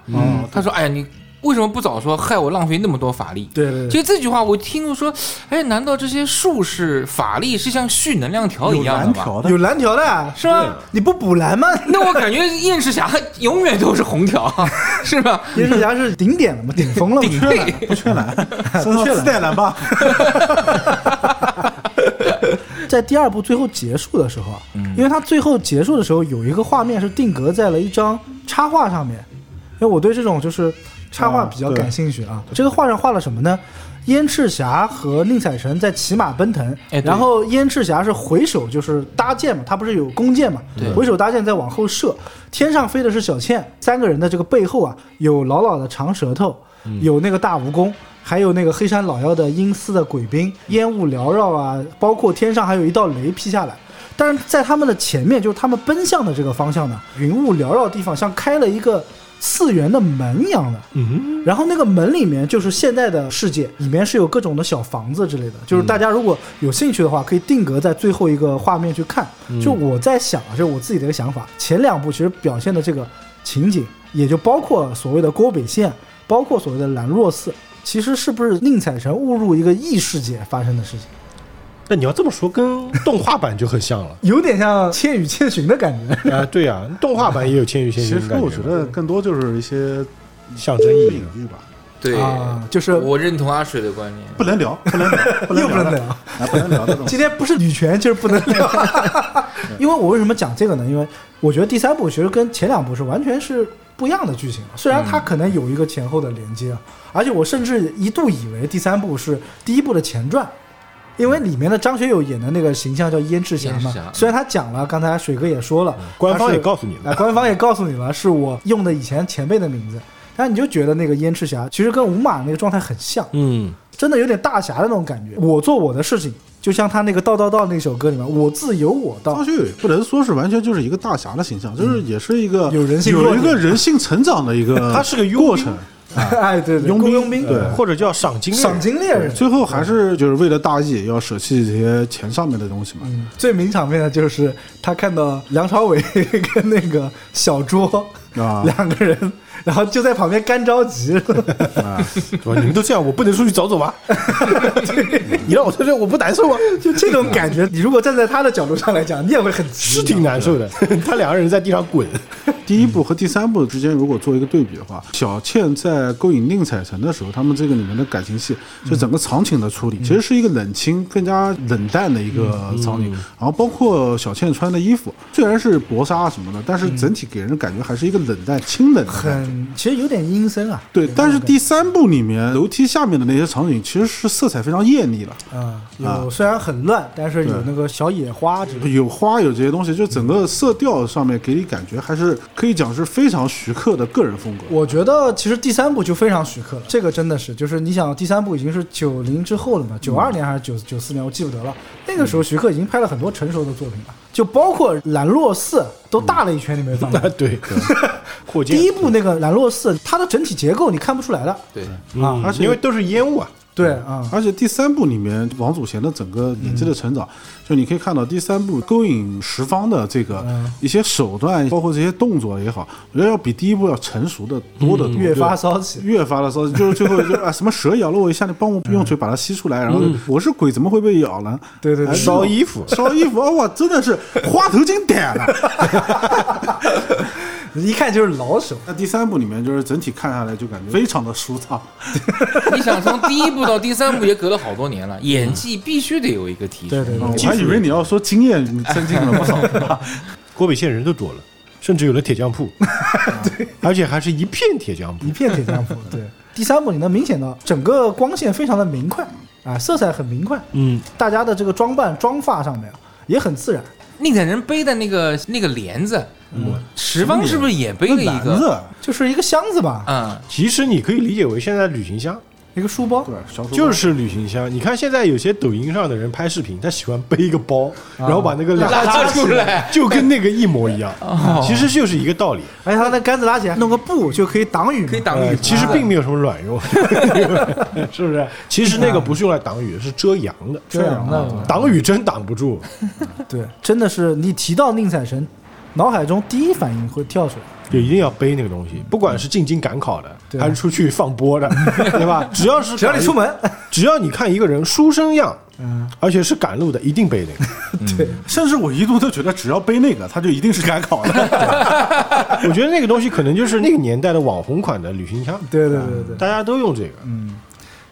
S6: 他说：“哎呀，你为什么不早说，害我浪费那么多法力？
S5: 对对对
S6: 所以这句话我听着说，哎，难道这些术士法力是像蓄能量条一
S4: 有
S6: 样的
S4: 蓝
S6: 吗？
S4: 条
S5: 有
S4: 的，
S5: 蓝条的，
S6: 是吗？
S5: 你不补蓝 吗？
S6: 那我感觉燕赤霞永远都是红条， 是吧？
S5: 燕赤霞是顶点了嘛，顶峰了嘛，
S4: 不缺蓝，身上自带蓝吧？
S5: 在第二部最后结束的时候啊，因为它最后结束的时候有一个画面是定格在了一张插画上面，因为我对这种就是插画比较感兴趣啊。这个画上画了什么呢？燕赤霞和宁采臣在骑马奔腾，
S6: 哎对
S5: 然后燕赤霞是回首就是搭箭嘛，他不是有弓箭嘛
S6: 对，
S5: 回首搭箭再往后射，天上飞的是小倩，三个人的这个背后啊有老老的长舌头，
S6: 嗯
S5: 有那个大蜈蚣，还有那个黑山老妖的阴司的鬼兵，烟雾缭绕啊，包括天上还有一道雷劈下来。但是在他们的前面，就是他们奔向的这个方向呢，云雾缭绕的地方像开了一个次元的门一样的，
S7: 嗯，
S5: 然后那个门里面就是现代的世界，里面是有各种的小房子之类的。就是大家如果有兴趣的话，可以定格在最后一个画面去看。就我在想啊，就是我自己的一个想法，前两部其实表现的这个情景，也就包括所谓的郭北县，包括所谓的兰若寺，其实是不是宁采臣误入一个异世界发生的事情，。
S7: 那你要这么说，跟动画版就很像了
S5: 有点像《千与千寻》的感觉。
S7: 啊，对啊，动画版也有《千与千
S4: 其
S7: 寻》
S4: 实
S7: 的感
S4: 我觉得更多就是一些
S7: 象征意
S4: 隐
S7: 义。
S4: 喻吧，
S6: 对
S5: 啊就是
S6: 我认同阿水的观
S4: 不
S6: 念。
S4: 能聊，不能聊，不
S5: 又
S4: 能
S5: 不
S4: 聊
S5: 能
S4: 的，
S5: 聊
S4: 哎不能聊的东西。
S5: 今天不是女权就是不能 聊，因为我为什么讲这个呢？因为我觉得第三部其实跟前两部是完全是不一样的剧情，啊虽然它可能有一个前后的连接，啊，而且我甚至一度以为第三部是第一部的前传。因为里面的张学友演的那个形象叫燕赤霞
S6: 燕
S5: 嘛
S6: 赤霞，
S5: 虽然他讲了，刚才水哥也说了，
S6: 嗯
S7: 官
S5: 他
S7: 方
S5: 是
S7: 也告诉你了
S5: 哎官方也告诉你了，是我用的以前前辈的名字，但你就觉得那个燕赤霞其实跟五马那个状态很像，
S7: 嗯，
S5: 真的有点大侠的那种感觉。我做我的事情，就像他那个《道道道》那首歌里面，我自有我道
S4: 张。学友也不能说是完全就是一个大侠的形象，就是也是一个
S5: 有人性弱
S4: 有一
S5: 点
S4: 个人性成长的一个，
S7: 他是个佣兵
S4: 过程。
S5: 哎，对对，
S4: 佣
S5: 雇
S4: 兵
S5: 佣兵，
S4: 对
S7: 或者叫赏金猎人
S5: 赏金猎人。
S4: 最后还是就是为了大义，要舍弃这些钱上面的东西嘛。
S5: 嗯最名场面的就是他看到梁朝伟 跟那个小卓
S4: 啊
S5: 两个人，然后就在旁边干着 急。
S7: 对吧？你们都这样，我不能出去走 走吗？你让我在这，我不难受啊吗？
S5: 就这种感觉，你如果站在他的角度上来讲，你也会很急。
S7: 是挺难受的。 他两个人在地上滚，
S4: 第一部和第三部之间如果做一个对比的话，小倩在勾引宁采臣的时候，他们这个里面的感情戏，
S5: 嗯
S4: 就整个场景的处理，其实是一个冷清、更加冷淡的一个
S5: 嗯
S4: 场景。然后包括小倩穿的衣服，虽然是薄纱什么的，但是整体给人的感觉还是一个冷淡、清冷的感觉。
S5: 嗯很，其实有点阴森啊。
S4: 对，但是第三部里面楼梯下面的那些场景，其实是色彩非常艳丽了。
S5: 啊，
S4: 啊
S5: 有虽然很乱，但是有那个小野花之类的。
S4: 有花有这些东西，就整个色调上面给你感觉还是可以讲是非常徐克的个人风格。
S5: 我觉得其实第三部就非常徐克了，这个真的是，就是你想第三部已经是九零之后了嘛，九二年还是九九四年，我记不得了。那个时候徐克已经拍了很多成熟的作品了，就包括《兰若寺》都大了一圈，你没发现？
S7: 啊对，扩建
S5: 第一部那个《兰若寺》，它的整体结构你看不出来的，
S6: 对，
S7: 啊，
S5: 嗯
S7: 而且因为都是烟雾啊，
S5: 对啊。
S4: 而且第三部里面，王祖贤的整个演技的成
S5: 嗯
S4: 长，就你可以看到第三部勾引十方的这个
S5: 嗯
S4: 一些手段，包括这些动作也好，我觉得要比第一部要成熟的多得多。
S5: 嗯越发骚气，
S4: 越发的骚，就是最后就啊什么蛇咬了我一下，你帮我用嘴把它吸出来，然后我是鬼怎么会被咬呢？
S5: 嗯对对对
S4: 哎这种
S7: 烧衣服
S4: 烧衣服，哦哇，真的是花头啊巾戴 了。
S5: 一看就是老手。
S4: 那第三部里面就是整体看下来就感觉非常的舒畅，
S6: 你想从第一部到第三部也隔了好多年了，演技必须得有一个提
S5: 对
S6: 升。
S4: 嗯
S5: 对对，
S4: 我还以为你要说经验增进了不 少，
S7: 郭北县人都多了，甚至有了铁匠铺，对，而且还是一片铁匠铺
S5: 一。片铁匠铺。对，第三部你能明显到整个光线非常的明快啊，色彩很明快，
S7: 嗯，
S5: 大家的这个装扮妆发上面也很自然。
S6: 宁采臣背的那个那个帘子，石方是不是也背了一
S4: 篮子
S6: 个？
S5: 就是一个箱子吧，
S6: 嗯，
S7: 其实你可以理解为现在旅行箱
S5: 一个书包，
S4: 对，小手
S7: 就是旅行箱。你看现在有些抖音上的人拍视频，他喜欢背一个包，然后把那个拉
S6: 拉出来，
S7: 就跟那个一模一样，其实就是一个道理。
S5: 而且它哎那杆子拉起来弄个布就可以挡雨嘛，
S6: 可以挡
S7: 呃
S6: 雨。
S7: 其实并没有什么卵用，是不是？其实那个不是用来挡雨，是遮阳的。
S5: 遮阳的。
S7: 挡雨真挡不住，
S5: 对，真的是你提到宁采臣，脑海中第一反应会跳出来。
S7: 就一定要背那个东西，不管是进京赶考的，
S5: 嗯对啊
S7: 还是出去放 播的，对吧？只要是
S5: 只要你
S7: 赶
S5: 出门，
S7: 只要你看一个人书生样，
S5: 嗯，
S7: 而且是赶路的，一定背那个。
S4: 甚至我一度都觉得，只要背那个，他就一定是赶考的。
S7: 我觉得那个东西可能就是那个年代的网红款的旅行箱，
S5: 对对对对对。
S7: 大家都用这个。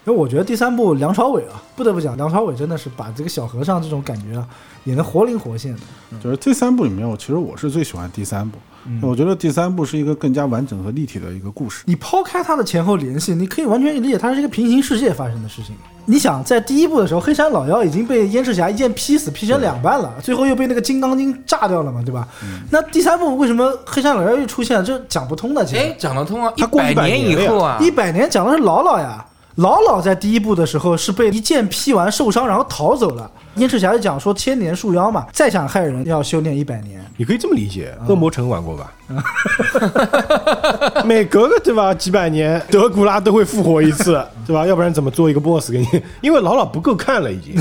S5: 因为我觉得第三部梁朝伟啊，不得不讲，梁朝伟真的是把这个小和尚这种感觉啊，演得活灵活现的。
S4: 就是这三部里面，我其实我是最喜欢第三部。
S5: 嗯
S4: 我觉得第三部是一个更加完整和立体的一个故事。
S5: 你抛开它的前后联系，你可以完全理解它是一个平行世界发生的事情。你想，在第一部的时候，黑山老妖已经被燕赤霞一剑劈死，劈成两半了，最后又被那个金刚经炸掉了嘛，对吧？那第三部为什么黑山老妖又出现了？这讲不通的，其
S6: 哎
S5: 实，
S6: 讲得通啊，
S7: 他过
S6: 百
S7: 100
S6: 年以
S7: 年了呀
S6: 后啊，
S5: 一百年讲的是老老呀，老老在第一部的时候是被一剑劈完受伤，然后逃走了。燕赤霞就讲说千年树妖嘛，再想害人要修炼一百年。
S7: 你可以这么理解，
S6: 嗯
S7: 恶魔城玩过吧？ 每隔个对吧几百年，德古拉都会复活一 次，对吧？要不然怎么做一个 BOSS 给你？因为老老不够看了，已 经。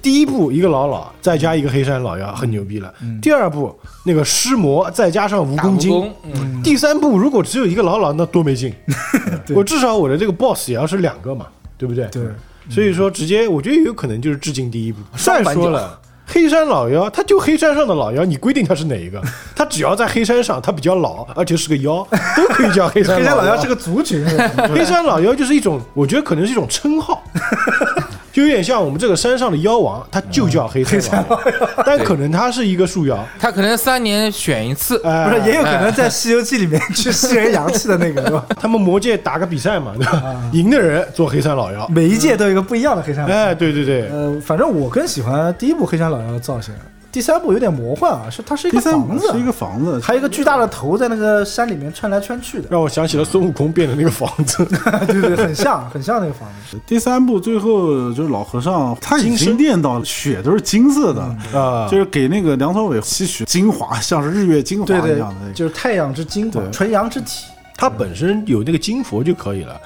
S7: 第一部一个老老，再加一个黑山老妖，很牛逼了。第二部那个尸魔，再加上蜈
S6: 打
S7: 蚣
S6: 嗯蜈
S7: 精
S6: 蚣，，嗯，
S7: 第三部如果只有一个老老，那多没劲。我至少我的这个 boss 也要是两个嘛，对不对？
S5: 对。
S7: 所以说，直接我觉得有可能就是致敬第一部。
S6: 双
S7: 再
S6: 反角
S7: 说了，黑山老妖，他就黑山上的老妖，你规定他是哪一个？他只要在黑山上，他比较老，而且是个妖，都可以叫黑山
S5: 黑山老妖
S7: 妖
S5: 是个族群，是吧
S7: 黑山老妖就是一种，我觉得可能是一种称号，就有点像我们这个山上的妖王，他就叫黑山老妖，但可能他是一个树妖，
S6: 他可能三年选一次，
S7: 哎
S5: 不是也有可能在《西游记》里面去吸人阳气的那个，对吧？
S7: 他们魔界打个比赛嘛， 对吧？赢的人做黑山老妖。
S5: 每一届都有一个不一样的黑山老妖。
S7: 哎，对对对，
S4: 嗯
S5: 呃，反正我更喜欢第一部黑山老妖的造型，第三部有点魔幻啊，是它是一
S4: 第
S5: 个
S4: 三部
S5: 房子，
S4: 是一个房子，
S5: 还有一个巨大的头在那个山里面穿来 穿去的，
S7: 让我想起了孙悟空变的那个房 子，
S5: 对对，很像很像那个房子。
S4: 第三部最后就是老和尚，他已
S7: 金
S4: 经
S7: 身
S4: 练到血都是金色的
S5: 嗯
S7: 啊
S4: 就是给那个梁朝伟吸取精华，像是日月精华
S5: 对
S4: 一
S5: 对
S4: 样的，。
S5: 就是太阳之精华，
S4: 对
S5: 纯阳之体，
S7: 它本身有那个金佛就可以了。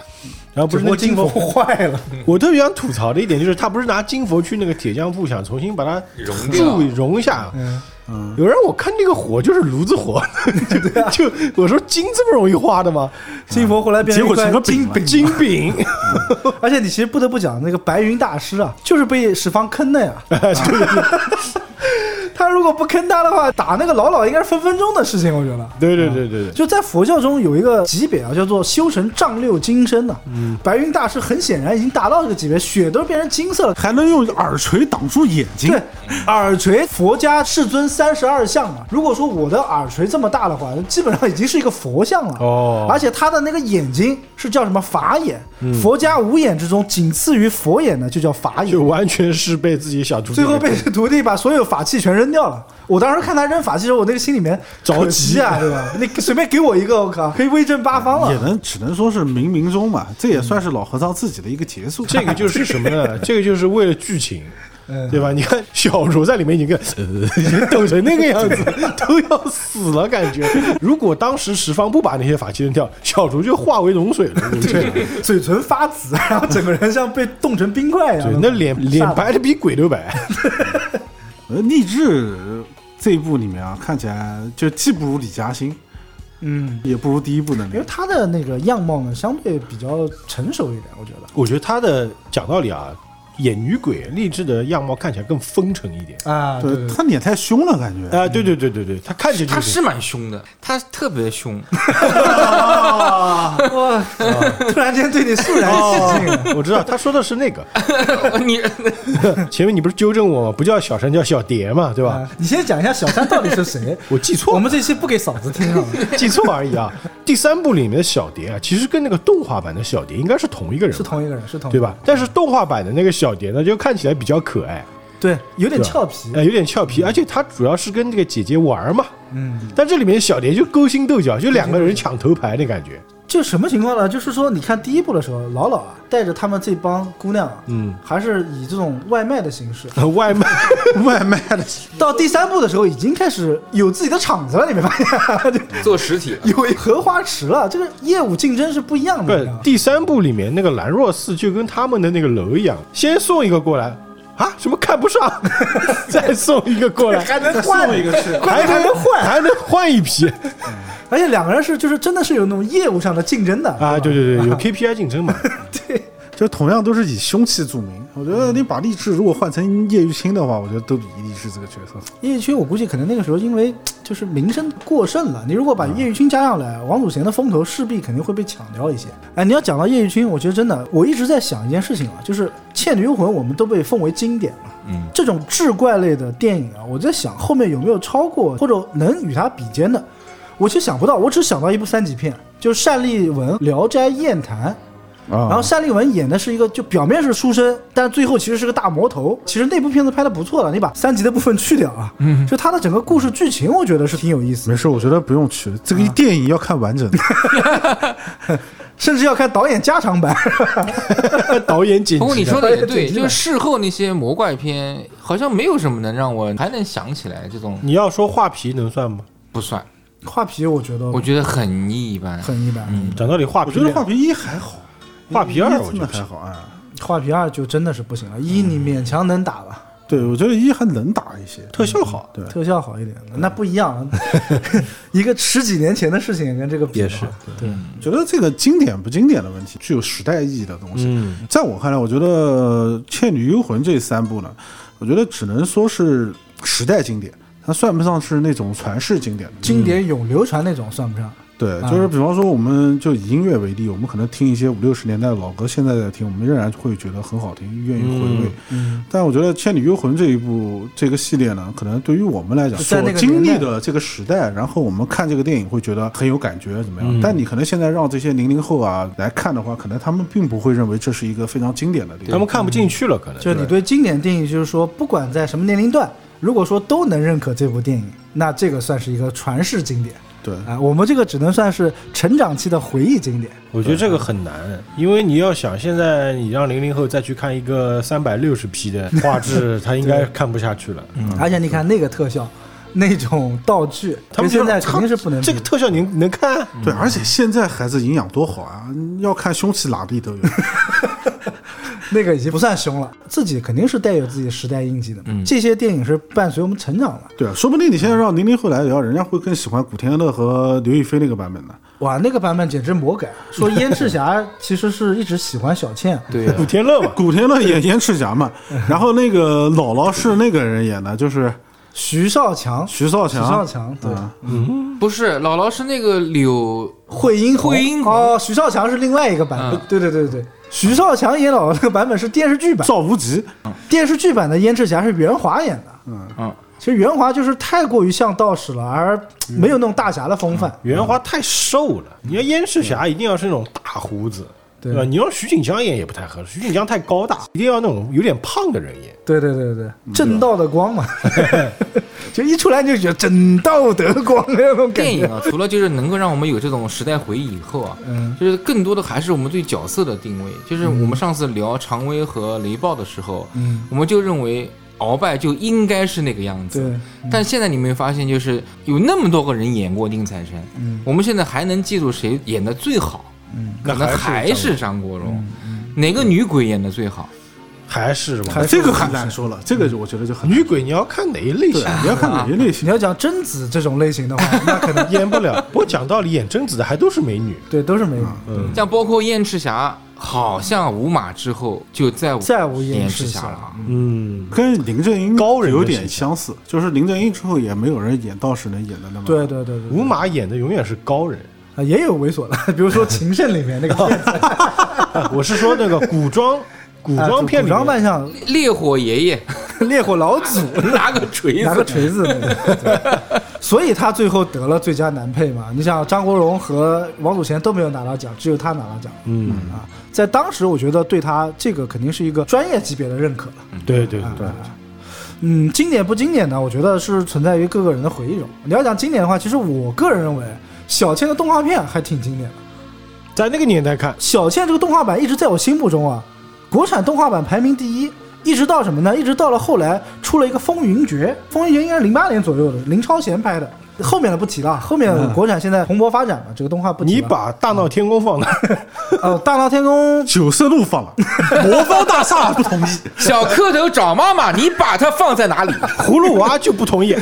S7: 然后不
S5: 只
S7: 是
S5: 不过嗯金
S7: 那个金
S5: 佛
S7: 佛，
S5: 坏了，
S4: 嗯
S7: 我特别想吐槽的一点就是，他不是拿金佛去那个铁匠铺想重新把它
S6: 融
S7: 注
S6: 掉
S7: 融一下。
S5: 嗯
S7: 有人我看那个火就是炉子火， 就就我说金这么容易化的吗？
S5: 金佛后来变成一
S4: 结果成
S5: 块
S4: 个饼
S5: 金
S4: 了嗯
S7: 金饼，
S5: 而且你其实不得不讲，那个白云大师啊，就是被十方 坑的呀。 他如果不坑他的话，打那个老老应该是分分钟的事情，我觉得。
S7: 对对对对对，
S5: 嗯就在佛教中有一个级别啊，叫做修成丈六金身呐、
S7: 嗯
S5: 白云大师很显然已经达到这个级别，血都变成金 色了。
S4: 还能用耳垂挡住眼睛
S5: 对，，耳垂佛家世尊三十二相嘛。如果说我的耳垂这么大的话，基本上已经是一个佛像了。
S7: 哦嗯
S5: 而且他的那个眼睛是叫什么法眼？佛家五眼之中仅次于佛眼的就叫法眼。
S7: 就完全是被自己小徒弟
S5: 最后
S7: 给
S5: 被徒弟把所有法器全扔掉了。我当时看他扔法器的时候，我那个心里面
S7: 着急
S5: 急啊，对吧？你随便给我一个，我靠，可以威震八方 了。
S4: 也能只能说是冥冥中嘛，这也算是老和尚自己的一个结 束。
S7: 这个就是什么呢？这个就是为了剧情，对吧？你看小柔在里面已经呃 已经抖成那个样子， 都要死了感觉。如果当时十方不把那些法器扔掉，小柔就化为脓水了，对不对？
S5: 嘴唇发紫，然后整个人像被冻成冰块一样
S7: 对
S5: 的。，
S7: 那脸脸
S5: 吓得
S7: 白的比鬼都白。
S4: 呃，励志这一部里面啊，看起来就既不如李嘉欣，
S5: 嗯，
S4: 也不如第一部的那
S5: 因为
S4: 个。
S5: 他的那个样貌呢，相对比较成熟一点，我觉得。
S7: 我觉得他的讲道理啊，演女鬼励志的样貌看起来更风尘一点。
S5: 啊，
S4: 对，他脸太凶了，感觉。
S7: 啊，对对对对对，他看起来
S6: 他
S7: 就是
S6: 是蛮凶的，他特别凶，
S5: 哇，突然间对你肃然起 敬了。
S7: 我知道他说的是那个，
S6: 你
S7: 前面你不是纠正我吗？不叫小山，叫小蝶嘛，对吧
S5: 啊？你先讲一下小三到底是 谁？
S7: 我记错了
S5: 我们这期不给嫂子听了。
S7: 记错而已啊。第三部里面的小蝶啊，其实跟那个动画版的小蝶应该是同一个人 吧，
S5: 是同一个人，是同一
S7: 对
S5: 个人
S7: 吧？但是动画版的那个小蝶呢，就看起来比较可爱，
S5: 对，有点
S7: 对吧
S5: 俏皮。
S7: 哎，有点俏皮，而且它主要是跟这个姐姐玩嘛。
S5: 嗯，
S7: 但这里面小蝶就勾心斗角，就两个人抢头牌的 感觉。
S5: 就什么情况呢？就是说，你看第一部的时候，老老啊带着他们这帮姑娘啊，
S7: 嗯，
S5: 还是以这种外卖的形式。
S7: 外卖，
S4: 外卖的，
S5: 到第三部的时候，已经开始有自己的厂子了，你没发现？ 就
S6: 做实体了，
S5: 有荷花池了，这个业务竞争是 不一样
S7: 不
S5: 的。你
S7: 是
S5: 知道吗
S7: 第三部里面那个兰若寺就跟他们的那个楼一样，先送一个过来。啊，什么看不 上，再送一个过来，还能
S4: 换一个去
S7: 还还能换，还能换一批
S5: 而且两个人是就是真的是有那种业务上的竞争的
S7: 啊！对对 对，有 KPI 竞争嘛，
S4: 就同样都是以凶器著名，我觉
S7: 嗯
S4: 得你把励志如果换成叶玉卿的话，我觉得都比励志这个角色好。
S5: 叶玉卿，我估计可能那个时候因为就是名声过盛了，你如果把叶玉卿加上来，王祖贤的风头势必肯定会被抢掉一些。哎，你要讲到叶玉卿，我觉得真的，我一直在想一件事情啊，就是《倩女幽魂》，我们都被奉为经典嘛，嗯，这种志怪类的电影啊，我在想后面有没有超过或者能与它比肩的，我其实想不到，我只想到一部三级片，就是单立文《聊斋艳谭》。然后单立文演的是一个，就表面是书生，但最后其实是个大魔头。其实那部片子拍的不错了，你把三级的部分去掉啊，嗯，就它的整个故事剧情，我觉得是挺有意思
S4: 没
S5: 的，
S4: 事，我觉得不用去，这个电影要看完整的。
S5: 甚至要看导演加 长版。
S7: 导演剪辑。
S6: 不过你说的也 对，
S5: 对
S6: 就是事后那些魔怪片，好像没有什么能让我还能想起来这种
S7: 你要说画皮能算吗？
S6: 不算，
S5: 画皮我觉嗯得
S6: 我觉得很一般。
S5: 很一般，
S7: 讲道理，画皮
S4: 我觉得画皮一还好，
S7: 画皮二我
S4: 真
S7: 觉
S4: 的
S7: 得
S4: 还好啊。
S5: 画皮二就真的是不行了，一你勉强能打吧。
S4: 对，我觉得一还能打一些，嗯
S7: 特效好
S4: 对，
S5: 特效好一点，那不一样， 一个十几年前的事情跟这个比也是，对，
S4: 觉得这个经典不经典的问题，具有时代意义的东西。在我看来，我觉得《倩女幽魂》这三部呢，我觉得只能说是时代经典，它算不上是那种传世经典的。
S5: 经典永流传那种算不上，
S4: 对，
S5: 嗯
S4: 就是比方说，我们就以音乐为例，我们可能听一些五六十年代的老歌，现在在听，我们仍然会觉得很好听，愿意回味。
S5: 嗯
S4: 但我觉得《倩女幽魂》这一部这个系列呢，可能对于我们来讲，
S5: 就
S4: 所
S5: 在那个
S4: 经历
S5: 年代
S4: 的这个时代，然后我们看这个电影会觉得很有感觉，怎么
S5: 嗯
S4: 样？但你可能现在让这些零零后啊来看的话，可能他们并不会认为这是一个非常经典的电影。
S7: 他们看不进去了，可能
S5: 就是你对经典电影，就是说不管在什么年龄段，如果说都能认可这部电影，那这个算是一个传世经典
S4: 对
S5: 啊、我们这个只能算是成长期的回忆经典。
S7: 我觉得这个很难，因为你要想现在你让零零后再去看一个三百六十 P 的 画质，他应该看不下去了。
S5: 而且你看那个特效，那种道具，
S7: 他
S5: 跟
S7: 们
S5: 现在肯定是不能比嗯
S7: 这个特效你能看？啊
S4: 对，而且现在孩子营养多好啊，要看凶器哪地都有。
S5: 那个已经不算凶了，自己肯定是带有自己时代印记的嘛。
S7: 嗯
S5: 这些电影是伴随我们成长的。
S4: 对啊，说不定你现在让零零后来聊，人家会更喜欢古天乐和刘亦菲那个版本的。
S5: 哇，那个版本简直魔 改，说燕赤霞其实是一直喜欢小倩，
S6: 对 啊
S7: 古天乐嘛，
S4: 古天乐演燕赤霞嘛，然后那个姥姥是那个人演的，就是
S5: 徐少强，
S4: 徐少强。
S5: 徐少强对
S4: 嗯
S6: 不是姥姥是那个柳，
S5: 惠英红
S6: 惠英红嗯
S5: 哦，徐少强是另外一个版本，对对对对对。徐少强演老的那个版本是电视剧版，
S4: 赵无极，
S5: 电视剧版的燕赤霞是袁华演的。嗯
S6: 嗯，
S5: 其实袁华就是太过于像道士了，而没有那种大侠的风范。
S6: 嗯
S7: 袁华太瘦了，
S5: 嗯
S7: 你要燕赤霞一定要是那种大胡子，对吧？你让徐锦江演也不太合适，徐锦江太高大，一定要那种有点胖的人演。
S5: 对对对对，
S7: 嗯
S5: 正道的光 嘛，就一出来就觉得正道德光那种感
S6: 电
S5: 觉。
S6: 影 啊，除了就是能够让我们有这种时代回忆以后啊，
S5: 嗯
S6: 就是更多的还是我们对角色的定位。就是我们上次聊常威和雷暴的时候，
S5: 嗯，
S6: 我们就认为鳌拜就应该是那个样子。
S5: 对嗯
S6: 但现在你没发现，就是有那么多个人演过宁采臣，
S5: 嗯
S6: 我们现在还能记住谁演的最好，可能
S7: 那还
S6: 还
S7: 是
S6: 是张国荣。哪个女鬼演的最好？
S7: 还是吧
S5: 还，
S4: 这个很难说了，这个就我觉得就很
S5: 嗯
S7: 女鬼你要看哪一类型
S4: 对，，你要看哪一类型
S5: 你。要讲贞子这种类型的话，那可能
S7: 演不了。 不过讲道理，演贞子的还都是美女。
S5: 对都是美女。
S7: 嗯
S6: 像包括燕赤霞，好像五马之后就再无
S5: 再无燕
S6: 燕
S5: 赤
S6: 赤
S5: 霞
S6: 霞了啊。
S7: 嗯，
S4: 跟林正英
S7: 高人的
S4: 有点
S7: 形
S4: 相似，就是林正英之后也没有人演道士能演的那么
S5: 对对对对，
S7: 吴马演的永远是高人。
S5: 啊，也有猥琐的，比如说《情圣》里面那个骗子，
S7: 啊我是说那个古装 古
S5: 啊
S7: 装片
S5: 古
S7: 里
S5: 装扮
S7: 面，
S5: 相，
S6: 烈火爷爷
S5: 烈火老祖
S6: 拿个锤
S5: 拿个
S6: 子，
S5: 锤子那个，对所以他最后得了最佳男配嘛。你想，张国荣和王祖贤都没有拿到奖，只有他拿到奖。嗯啊，在当时我觉得对他这个肯定是一个专业级别的认可了。
S7: 对对对，
S5: 嗯，经典不经典呢？我觉得是存在于各个人的回忆中。你要讲经典的话，其实我个人认为，小倩的动画片还挺经典的。
S7: 在那个年代看，
S5: 小倩这个动画版一直在我心目中啊，国产动画版排名第一，一直到什么呢？一直到了后来出了一个《风云决》，《风云决》应该是零八年左右的，林超贤拍的。后面的不提了，后面国产现在蓬勃发展嘛，这个动画不提
S7: 嗯你
S5: 了。
S7: 把大闹天宫放了，
S5: 呃《大闹天宫》
S4: 九色鹿 放了，魔方大厦不同意。
S6: 小蝌蚪找妈妈，你把它放在哪里？
S7: 葫芦娃就不同意，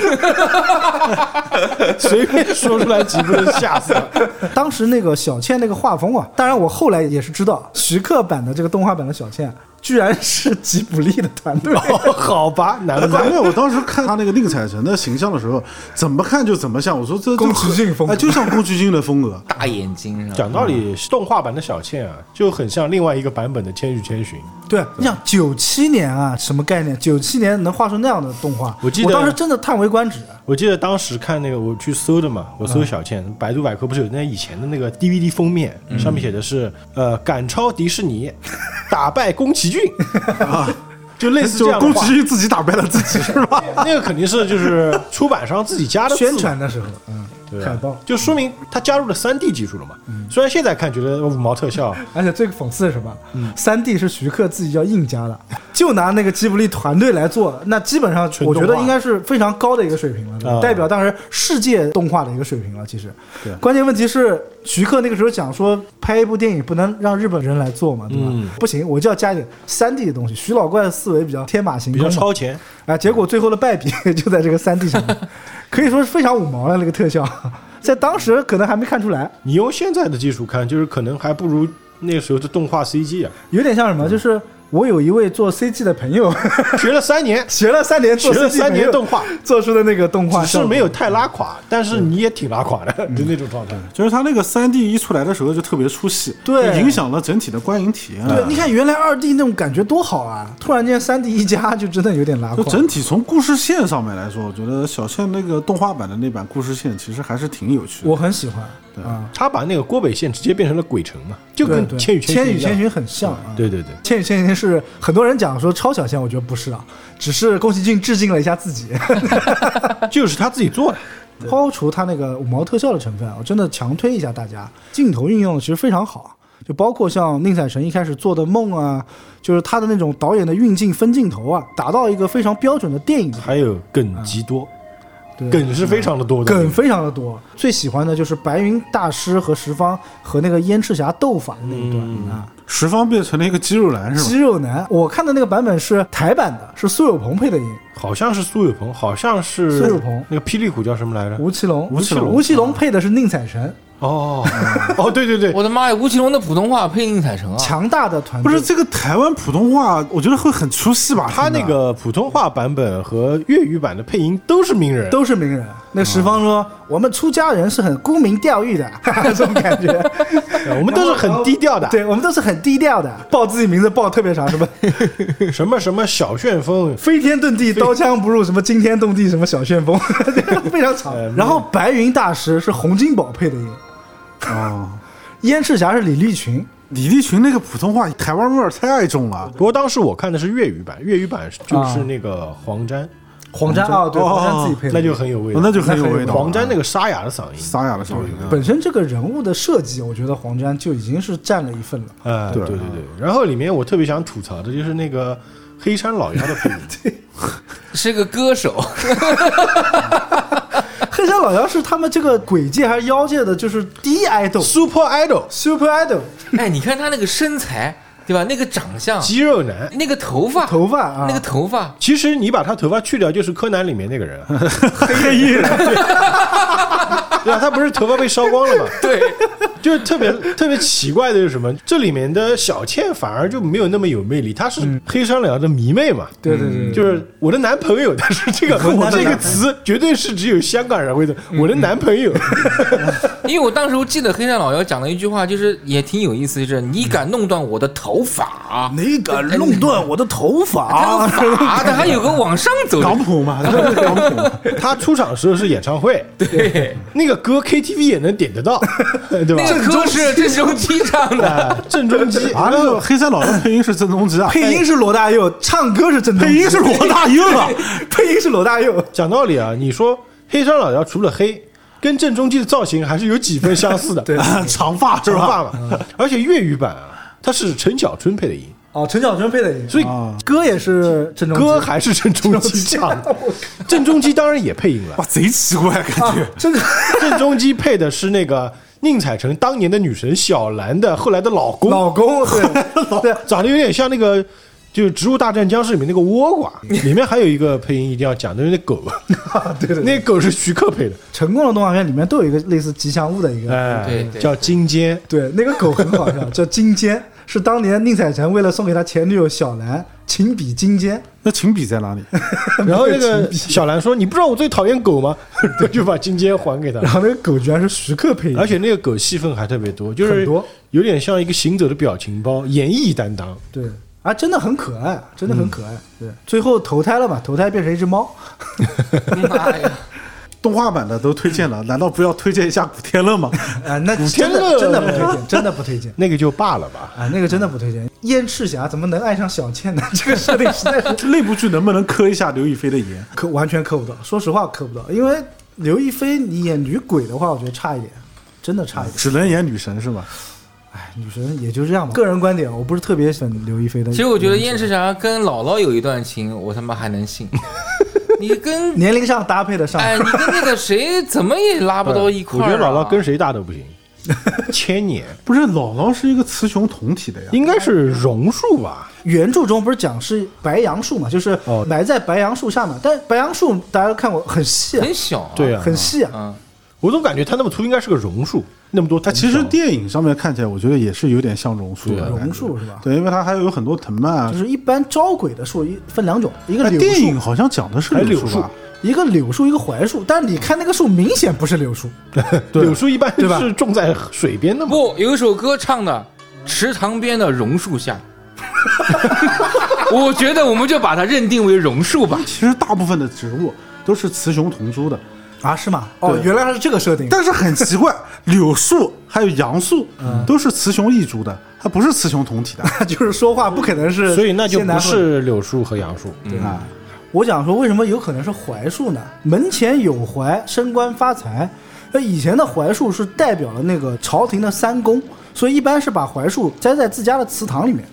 S7: 随便说出来几个人吓死了。
S5: 当时那个小倩那个画风啊，当然我后来也是知道，徐克版的这个动画版的小倩，居然是吉卜力的团队。
S7: 好吧，难
S4: 难
S7: 怪
S4: 哎怪我当时看他那个宁采臣的形象的时候，怎么看就怎么像。我说这
S5: 宫崎骏风格
S4: 哎，就像宫崎骏的风格。
S6: 大眼睛啊是吧？
S7: 讲道理，动画版的小倩啊，就很像另外一个版本的《千与千寻》。
S5: 对，你想九七年啊，什么概念？九七年能画出那样的动画，
S7: 我记得
S5: 当时真的叹为观止。
S7: 我记得当时看那个，我去搜的嘛，我搜
S5: 嗯
S7: 小倩，百度百科不是有那以前的那个 DVD 封面，
S5: 嗯
S7: 上面写的是呃赶超迪 士尼，打败宫崎骏，
S5: 啊
S7: 就类似这
S4: 就
S7: 样 的
S4: 宫
S7: 话
S4: 崎骏自己打败了自己，是 吧？
S7: 那个肯定是就是出版商自己加的字嘛
S5: 宣传的时候，嗯，
S7: 对
S4: 啊
S7: 吧
S5: 海报嗯
S7: 就说明他加入了三 D 技术了嘛。虽然现在看觉得五毛特 效，
S5: 而且最讽刺的是什么？
S4: 嗯
S5: 三 D 是徐克自己要硬加的，就拿那个吉卜力团队来做，那基本上
S7: 纯
S5: 我
S7: 动画
S5: 觉得应该是非常高的一个水平了，对吧
S7: 啊
S5: 代表当时世界动画的一个水平了。其实，关键问题是徐克那个时候讲说拍一部电影不能让日本人来做嘛，对吧？
S7: 嗯
S5: 不行，我就要加一点三 D 的东西。徐老怪的思维比较天马行
S7: 比
S5: 空
S7: 较
S5: 嘛，
S7: 超前。
S5: 啊，结果最后的败笔 就在这个三 D 上面，可以说是非常五毛的那个特效，在当时可能还没看出来。
S7: 你用现在的技术看，就是可能还不如那时候的动画 CG 啊，
S5: 有点像什么，就是我有一位做 CG 的朋友，，
S7: 学了三年
S5: 学了三年
S7: 学
S5: 做 CG，
S7: 了三
S5: 朋
S7: 年
S5: 友
S7: 动画，
S5: 做出的那个动画
S7: 只
S5: 效
S7: 是
S5: 果
S7: 没有太拉垮，但是你也挺拉垮的，就那种状态。
S4: 就是他那个三 D 一出来的时候就特别出戏，
S5: 对
S4: 就影响了整体的观影体验。
S5: 对，你看原来二 D 那种感觉多好啊，突然间三 D 一加就真的有点拉
S4: 就
S5: 胯。
S4: 整体从故事线上面来说，我觉得小倩那个动画版的那版故事线其实还是挺有趣的。
S5: 我很喜欢啊，
S7: 他把那个郭北县直接变成了鬼城嘛，就跟
S5: 对
S7: 《千与
S5: 对千
S7: 寻》一样。
S5: 寻很像啊。
S7: 对对对，
S5: 《千与千寻》是很多人讲说超小仙，我觉得不是啊，只是宫崎骏致敬了一下自己，
S7: 就是他自己做的。
S5: 抛除它那个五毛特效的成分，我真的强推一下大家，镜头运用的其实非常好，就包括像宁采臣一开始做的梦啊，就是他的那种导演的运镜分镜头啊，达到一个非常标准的电影的
S7: 还有梗极多，
S5: 啊对
S7: 梗是非常的多的。
S5: 梗非常的多。最喜欢的就是白云大师和石方和那个燕赤霞斗法的那一段、啊，
S4: 十方变成了一个肌肉男，嗯是吧？
S5: 肌肉男，我看的那个版本是台版的，是苏有朋配的音，
S7: 好像是苏有朋，好像是
S5: 苏有朋
S7: 那个霹雳虎叫什么来着？
S5: 吴奇隆，
S7: 吴奇隆
S5: 吴奇隆配的是宁采臣，
S4: 啊
S7: 哦哦，对对对，
S6: 我的妈呀！吴奇隆的普通话配宁采臣啊，
S5: 强大的团
S4: 不
S5: 队，
S4: 是这个台湾普通话，我觉得会很出戏吧？
S7: 他
S4: 听着
S7: 那个普通话版本和粤语版的配音都是名人，
S5: 都是名人。那石方说：“我们出家人是很沽名钓誉的， 这种感 觉。
S7: 我们都是很低调的。
S5: 对我们都是很低调的，报自己名字报得特别长， 什么
S7: 什么什么小旋风，
S5: 飞天遁地、刀枪不入，什么惊天动地，什么小旋风， 非常长。然后白云大师是洪金宝配的音，哦
S4: 啊，
S5: 燕赤霞是李立群。
S4: 李立群那个普通话台湾味儿太重了。
S7: 不过当时我看的是粤语版，粤语版就是
S5: 啊
S7: 那个黄沾，
S5: 黄沾啊，对，
S4: 哦
S5: 黄沾自己配的，
S7: 那就很有味道。
S4: 哦那就很有味道了。
S7: 黄沾那个沙哑的嗓音，
S4: 沙哑的声音啊，
S5: 嗯本身这个人物的设计，我觉得黄沾就已经是占了一份了。
S7: 啊，对对对。然后里面我特别想吐槽的就是那个黑山老妖的 配音，
S6: 是个歌手，
S5: 黑山老妖是他们这个鬼界还是妖界的，就是第一 idol。
S7: Super Idol
S5: Super Idol
S6: 哎，你看他那个身材，对吧？那个长相，
S7: 肌肉男。
S6: 那个头发，
S5: 头发啊，
S6: 那个头发，
S7: 其实你把他头发去掉，就是柯南里面那个人，
S4: 黑衣人，
S7: 对啊吧？他不是头发被烧光了吗？
S6: 对，
S7: 就是特别特别奇怪的是什么？这里面的小倩反而就没有那么有魅力，她是黑山老妖的迷妹嘛。
S5: 嗯对对对对，
S7: 就是我的男朋友，但是这个
S5: 我的男朋
S7: 这
S5: 友
S7: 个词绝对是只有香港人会的。我的男朋 友，
S6: 因为我当时我记得黑山老妖讲了一句话，就是也挺有意思，就是你敢弄断我的头发，
S7: 啊
S4: 你敢弄断我的头
S6: 头
S4: 发？
S5: 哎
S6: 发，它还有个往上走
S4: 港
S6: 的，
S4: 普嘛，港普，
S7: 他出场时候是演唱会，
S6: 对，
S7: 那个歌 KTV 也能点得到，对吧
S6: 那？个歌是郑中基唱 的，
S7: 啊，郑中 基，
S5: 哎
S4: 啊，那个黑山老妖配音是郑中基啊，
S5: 配音是罗大佑，唱歌是郑中基
S4: 配音是罗大佑啊，
S5: 配音是罗大佑。
S7: 讲道理啊，你说黑山老妖除了黑，跟郑中基的造型还是有几分
S5: 啊
S7: 相似的，对，
S4: 长发是
S7: 长
S4: 吧？
S5: 嗯
S7: 发嘛。而且粤语版啊，它是陈小春配的音，
S5: 哦，陈小春配的音，
S7: 所以
S5: 啊歌也是郑中基
S7: 歌还是郑中基唱 的，郑中基当然也配音了
S4: 哇，， 贼奇怪感
S5: 啊
S4: 觉。
S5: 这个
S7: 郑中基配的是那个宁采臣当年的女神小兰的后来的老公，
S5: 老公对对
S7: 长得有点像那个。就是《植物大战僵尸》里面那个倭瓜，里面还有一个配音一定要讲的，就是那狗，
S5: 啊对对，
S7: 那狗是徐克配的，
S5: 成功的动画片里面都有一个类似吉祥物的一个，
S7: 哎，
S6: 对对
S7: 叫金尖，
S5: 对，那个狗很好 笑，叫金尖，是当年宁采臣为了送给他前女友小兰亲笔金尖，
S4: 那情比在哪里？
S7: 然后那个小兰说：“你不知道我最讨厌狗吗？” 就把金尖还给他
S5: 然。后那个狗居然是徐克配音，
S7: 而且那个狗戏份还特别多，就
S5: 很
S7: 是
S5: 多
S7: 有点像一个行走的表情包，演绎担当。
S5: 对啊，真的很可爱，真的很可爱。对，最后投胎了嘛，投胎变成一只猫，
S6: 妈呀！
S4: 动画版的都推荐了，难道不要推荐一下古天乐吗？
S5: 啊，那
S7: 古
S5: 真
S7: 天
S5: 的
S7: 乐
S5: 真的不推荐，真的不推荐。
S7: 那个就罢了吧，
S5: 啊，那个真的不推荐。燕赤霞怎么能爱上小倩呢？ 这个设定实在是
S4: 那部剧能不能磕一下刘亦菲的颜？
S5: 磕完全磕不到，说实话磕不到，因为刘亦菲你演女鬼的话，我觉得差一点，真的差一点。
S4: 啊只能演女神是吧？
S5: 哎，
S7: 嗯
S5: 女神也就这样吧。个人观点，我不是特别喜欢刘亦菲的。嗯
S6: 其实我觉得燕赤霞跟姥姥有一段情，我他妈还能 信。你跟
S5: 年龄上搭配得上，
S6: 哎，你跟那个谁怎么也拉不到一块
S7: 啊我
S6: 儿啊、
S7: 觉得姥姥跟谁搭都不行。 千年
S4: 不是，姥姥是一个雌雄同体的呀。
S7: 应该是榕树吧？
S5: 原著中不是讲是白杨树嘛，就是
S7: 哦
S5: 埋在白杨树下嘛。但白杨树大家都看过，很细、啊
S6: 很，小、啊，
S7: 对啊，
S5: 很细啊。
S6: 嗯，
S7: 我总感觉它那么粗应该是个榕树，那么多
S4: 它
S7: 藤条。
S4: 其实电影上面看起来，我觉得也是有点像榕树的
S7: 对啊
S4: 感觉
S5: 榕树是吧
S4: 对，因为它还有很多藤蔓啊
S5: 就。是一般招鬼的树一分两种，一个
S4: 哎
S5: 柳
S7: 啊
S4: 电
S5: 树
S4: 影，好像讲的是
S7: 还有
S4: 柳
S7: 柳树
S4: 吧？
S5: 一个柳树，一个槐树。但是你看那个树，明显不是柳树，
S7: 柳树一般
S5: 对吧
S7: 是种在水边的嘛。
S6: 不，有一首歌唱的《池塘边的榕树 下》，我觉得我们就把它认定为榕树吧。
S4: 其实大部分的植物都是雌雄同株的，
S5: 啊，是吗？哦，原来它是这个设定。
S4: 但是很奇 怪，柳树还有杨树都是雌雄异株的，它不是雌雄同体的。
S5: 但 就是说话不可能是，
S7: 所以那就不。是柳树和杨树，
S4: 啊，
S5: 我讲说为什么有可能是槐树呢？门前有槐，升官发财。那以前的槐树是代表了那个朝廷的三公，所以一般是把槐树栽在自家的祠堂里面。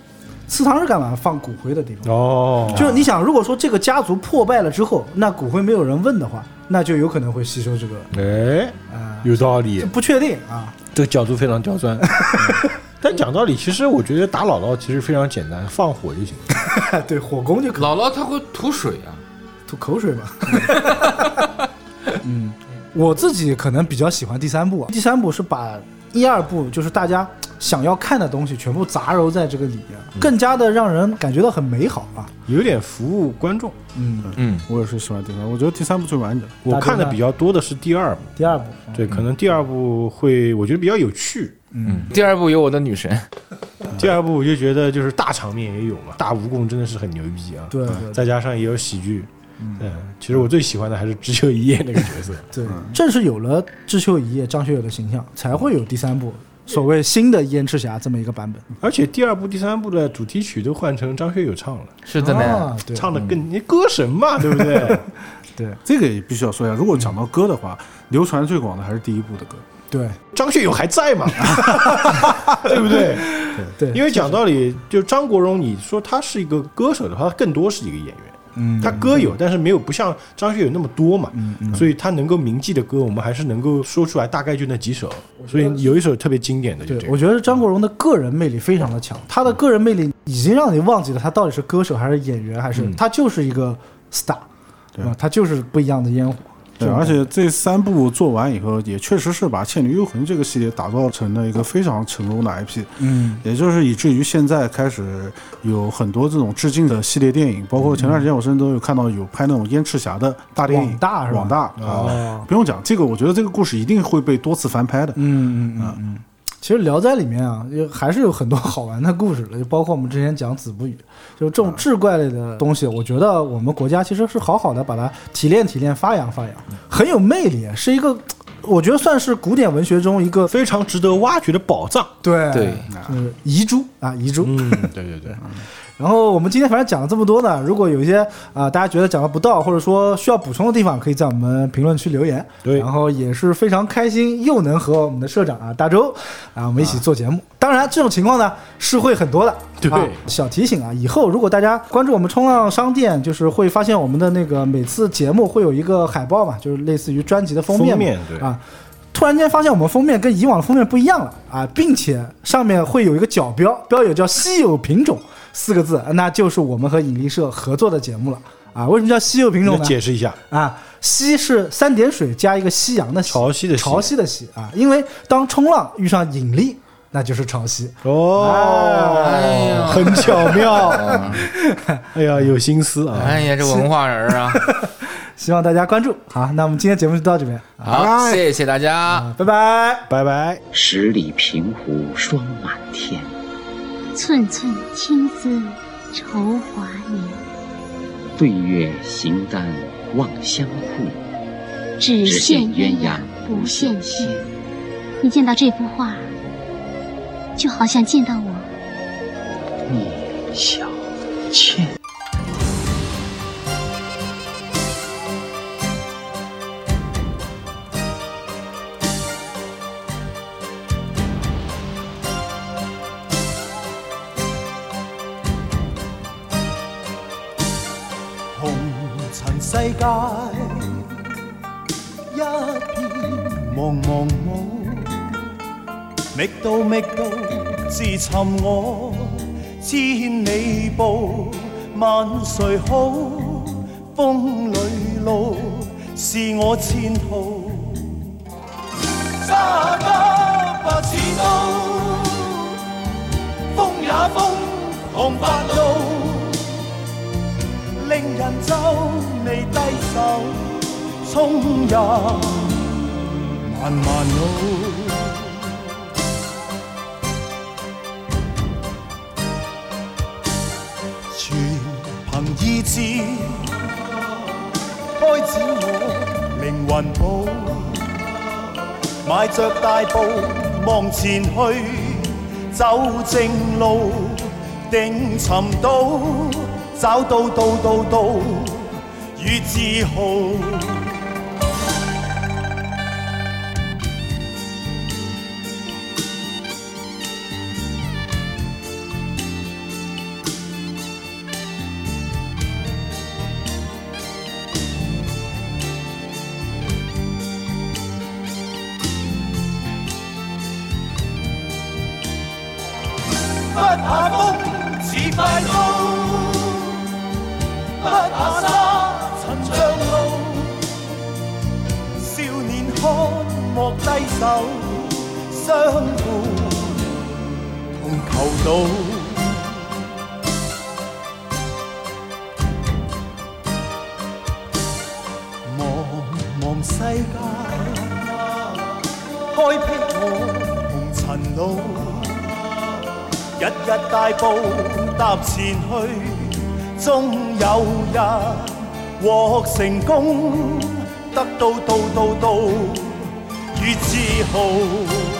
S5: 祠堂是干嘛？放骨灰的地方。
S7: 哦，
S5: 就是你想，如果说这个家族破败了之后，那骨灰没有人问的话，那就有可能会吸收这个。
S7: 哎，
S5: 啊、
S7: 有道理，
S5: 不确定啊。
S7: 这个角度非常刁 钻。嗯但讲道理，其实我觉得打姥姥其实非常简单，放火就行。
S5: 对，火攻就可以
S6: 姥姥她会吐水啊，
S5: 吐口水嘛。嗯，
S7: 嗯
S5: 我自己可能比较喜欢第三部啊，第三部是把一二部就是大家想要看的东西全部杂糅在这个里面，
S7: 嗯
S5: 更加的让人感觉到很美好啊。
S7: 有点服务观众。
S6: 嗯，
S4: 我也是喜欢第三，我觉得第三部最完整。
S7: 我看的比较多的是第二部，
S5: 第二部，
S7: 对，可能第二部会我觉得比较有趣。
S6: 嗯第二部有我的女神，
S7: 第二部我就觉得就是大场面也有嘛，大蜈蚣真的是很牛逼啊，
S5: 对对
S7: 再加上也有喜剧，嗯，其实我最喜欢的还是知秋一叶那个角色，
S5: 对，正是有了知秋一夜、张学友的形象，才会有第三部所谓新的燕赤霞这么一个版本。
S7: 而且第二部、第三部的主题曲都换成张学友唱了，
S6: 是的
S5: 啊
S6: 呢。，
S5: 对，
S7: 嗯唱的更你歌神嘛，对不 对？
S5: 对
S4: 这个也必须要说一下，如果讲到歌的话，流传最广的还是第一部的歌。
S5: 对
S7: 张学友还在嘛， 对不对？
S5: 对，
S7: 因为讲道理，就张国荣，你说他是一个歌手的话，他更多是一个演员。嗯，他歌有，但是没有不像张学友那么多嘛，所以他能够铭记的歌，我们还是能够说出来，大概就那几首。所以有一首特别经典的，就
S5: 对
S7: 这，
S5: 我
S7: 个。
S5: 觉得张国荣的个人魅力非常的强，他的个人魅力已经让你忘记了他到底是歌手还是演员，还是、他就是一个 star，对吧？他就是不一样的烟火。
S4: 对，而且这三部做完以后，也确实是把《倩女幽魂》这个系列打造成了一个非常成功的 IP。
S5: 嗯，
S4: 也就是以至于现在开始有很多这种致敬的系列电影，包括前段时间我甚至都有看到有拍那种燕赤霞的大电影，
S5: 嗯网大是吧哦
S4: 网大啊，不用讲，这个我觉得这个故事一定会被多次翻拍的。
S5: 嗯嗯嗯嗯。其实《聊斋》里面啊，也还是有很多好玩的故事的，就包括我们之前讲子不语，就这种志怪类的东西，我觉得我们国家其实是好好的把它提炼提炼、发扬发扬，很有魅力，是一个，我觉得算是古典文学中一个
S7: 非常值得挖掘的宝藏。
S5: 对
S6: 对，
S5: 就是遗珠啊遗珠。
S7: 嗯，对对对，
S5: 然后我们今天反正讲了这么多呢，如果有一些啊、大家觉得讲的不到，或者说需要补充的地方，可以在我们评论区留言。
S7: 对
S5: 然后也是非常开心，又能和我们的社长啊大周啊我们一起做节目。当然，这种情况呢是会很多的。
S7: 对
S5: 啊小提醒啊，以后如果大家关注我们冲浪商店，就是会发现我们的那个每次节目会有一个海报嘛，就是类似于专辑的封面嘛
S7: 封面对
S5: 啊。突然间发现我们封面跟以往的封面不一样了啊，并且上面会有一个角标，标有叫“稀有品种”四个字，那就是我们和引力社合作的节目了啊。为什么叫稀有品
S7: 你
S5: 种
S7: 来
S5: 呢？
S7: 解释一下，
S5: 啊，西是三点水加一个夕阳的夕啊
S7: 潮汐的夕
S5: 潮汐的汐啊，因为当冲浪遇上引力，那就是潮汐。
S7: 哦，
S6: 哎呀
S7: 很巧妙，哎呀，有心思啊，
S6: 哎呀，这文化人儿 啊！
S5: 希望大家关注。好，那我们今天节目就到这边啊，
S6: 好，谢谢大家。
S5: 拜拜。
S7: 拜拜。
S8: 十里平湖霜满天，
S9: 寸寸青丝愁华年。
S8: 对月形单望相护。
S9: 只
S8: 只羡
S9: 羡
S8: 鸳鸯
S9: 鸳鸯
S8: 不
S9: 不
S8: 羡
S9: 羡
S8: 仙
S9: 仙。你见到这幅画，就好像见到我。
S8: 你小倩。
S4: 红尘世界，一片茫茫雾，觅到觅到，自尋我，千里步，萬誰好？風裏路，是我前途。沙家不似刀，風也風，紅白路。令人皱眉低首，冲入漫漫路。全凭意志，开展我灵魂步，迈着大步望前去，走正路，定寻到，找到到到到，与自豪。不怕风似快刀，不怕沙尘像路。少年看莫低首，相互同求道。茫茫世界，開闢我紅塵路。日日大步踏前去，終有日獲成功，得到到到到與自豪。